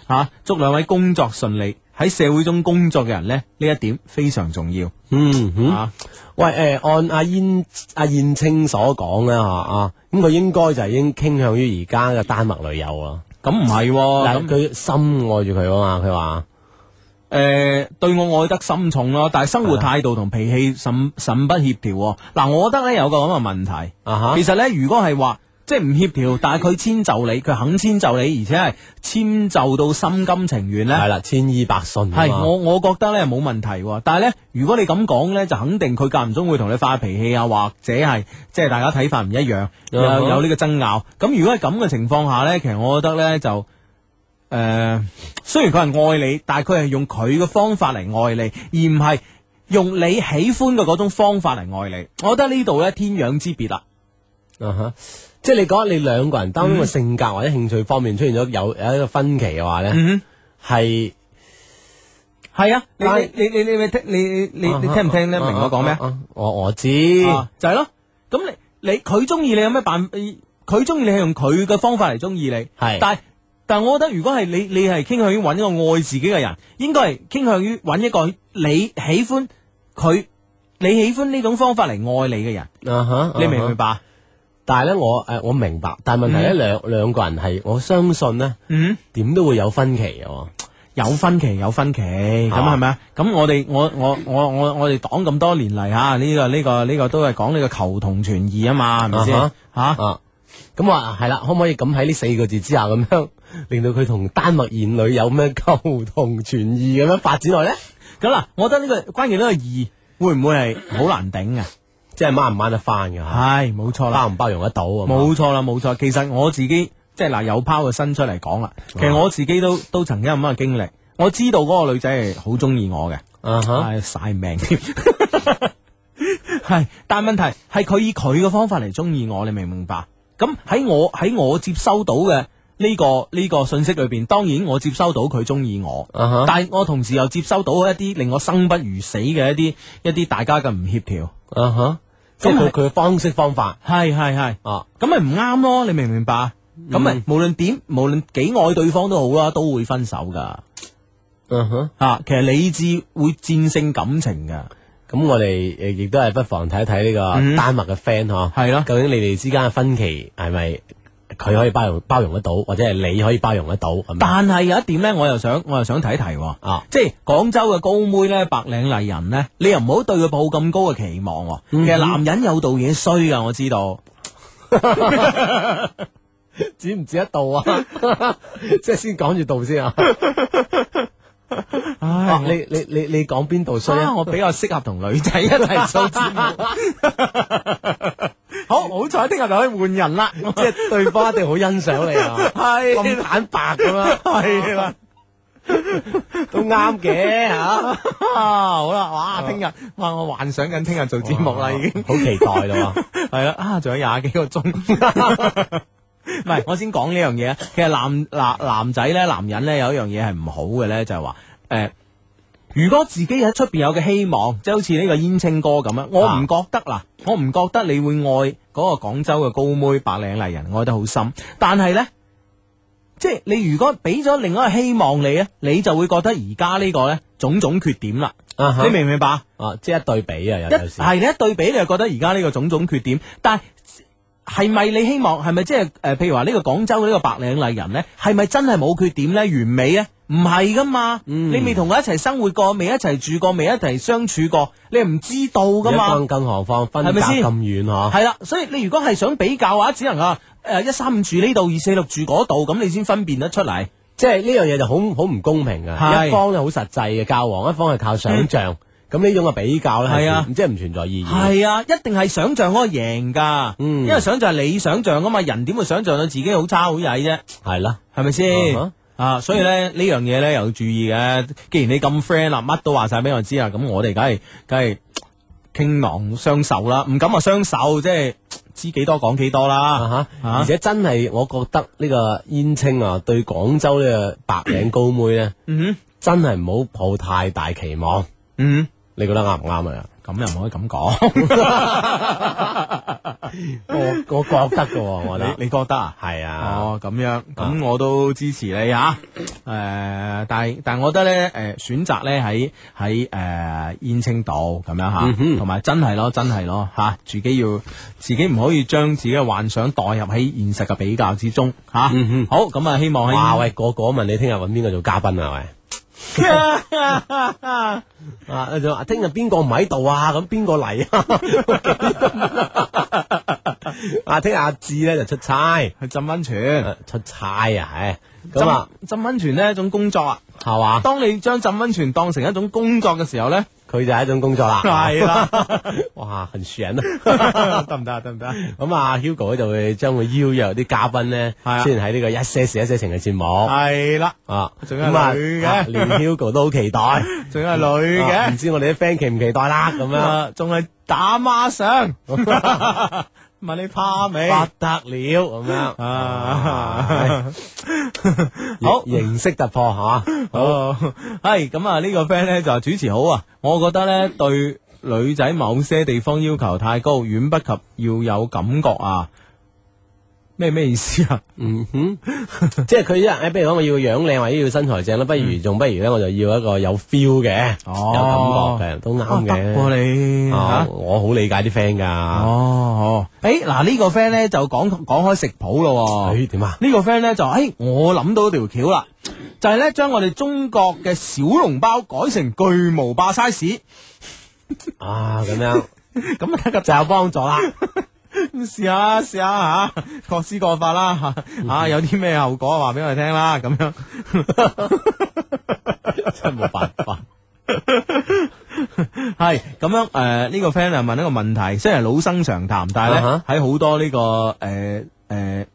Speaker 3: 嚇、啊祝兩位工作順利。喺社會中工作嘅人呢，呢一點非常重要。
Speaker 4: 嗯哼。
Speaker 3: 啊，
Speaker 4: 喂，诶、按阿燕阿燕青所講咧吓啊，咁佢應該就係已經傾向於而家嘅丹麥女友啊。
Speaker 3: 咁唔係喎，
Speaker 4: 嗱，
Speaker 3: 哦咁
Speaker 4: 佢深愛住佢啊嘛，佢話
Speaker 3: 诶、對我愛得深重咯，但係生活態度同脾氣甚甚不協調喎。嗱、我覺得呢，有個咁嘅問題。
Speaker 4: 啊
Speaker 3: 其實咧，如果係話即係唔協調，但係佢遷就你，佢肯遷就你，而且係遷就到心甘情願
Speaker 4: 吓，係
Speaker 3: 咧。
Speaker 4: 啦，千依百順啊
Speaker 3: 啊係
Speaker 4: 嘛。
Speaker 3: 我我覺得咧冇問題喎，但係咧如果你咁講咧，就肯定佢間唔中會同你發脾氣啊，或者係即係大家睇法唔一樣，有
Speaker 4: 啊哈
Speaker 3: 有呢個爭拗。咁如果係咁嘅情況下咧，其實我覺得咧就誒、呃，雖然佢係愛你，但係佢係用佢嘅方法嚟愛你，而唔係用你喜歡嘅嗰種方法嚟愛你。我覺得呢度咧天壤之別啦。
Speaker 4: 啊哈，即係你覺得你兩個人當
Speaker 3: 嗯
Speaker 4: 中嘅性格或者興趣方面出現咗有有一個分歧嘅話咧，
Speaker 3: 嗯哼
Speaker 4: 係
Speaker 3: 系啊，你
Speaker 4: 但係
Speaker 3: 你你你你聽你你你你听唔聽得明我講咩？嗯啊
Speaker 4: 啊啊啊我我知，
Speaker 3: 就係咯，咁你你佢中意你有咩辦？佢中意你係用佢嘅方法嚟中意你，
Speaker 4: 係
Speaker 3: 但係但係我覺得如果係你你係傾向於揾一個愛自己嘅人，應該係傾向於揾一個你喜歡佢你喜歡呢種方法嚟愛你嘅人，
Speaker 4: 啊哈，
Speaker 3: 你明唔嗯
Speaker 4: 啊哈
Speaker 3: 明白？
Speaker 4: 但係咧，我诶我明白，但係問題咧，兩兩個人係我相信咧，
Speaker 3: 嗯。
Speaker 4: 點都會有分歧嘅喎。
Speaker 3: 有分歧，有分歧，咁
Speaker 4: 啊
Speaker 3: 係咪啊？咁我哋我我我我我哋黨咁多年嚟吓，呢、個呢、個呢、個都係講呢個求同存異啊嘛，係咪先
Speaker 4: 啊
Speaker 3: 吓？
Speaker 4: 啊，咁啊系啦，可唔可以咁喺呢四個字之下咁樣，令到佢同丹麥現女友咩求同存異咁樣發展落咧？
Speaker 3: 咁嗱，我覺得呢、個關鍵呢個異會唔會係好難頂啊？
Speaker 4: 即係掹唔掹得翻噶吓，
Speaker 3: 係冇錯啦，
Speaker 4: 包唔包容得到
Speaker 3: 啊
Speaker 4: 啊？
Speaker 3: 冇錯啦，冇錯。其實我自己即係嗱，有拋個身出嚟講啦。其實我自己都都曾經有咁嘅經歷，我知道嗰個女仔係好中意我嘅，
Speaker 4: 啊哈，
Speaker 3: 係晒命添。 係，但係問題係佢以佢嘅方法嚟中意我，你明唔明白？咁咁喺我喺我接收到嘅呢、個呢、個信息裏邊，當然我接收到佢中意我。
Speaker 4: 啊哈
Speaker 3: 但係我同時又接收到一啲令我生不如死嘅一啲一啲大家嘅唔協調，
Speaker 4: 啊哈，即係
Speaker 3: 咁
Speaker 4: 佢
Speaker 3: 係
Speaker 4: 佢嘅方式方法
Speaker 3: 係係係，
Speaker 4: 啊，
Speaker 3: 咁咪唔啱咯？你明唔明白啊？
Speaker 4: 嗯
Speaker 3: 咁咪、無論點，無論幾愛對方都好啦，都會分手噶。
Speaker 4: 嗯哼，
Speaker 3: 啊，其實理智會戰勝感情噶，
Speaker 4: 咁我哋誒亦都係不妨睇一睇呢個
Speaker 3: 嗯
Speaker 4: 丹麥嘅 friend 嗬，
Speaker 3: 係咯
Speaker 4: 究竟你哋之間嘅分歧係咪佢可以包容包容得到，或者係你可以包容得到咁樣
Speaker 3: 但係有一點咧，我又想我又想提一提喎。
Speaker 4: 啊？
Speaker 3: 即係廣州嘅高妹咧，白領麗人咧，你又唔好對佢抱咁高嘅期望喎。
Speaker 4: 嗯哼
Speaker 3: 其實男人有道嘢衰噶，我知道。
Speaker 4: 止唔止得到啊？ 即係先講住度先啊！啊
Speaker 3: 唉，
Speaker 4: 你你你你講邊度衰
Speaker 3: 啊
Speaker 4: 啊？
Speaker 3: 我比較適合同女仔 一齊做節目。 好，好彩聽日就可以換人啦。
Speaker 4: 即係對方一定好欣賞你啊！
Speaker 3: 係
Speaker 4: 咁坦白咁啊，
Speaker 3: 係啦，
Speaker 4: 都啱嘅嚇，
Speaker 3: 好啦，哇，聽日哇，我幻想緊聽日做節目啦，已經。
Speaker 4: 哦好期待咯喎。
Speaker 3: 係啦，啊，仲有廿幾個 鐘。唔係，我先講呢樣嘢啊。其實男男男仔咧，男人咧有一樣嘢係唔好嘅咧，就係話誒，呃如果自己喺出邊有嘅希望，即係好似呢個煙青哥咁樣，
Speaker 4: 啊
Speaker 3: 我唔覺得嗱，我唔覺得你會愛嗰個廣州嘅高妹白領麗人愛得好深，但係咧。即係你如果俾咗另一個希望你咧，你就會覺得而家呢個咧種種缺點啦，
Speaker 4: 啊哈
Speaker 3: 你明唔明白？
Speaker 4: 啊，即係一對比啊，有有
Speaker 3: 一
Speaker 4: 時
Speaker 3: 係你一對比，你就覺得而家呢個種種缺點，但係。係咪你希望係咪即係誒？呃譬如話呢個廣州呢個白領麗人呢，係咪真係冇缺點呢？完美呢？唔係噶嘛，
Speaker 4: 嗯
Speaker 3: 你未同佢一齊生活過，未一齊住過，未一齊相處過，你係唔知道噶嘛。
Speaker 4: 更更何況分
Speaker 3: 啊係
Speaker 4: 隔
Speaker 3: 咪
Speaker 4: 咁
Speaker 3: 先
Speaker 4: 遠嗬，
Speaker 3: 係啦，所以你如果係想比較嘅話，只能啊誒一三五住呢度，二四六住嗰度，咁你先分辨得出嚟。
Speaker 4: 即係呢樣嘢就好好唔公平噶。
Speaker 3: 係嗯
Speaker 4: 一方咧好實際嘅交往，一方係靠想像。咁呢種嘅比較咧，係
Speaker 3: 係啊
Speaker 4: 存即係唔存在意義。
Speaker 3: 係啊，一定係想像嗰個贏㗎，因
Speaker 4: 嗯
Speaker 3: 為想像係你想像啊嘛，人點會想像到自己好差好曳啫？
Speaker 4: 係啦，
Speaker 3: 系咪
Speaker 4: 啊
Speaker 3: 先？啊，所以咧呢樣嘢咧又要注意嘅。既然你咁 friend 啦，乜都話晒俾我知啦，啊咁我哋梗係梗係傾囊相授啦，唔敢話相授，即係知幾多講幾多啦。
Speaker 4: 啊哈！
Speaker 3: 啊
Speaker 4: 而且真係，我覺得呢個燕青啊，對廣州呢個白領高妹咧，
Speaker 3: 嗯
Speaker 4: 真係唔好抱太大期望。
Speaker 3: 嗯，
Speaker 4: 你覺得啱唔啱啊？
Speaker 3: 咁又唔可以咁講。
Speaker 4: 我我覺得嘅喎，我覺得
Speaker 3: 嗯你你覺得啊？
Speaker 4: 係啊。
Speaker 3: 哦，咁樣，咁我都支持你吓。誒、但係但係我覺得咧，誒、選擇咧喺喺誒燕青島咁樣
Speaker 4: 嗯哼
Speaker 3: 吓，同埋、真係咯，真係咯吓，自己要自己唔可以將自己嘅幻想代入喺現實嘅比較之中吓。
Speaker 4: 嗯哼
Speaker 3: 好，咁啊，希望
Speaker 4: 哇！
Speaker 3: 喺
Speaker 4: 喂，個個問你聽日揾邊個做嘉賓 啊？喂！啊！就話聽日邊個唔喺度啊？ 咁邊個嚟啊？啊！聽日阿志咧就出差，
Speaker 3: 去浸温泉。
Speaker 4: 啊出差啊，唉，
Speaker 3: 浸
Speaker 4: 咁啊，
Speaker 3: 浸温泉呢一種工作啊，
Speaker 4: 係嘛？
Speaker 3: 當你將浸温泉當成一種工作嘅時候 咧，
Speaker 4: 佢就係一種工作啦，
Speaker 3: 係啦，
Speaker 4: 哇，很爽啊！
Speaker 3: 得唔得啊？得唔得啊？
Speaker 4: 咁啊，Hugo 咧就會將會邀約啲嘉賓咧，
Speaker 3: 係啊
Speaker 4: 先喺呢個一些事一些情嘅節目
Speaker 3: 係啦，
Speaker 4: 啊。
Speaker 3: 仲有
Speaker 4: 咁啊
Speaker 3: 女嘅
Speaker 4: 啊連 Hugo 都好期待，啊
Speaker 3: 仲係女嘅。
Speaker 4: 唔知我哋啲 friend 期唔期待啦？咁樣
Speaker 3: 啊，仲係打孖 上，問你怕未？
Speaker 4: 不得了咁樣
Speaker 3: 啊，好
Speaker 4: 形式突破吓，
Speaker 3: 好，係咁啊！呢個 friend 咧就話主持好啊，我覺得咧對女仔某些地方要求太高，遠不及要有感覺啊！咩咩意思 啊？
Speaker 4: 嗯哼，即係佢一誒，比如講我要個樣靚或者要身材正啦，不如仲不如咧，我就要一個有 feel 嘅，有
Speaker 3: 哦
Speaker 4: 感覺嘅，都
Speaker 3: 哇
Speaker 4: 啱
Speaker 3: 得
Speaker 4: 嘅。
Speaker 3: 喎你
Speaker 4: 啊
Speaker 3: 嚇
Speaker 4: 我好理解啲 friend 噶，
Speaker 3: 哦，誒嗱呢個 friend 咧就講講開食譜咯喎。
Speaker 4: 誒點啊？
Speaker 3: 呢個 friend 咧就誒、哎我諗到條橋啦，就係咧將我哋中國嘅小籠包改成巨無霸 size，
Speaker 4: 啊咁樣
Speaker 3: 咁啊得㗎
Speaker 4: 就有幫助啦。
Speaker 3: 試下試下嚇，各施各法啦嚇，
Speaker 4: 嗯
Speaker 3: 啊有啲咩後果話俾我哋聽啦，咁樣
Speaker 4: 真係冇辦法。
Speaker 3: 係咁樣誒呢、個 friend 啊問一個問題，雖然老生常談，但係
Speaker 4: 啊
Speaker 3: 咧喺好多呢、個誒誒、呃呃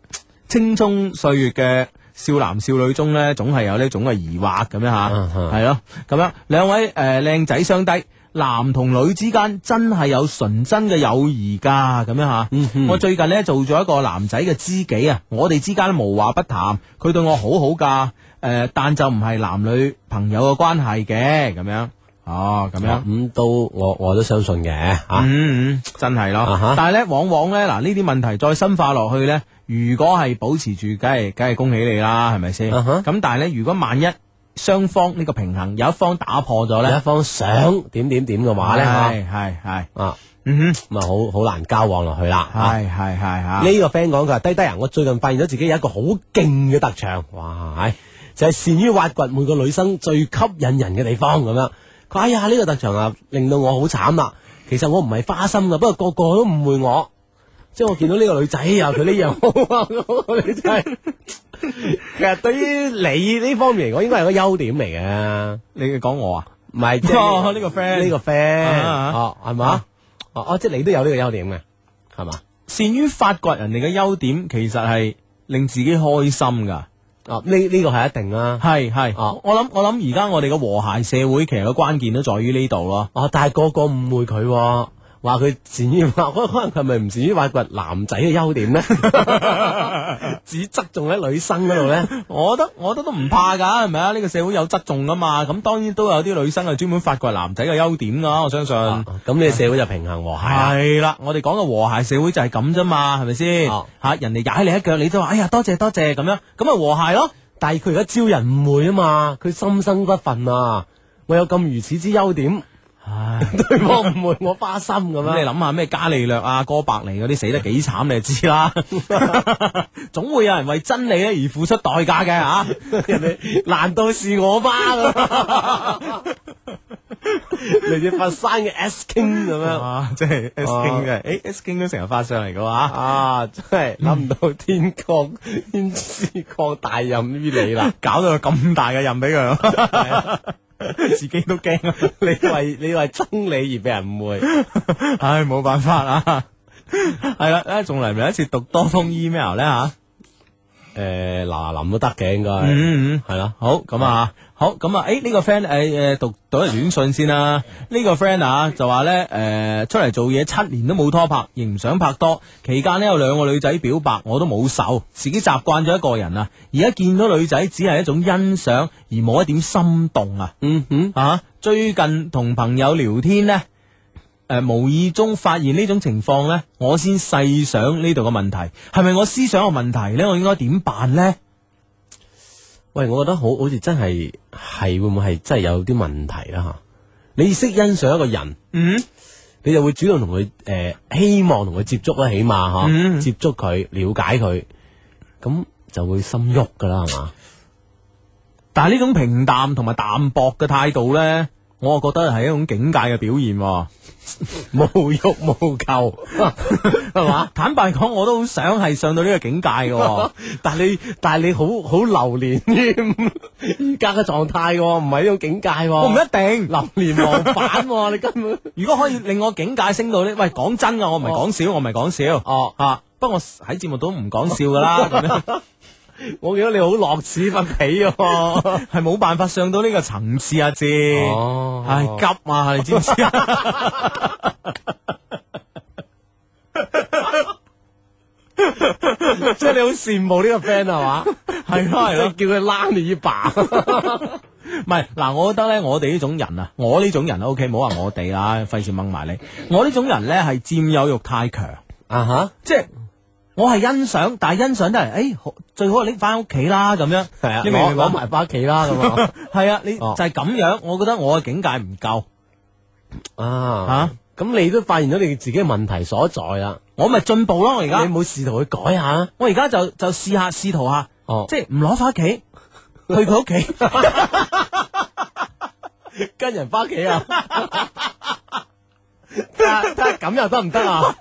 Speaker 3: 青葱歲月嘅。少男少女中咧，總係有呢種嘅疑惑咁樣吓，
Speaker 4: 啊哈
Speaker 3: 係咯咁樣。兩位誒靚、仔相低，男同女之間真係有純真嘅友誼㗎，咁樣吓。我最近呢，做咗一個男仔嘅知己啊，我哋之間無話不談，佢對我好好㗎，诶、但就唔係男女朋友嘅關係嘅，咁樣哦，咁樣。
Speaker 4: 咁都我我都相信嘅啊，
Speaker 3: 嗯嗯，真係咯。
Speaker 4: 啊哈
Speaker 3: 但係咧，往往咧，嗱呢啲問題再深化落去咧，如果係保持住，梗係梗係恭喜你啦，係咪先？咁、
Speaker 4: 啊哈
Speaker 3: 但係咧，如果萬一雙方呢個平衡有一方打破咗
Speaker 4: 有一
Speaker 3: 咧，
Speaker 4: 方想點點點嘅啊話咧
Speaker 3: 係係係，
Speaker 4: 嚇啊，
Speaker 3: 嗯
Speaker 4: 咁啊好好難交往落去啦
Speaker 3: 哼，
Speaker 4: 嚇。
Speaker 3: 係係係吓。
Speaker 4: 呢個 friend 講佢話低低啊，我最近發現咗自己有一個好勁嘅特長，哇！唉就係善於挖掘每個女生最吸引人嘅地方咁樣。佢話哎呀呢、個特長啊，令到我好慘啦。其實我唔係花心噶，不過個個都誤會我。即係我見到呢個女仔啊，佢呢樣 好啊，我你真係。其實對於你呢方面嚟講，應該係個優點嚟嘅。
Speaker 3: 你講我啊？
Speaker 4: 唔係 即
Speaker 3: 哦
Speaker 4: 係
Speaker 3: 呢個 friend
Speaker 4: 呢個 friend
Speaker 3: 啊啊
Speaker 4: 哦係嘛？哦哦，即係你都有呢個優點嘅，係嘛？
Speaker 3: 善於發掘人哋嘅優點，其實係令自己開心㗎。
Speaker 4: 哦，呢呢個係一定啦。
Speaker 3: 係係、
Speaker 4: 哦
Speaker 3: 我諗我諗而家我哋嘅和諧社會，其實個關鍵都在於呢度咯。
Speaker 4: 哦，但係個個誤會佢、喎，話佢善於挖， 可可能佢係咪唔善於挖掘男仔嘅優 點咧？只側重喺女生嗰度咧？
Speaker 3: 我覺得我覺得都唔怕㗎，係咪啊？呢、個社會有側重㗎嘛，咁當然都有啲女生係專門發掘男仔嘅優點㗎，我相信。
Speaker 4: 啊咁你社會就平衡和啊
Speaker 3: 係
Speaker 4: 諧啦。
Speaker 3: 啊啦，我哋講嘅和諧社會就係咁啫嘛，係咪先？
Speaker 4: 哦
Speaker 3: 吓人哋踩你一腳，你都話哎呀多謝多謝咁樣，咁咪和諧咯。
Speaker 4: 但係佢而家招人誤會啊嘛，佢心生不忿啊！我有咁如此之優點，
Speaker 3: 唉，
Speaker 4: 對方誤會我花心咁
Speaker 3: 咁
Speaker 4: 樣。
Speaker 3: 你諗下咩加利略啊、哥白尼嗰啲死得幾慘，你就知啦。總會有人為真理咧而付出代價嘅 啊吓。
Speaker 4: 人哋難道是我 嗎？咁嚟自佛山嘅 S King 咁樣。
Speaker 3: 啊，即係 S
Speaker 4: 哦
Speaker 3: King 嘅，诶 S King 都成日發上嚟嘅話。
Speaker 4: 啊！真係諗唔到天降天師降大任於你啦！
Speaker 3: 搞到咁大嘅任俾佢， 自己都啊惊。
Speaker 4: 你為你為憎你而俾人誤會，
Speaker 3: 唉，冇辦法啊。系啦，咧仲嚟唔嚟一次讀多封 email 咧啊吓？
Speaker 4: 诶嗱嗱臨都得嘅應該
Speaker 3: 嗯嗯，
Speaker 4: 係啦。
Speaker 3: 好咁啊，好咁啊，诶呢個 friend 诶诶读到嚟短信先啦。呢個 friend 啊就話咧诶出嚟做嘢七年都冇拖拍，亦唔想拍拖。期間呢，有兩個女仔表白，我都冇受，自己習慣咗一個人啊。而家見到女仔只係一種欣賞，而冇一點心動啊。
Speaker 4: 嗯哼，
Speaker 3: 啊，最近同朋友聊天呢，诶、無意中發現呢種情況呢，我先細想呢度嘅問題，係咪我思想有問題呢？我應該點辦呢？
Speaker 4: 喂，我覺得好好似真係係會唔會係真係有啲問題啦吓？你識欣賞一個人，
Speaker 3: 嗯，
Speaker 4: 你就會主動同佢诶，希望同佢接觸啦，起碼吓、
Speaker 3: 嗯
Speaker 4: 接觸佢，了解佢，咁就會心喐噶啦，係嘛？
Speaker 3: 但係呢種平淡同埋淡薄嘅態度呢，我覺得係一種境界嘅表現、喎。
Speaker 4: 無欲 無求，係嘛？
Speaker 3: 坦白講，我都好想係上到呢個境界 嘅、喎。
Speaker 4: 但系你但系你好好流連於 而家嘅狀態喎，唔係呢種境界喎。
Speaker 3: 我唔一定。
Speaker 4: 流連忘返喎， 你根本
Speaker 3: 如果可以令我境界升到呢，喂，講真啊，我唔係講笑，我唔係講笑。
Speaker 4: 哦，
Speaker 3: 啊，不過我喺節目都唔講笑噶 啦，咁樣
Speaker 4: 我見到你好樂此不疲喎。哦，
Speaker 3: 係冇辦法上到呢個層次啊，姐。唉，急啊！你知唔知啊？
Speaker 4: 即係你好羨慕呢個 friend 係嘛？
Speaker 3: 係咯係咯
Speaker 4: 即係叫佢拉你一把。
Speaker 3: 唔係嗱，我覺得咧，我哋呢種人啊，我呢種人 O K，唔好話我哋啦，費事掹埋你。我呢種人咧係佔有欲太強，
Speaker 4: 啊哈，
Speaker 3: 即係我係欣賞，但係欣賞得嚟，
Speaker 4: 哎
Speaker 3: 诶、好最好係拎翻屋企啦咁樣。
Speaker 4: 係啊，
Speaker 3: 你明唔
Speaker 4: 攞
Speaker 3: 明啊
Speaker 4: 攞埋翻屋企啦咁啊。
Speaker 3: 係啊，你就
Speaker 4: 哦
Speaker 3: 係咁樣，我覺得我嘅境界唔夠
Speaker 4: 啊
Speaker 3: 嚇，
Speaker 4: 咁你都發現咗你自己嘅問題所在啦。
Speaker 3: 我咪進步咯。我而
Speaker 4: 你
Speaker 3: 家
Speaker 4: 冇試圖去改下啊？
Speaker 3: 我而家就就試下試圖下，
Speaker 4: 哦
Speaker 3: 即係唔攞翻屋企，去佢屋企。
Speaker 4: 跟人翻屋企啊！睇下睇下咁又得唔得啊？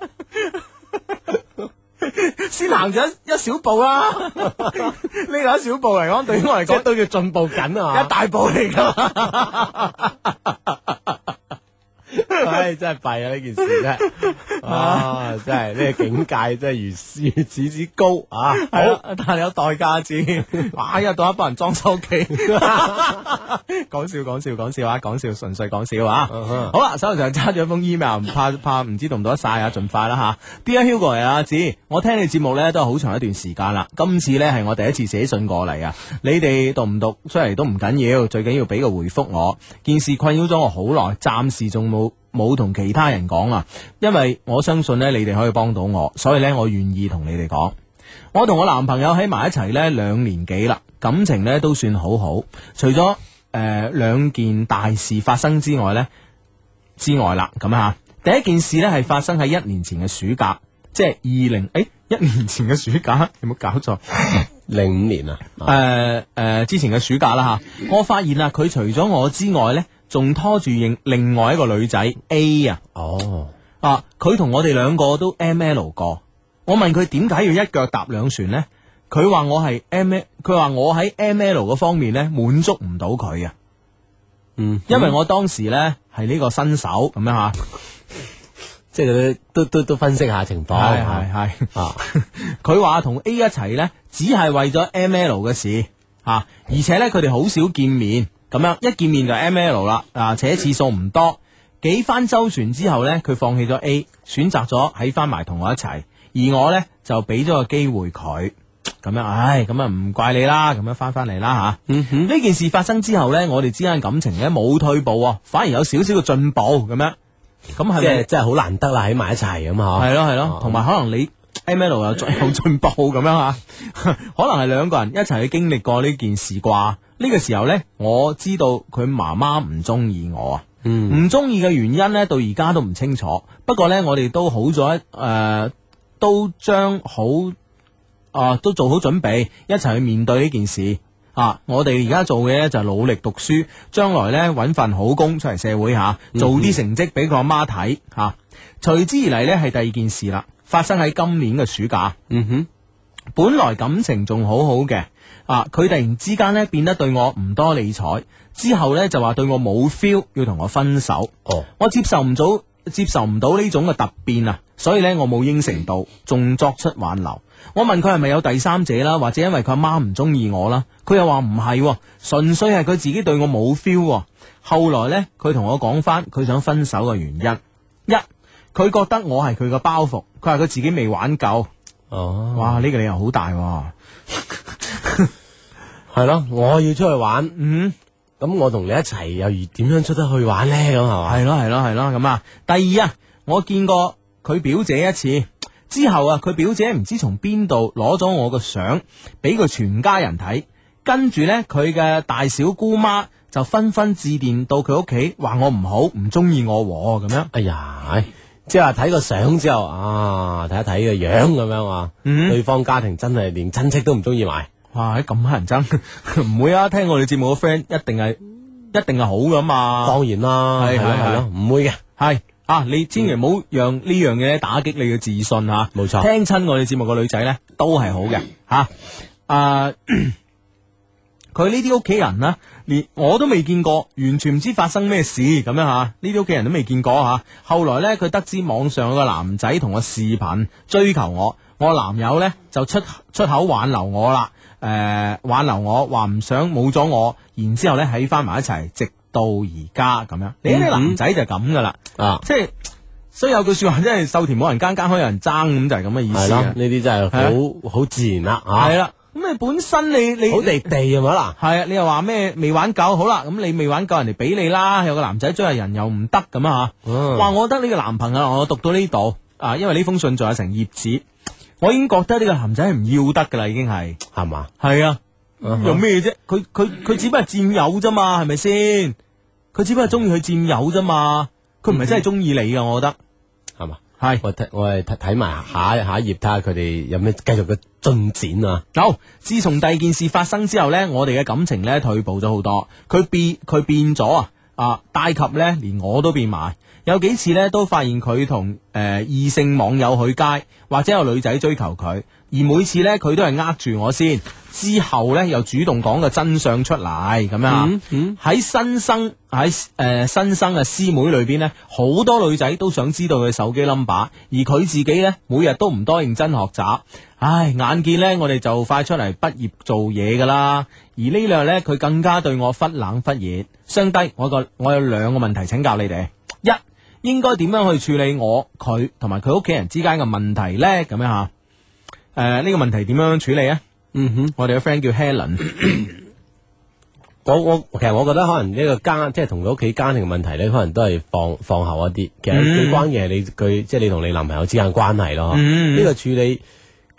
Speaker 3: 先行咗一一小步 啦，呢個一小步嚟講，對於我嚟
Speaker 4: 即係
Speaker 3: 講
Speaker 4: 都要進步緊啊！
Speaker 3: 一大步嚟噶。
Speaker 4: 係唉，真系弊啊！呢件事真 系，啊，真系呢個境界真系如如此之高啊！
Speaker 3: 係啦，但系有代價 字，哇！一到一班人裝修機，講笑講笑講笑啊！講笑純粹講笑啊！好啦，手頭上揸住一封 email，唔怕怕唔知讀唔讀得晒啊！盡快啦吓，Dear Hugo 係阿子，我聽你節目咧都係好長一段時間啦，今次咧係我第一次寫信過嚟啊！你哋讀唔讀出嚟都唔緊要，最緊要俾個回覆我。件事困擾咗我好耐，暫時仲冇。冇同其他人講啊，因為我相信咧，你哋可以幫到我，所以咧，我願意同你哋講。我同我男朋友喺埋一齊呢兩年幾啦，感情呢都算好好。除咗誒兩件大事發生之外呢，之外啦，咁啊，第一件事呢係發生喺一年前嘅暑假，即係二零誒一年前嘅暑假， 有冇搞錯？
Speaker 4: 零五年啊，
Speaker 3: 誒誒、呃之前嘅暑假啦嚇，我發現啊，佢除咗我之外呢，仲拖住另另外一個女仔 A 啊。
Speaker 4: 哦，
Speaker 3: 啊，佢同我哋兩個都 M L 過。我問佢點解要一腳踏兩船呢？佢話我係 M，L，佢話我喺 M L 嗰方面呢滿足唔到佢啊。
Speaker 4: 嗯，
Speaker 3: 因為我當時呢係呢個新手咁樣吓，
Speaker 4: 即系都都都分析下情況，
Speaker 3: 係係係。
Speaker 4: 啊，
Speaker 3: 佢話同 A 一齊呢，只係為咗 M L 嘅事啊，而且呢，佢哋好少見面，咁樣一見面就 M L 啦，啊，且次數唔多。幾番周旋之後呢，佢放棄咗 A，選擇咗喺翻埋同我一齊，而我呢，就俾咗個機會佢。咁樣，唉，咁啊唔怪你啦，咁樣翻翻嚟啦吓。呢、件事發生之後呢，我哋之間感情呢冇退步啊，反而有少少嘅進步咁樣。咁係
Speaker 4: 即
Speaker 3: 咪
Speaker 4: 係真係好難得啦，喺埋一齊咁啊嗬。
Speaker 3: 系咯系咯，同埋可能你 M L 又進 有進步咁樣啊， 可能係兩個人一齊去經歷過呢件事啩。呢、個時候呢，我知道佢媽媽唔中意我啊。唔中意嘅原因呢，到而家都唔清楚。不過呢，我哋都好咗一，誒、都將好啊、都做好準備，一齊去面對呢件事。啊！我哋而家做嘅呢，就係努力讀書，將來呢，揾份好工出嚟社會吓、做啲成績俾佢阿媽睇吓。隨之而嚟呢，係第二件事啦，發生喺今年嘅暑假。
Speaker 4: 嗯
Speaker 3: 本來感情仲好好嘅，啊，佢突然之間呢變得對我唔多理睬，之後呢就話對我冇 feel，要同我分手。
Speaker 4: 哦，
Speaker 3: 我接受唔到，接受唔到呢種嘅突變啊，所以呢，我冇應承到，仲作出挽留。我問佢係咪有第三者啦，或者因為佢阿媽唔中意我啦，佢又話唔係喎，純粹係佢自己對我冇 feel 喎。後來呢，佢同我講翻佢想分手嘅原因，一佢覺得我係佢嘅包袱，佢話佢自己未玩夠。
Speaker 4: 哼，哦，
Speaker 3: 哇！呢、個理由好大喎、
Speaker 4: 係咯，我要出去玩，
Speaker 3: 嗯，
Speaker 4: 咁我同你一齊又如點樣出得去玩咧？咁係嘛？
Speaker 3: 係咯係咯係咯咁啊！第二啊，我見過佢表姐一次，之後啊，佢表姐唔知從邊度攞咗我個相，俾佢全家人睇，跟住呢，佢嘅大小姑媽就紛紛致電到佢屋企，話我唔好，唔中意我喎咁樣。
Speaker 4: 哎呀，唉即係話睇個相之後啊，睇一睇個樣咁樣啊，
Speaker 3: 嗯
Speaker 4: 對方家庭真係連親戚都唔中意埋。
Speaker 3: 哇！咁乞人憎， 唔會啊！聽我哋節目嘅 friend 一定係一定係好噶嘛。
Speaker 4: 當然啦，
Speaker 3: 啊係
Speaker 4: 係咯
Speaker 3: 係
Speaker 4: 係咯，唔會嘅，
Speaker 3: 系啊，你千祈唔好讓呢樣嘢打擊你嘅自信吓。
Speaker 4: 嗯冇錯
Speaker 3: 聽親我哋節目嘅女仔呢，都係好嘅吓。啊， 佢呢啲屋企人呢，連我都未見過，完全唔知發生咩事咁樣吓。呢啲屋企人都未見過吓。後來呢，佢得知網上有個男仔同我視頻追求我，我男友呢就出出口挽留我啦。誒、挽留我，話唔想冇咗我，然之後咧喺翻埋一齊，直到而家咁樣。你
Speaker 4: 嗯
Speaker 3: 啲男仔就係咁噶啦，
Speaker 4: 啊，
Speaker 3: 即係所以有句说話，真係瘦田冇人耕，耕開有人爭，咁就係咁嘅意
Speaker 4: 係
Speaker 3: 思
Speaker 4: 咯，
Speaker 3: 啊
Speaker 4: 呢。啲真係好好自然啦，啊
Speaker 3: 係啦，咁你本身你你
Speaker 4: 好地地係咪嗱？
Speaker 3: 係啊，你又話咩未玩夠，好啦，咁你未玩夠，人哋俾你啦，有個男仔追下人又唔得咁啊吓。
Speaker 4: 嗯
Speaker 3: 哇，我覺得呢個男朋友，我讀到呢度啊，因為呢封信仲有成頁紙，我已經覺得呢個男仔係唔要得噶啦，已經係
Speaker 4: 係嘛？
Speaker 3: 係啊。
Speaker 4: 嗯
Speaker 3: 有咩啫？佢佢佢只不過係佔有啫嘛，係咪先？佢只不過係中意佢佔有啫嘛，佢唔係
Speaker 4: 嗯
Speaker 3: 真係中意你噶，我覺得
Speaker 4: 係嘛？
Speaker 3: 係。
Speaker 4: 我睇我哋睇睇埋下下一頁，睇下佢哋有咩繼續嘅進展啊！
Speaker 3: 好，自從第二件事發生之後呢，我哋嘅感情呢退步咗好多，佢變佢變咗啊！啊，大及呢，連我都變埋。有呃幾次呢，都發現佢同誒異性網友去街，或者有女仔追求佢，而每次呢，佢都係呃住我先，之後呢，又主動講個真相出嚟咁樣啊。
Speaker 4: 嗯
Speaker 3: 喺、新生喺誒、呃新生嘅師妹裏邊呢，好多女仔都想知道佢手機 number，而佢自己呢，每日都唔多認真學習。唉，眼見呢，我哋就快出嚟畢業做嘢噶啦，而呢兩日呢，佢更加對我忽冷忽熱。相低，我個我有兩個問題請教你哋：一，應該點樣去處理我佢同埋佢屋企人之間嘅問題呢？咁樣吓，誒、呢、個問題點樣處理啊？嗯哼，我哋嘅 friend 叫 Helen，
Speaker 4: 我我其實我覺得可能呢個家即係同佢屋企家庭問題咧，可能都係放放後一啲。其實最關鍵係你佢即係你同你男朋友之間嘅關係咯。呢、
Speaker 3: 嗯
Speaker 4: 個處理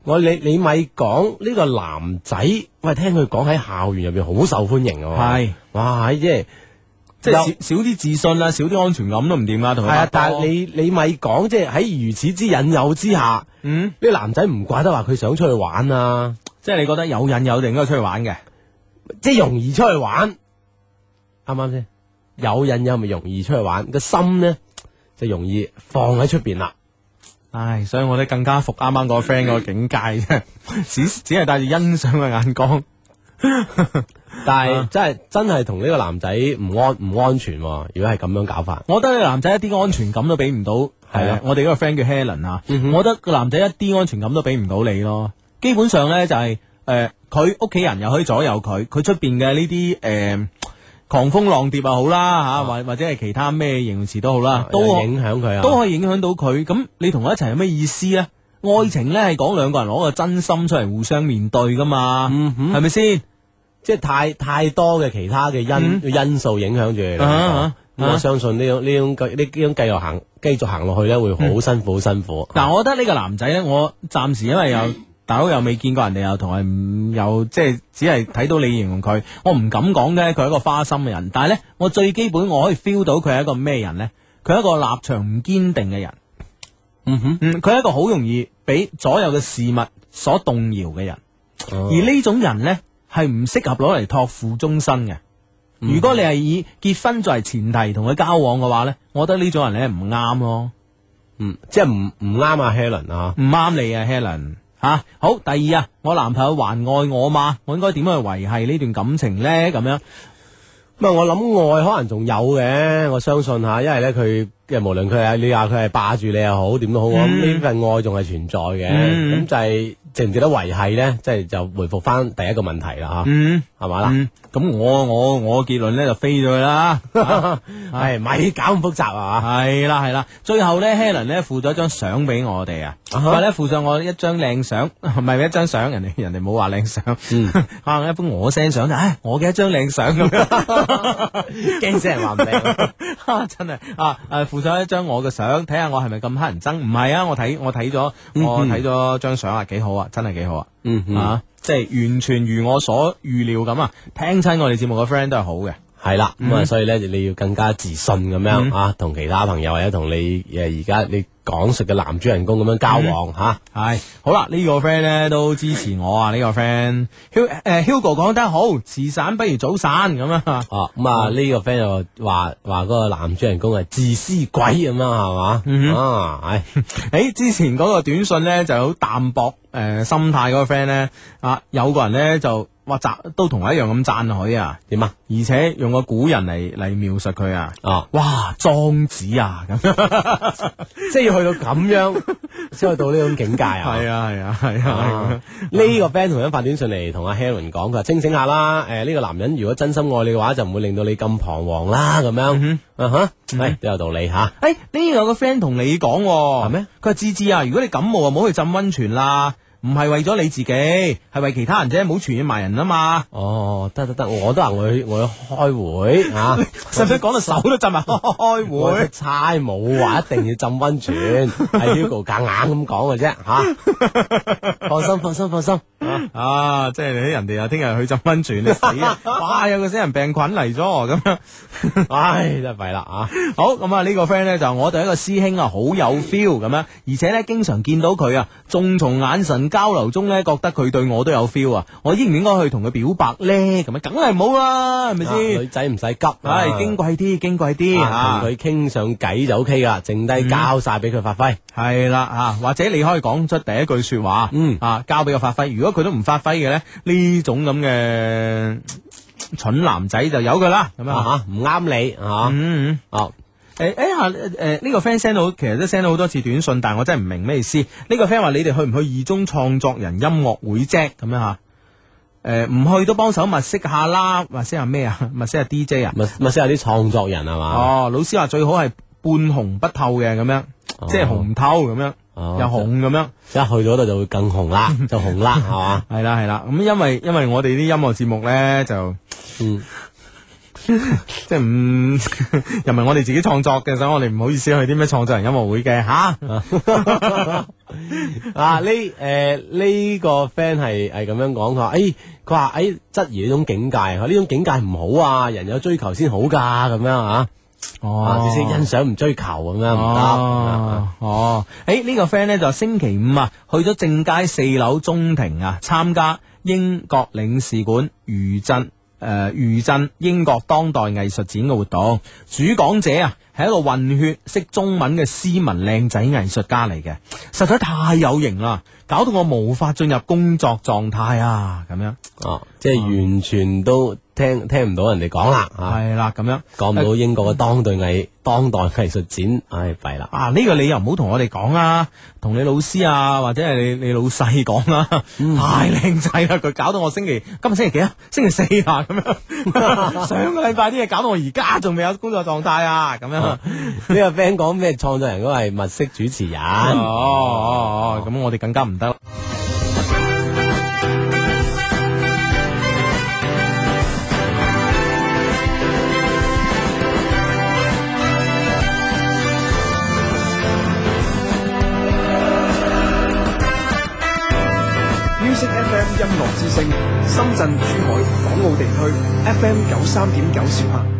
Speaker 4: 我你你咪講呢個男仔，喂聽佢講喺校園入邊好受歡迎啊！
Speaker 3: 係
Speaker 4: 哇，即係
Speaker 3: 即係少少啲自信啦，少啲安全感都唔掂啦，同佢
Speaker 4: 係
Speaker 3: 拍
Speaker 4: 啊！
Speaker 3: 拖
Speaker 4: 但係你你咪講，即係喺如此之引誘之下，
Speaker 3: 嗯，
Speaker 4: 呢男仔唔怪得話佢想出去玩啊，
Speaker 3: 即係你覺得有引有定應該出去玩嘅，
Speaker 4: 即係容易出去玩，啱唔啱先？有引誘咪容易出去玩，個心呢就容易放喺出邊啦。
Speaker 3: 唉，所以我哋更加服啱啱嗰個 friend 嗰個境界 啫，只只係帶住欣賞嘅眼光。
Speaker 4: 但
Speaker 3: 啊
Speaker 4: 係真係真係同呢個男仔唔安唔安全喎、如果係咁樣搞法，
Speaker 3: 我覺得呢個男仔一啲安全感都俾唔到，係
Speaker 4: 係
Speaker 3: 啊
Speaker 4: 啊，嗯
Speaker 3: 我哋嗰個 friend 叫 Helen 啊，我覺得個男仔一啲安全感都俾唔到你咯。基本上咧就係、誒，佢屋企人又可以左右佢，佢出邊嘅呢啲誒狂風浪蝶又好啦嚇，或、或者係其他咩形容詞都好啦，都
Speaker 4: 有影響啊佢啊。
Speaker 3: 都可以影響到佢。咁你同佢一齊有咩意思呢？愛情呢係講兩個人攞個真心出嚟互相面對噶嘛，
Speaker 4: 嗯
Speaker 3: 係咪先？
Speaker 4: 即係太太多嘅其他嘅因、因素影響住你兩個。
Speaker 3: 嗯啊
Speaker 4: 咁
Speaker 3: 啊
Speaker 4: 我相信呢種呢種計呢呢種繼續行繼續行落去咧，會好辛苦好辛苦。
Speaker 3: 嗯
Speaker 4: 啊
Speaker 3: 嗱，我覺得呢個男仔呢，我暫時因為又大佬又未見過人哋，又同埋唔又即係只係睇到你形容佢，我唔敢講呢，佢係一個花心嘅人。但係呢，我最基本我可以 feel 到佢係一個咩人呢？佢係一個立場唔堅定嘅人。嗯哼，佢係一個好容易俾左右嘅事物所動搖嘅人。
Speaker 4: 哦
Speaker 3: 而呢種人呢，係唔適合攞嚟托付終身嘅。如果你係以結婚作為前提同佢交往嘅話呢，我覺得呢種人呢唔啱咯，
Speaker 4: 嗯，即係唔唔啱啊，Helen 啊。
Speaker 3: 唔啱你啊，Helen 吓、好，第二啊，我男朋友還愛我嘛？我應該點樣去維係呢段感情呢？咁樣
Speaker 4: 咁啊，我諗愛可能仲有嘅，我相信吓，因為咧佢嘅無論佢係你話佢係霸住你又好，點都好，我諗呢份愛仲係存在嘅，咁、
Speaker 3: 嗯
Speaker 4: 就係值唔值得維係咧，即係就回復翻第一個問題啦
Speaker 3: 嗯
Speaker 4: 吓，係嘛啦，
Speaker 3: 嗯，咁我我我結論呢就飛咗佢啦。嗯
Speaker 4: 係咪搞咁複雜啊？
Speaker 3: 系啦系啦，最後咧 Helen 咧附咗張相俾我哋啊，佢話咧附上我一張靚相， 唔係一張相， 人哋人哋冇話靚相，
Speaker 4: 嗯
Speaker 3: 可能一般我 send 相就，唉，我嘅一張靚相 咁樣，
Speaker 4: 驚死人話唔定，
Speaker 3: 啊真係啊！誒，附上一張我嘅相，睇下我係咪咁乞人憎？唔係啊，我睇我睇咗，我睇咗張相啊，幾好啊，真係幾好啊！
Speaker 4: 嗯
Speaker 3: 啊，即係完全如我所預料咁啊！聽親我哋節目嘅 friend 都係好嘅，
Speaker 4: 係啦，咁
Speaker 3: 嗯
Speaker 4: 啊，所以咧你要更加自信咁樣啊，同其他朋友或者同你誒而家你講述嘅男主人公咁樣交
Speaker 3: 嗯
Speaker 4: 往吓，
Speaker 3: 係好啦，呢、個 friend 咧都支持我啊！呢、個 friend Hug 誒 Hugo 講得好，遲散不如早散咁啊！
Speaker 4: 哦，咁啊呢個 friend 又話話嗰個男主人公係自私鬼咁樣
Speaker 3: 嗯
Speaker 4: 係嘛？啊，唉，
Speaker 3: 誒，之前嗰個短信咧就好淡薄誒、呃心態嗰個 friend 咧啊，有個人咧就哇讚都同我一樣咁讚佢啊！
Speaker 4: 點啊？
Speaker 3: 而且用個古人嚟嚟描述佢啊，
Speaker 4: 啊，
Speaker 3: 哇，莊子啊咁，
Speaker 4: 即係要去到咁 樣先去到呢種境界啊！
Speaker 3: 係啊係啊係
Speaker 4: 啊！呢個 friend 同樣發短信嚟同阿 Helen 講，佢話清醒下啦，誒呢個男人如果真心愛你嘅話，就唔會令到你咁彷徨啦，咁樣啊嚇，係都有道理嚇。
Speaker 3: 誒，呢有個 friend 同你講喎，
Speaker 4: 係咩？
Speaker 3: 佢話芝芝啊，如果你感冒啊，唔好去浸溫泉啦，唔係為咗你自己，係為其他人啫，唔好傳染埋人啊嘛。
Speaker 4: 哦，得得得，我都話我去我去開會 嚇，
Speaker 3: 使唔使講到手都震埋？
Speaker 4: 我
Speaker 3: 開
Speaker 4: 出
Speaker 3: 會
Speaker 4: 差冇話一定要浸 温泉，係 Hugo 夾硬咁講嘅啫嚇。放心放心放心，
Speaker 3: 啊！即系你睇人哋啊，聽日去浸温泉，你死啊！哇，有個死人病菌嚟咗咁樣。
Speaker 4: 唉，真系弊啦啊！
Speaker 3: 好咁啊！呢個 friend 咧就我對一個師兄啊好有 feel 咁樣，而且咧經常見到佢啊，仲從眼神交流中咧覺得佢對我都有 feel 啊！我應唔應該去同佢表白咧？咁樣梗係唔好啦，係咪
Speaker 4: 啊女
Speaker 3: 先？
Speaker 4: 仔唔使急，
Speaker 3: 唉，矜貴啲，矜貴啲
Speaker 4: 啊嗯
Speaker 3: 吓
Speaker 4: 同。佢傾上偈就 O K 噶，剩低交晒俾佢發揮。
Speaker 3: 系啦啊吓，或者你可以講出第一句说話，
Speaker 4: 嗯
Speaker 3: 啊，交俾佢發揮。如果佢都唔發揮嘅咧，呢種咁嘅蠢男仔就由佢啦，咁樣
Speaker 4: 啊吓，唔啱你啊
Speaker 3: 嗯。嗯
Speaker 4: 哦，
Speaker 3: 诶诶下诶啊呢個 friend send 到，其實都 send 到好多次短信，但系我真係唔明咩意思。呢、個 friend 話：你哋去唔去二中創作人音樂會啫？咁樣吓，诶、唔去都幫手物色下啦，物色下咩啊？ 物色下 DJ 啊？
Speaker 4: 咪咪先有啲創作人係嘛？
Speaker 3: 哦，老師話最好係半紅不透嘅咁樣，即係紅唔透咁樣，
Speaker 4: 哦
Speaker 3: 又紅咁樣。
Speaker 4: 一去到嗰度就會更紅 啦，就紅啦，係嘛？
Speaker 3: 係啦係啦，咁因為因為我哋啲音樂節目咧就。
Speaker 4: 嗯，
Speaker 3: 即系唔 又唔係我哋自己創作嘅，所以我哋唔好意思去啲咩創作人音樂會嘅吓。
Speaker 4: 啊呢誒呢個 friend 係係咁樣講，佢話誒佢話誒質疑呢種境界，佢話呢種境界唔好啊，人有追求先好㗎咁樣啊，啊只識欣賞唔追求咁樣唔得。啊
Speaker 3: 哦哦，诶呢、個 friend 咧就話星期五啊，去咗正佳四樓中庭啊，參加英國領事館余震诶余震英國當代藝術展嘅活動，主講者啊係一個混血識中文嘅斯文靚仔藝術家嚟嘅，實在太有型啦，搞到我無法進入工作狀態啊，咁樣
Speaker 4: 哦，即係完全都聽聽唔到人哋講啦啊嚇。
Speaker 3: 係啦，咁樣。
Speaker 4: 講唔到英國嘅當代藝當代藝術展，唉弊啦！
Speaker 3: 啊！呢、個你又唔好同我哋講啊，同你老師啊，或者係你你老細講啦、太靚仔啦！佢搞到我星期今日星期幾啊？星期四啊咁樣，上個禮拜啲嘢搞到我而家仲未有工作狀態啊咁樣。
Speaker 4: 呢個 friend 講咩創作人嗰個係物色主持人，
Speaker 3: 哦哦哦，咁我哋更加唔得啦。
Speaker 6: Music FM 音樂之聲，深圳、珠海、港澳地區 FM 九三點九兆赫。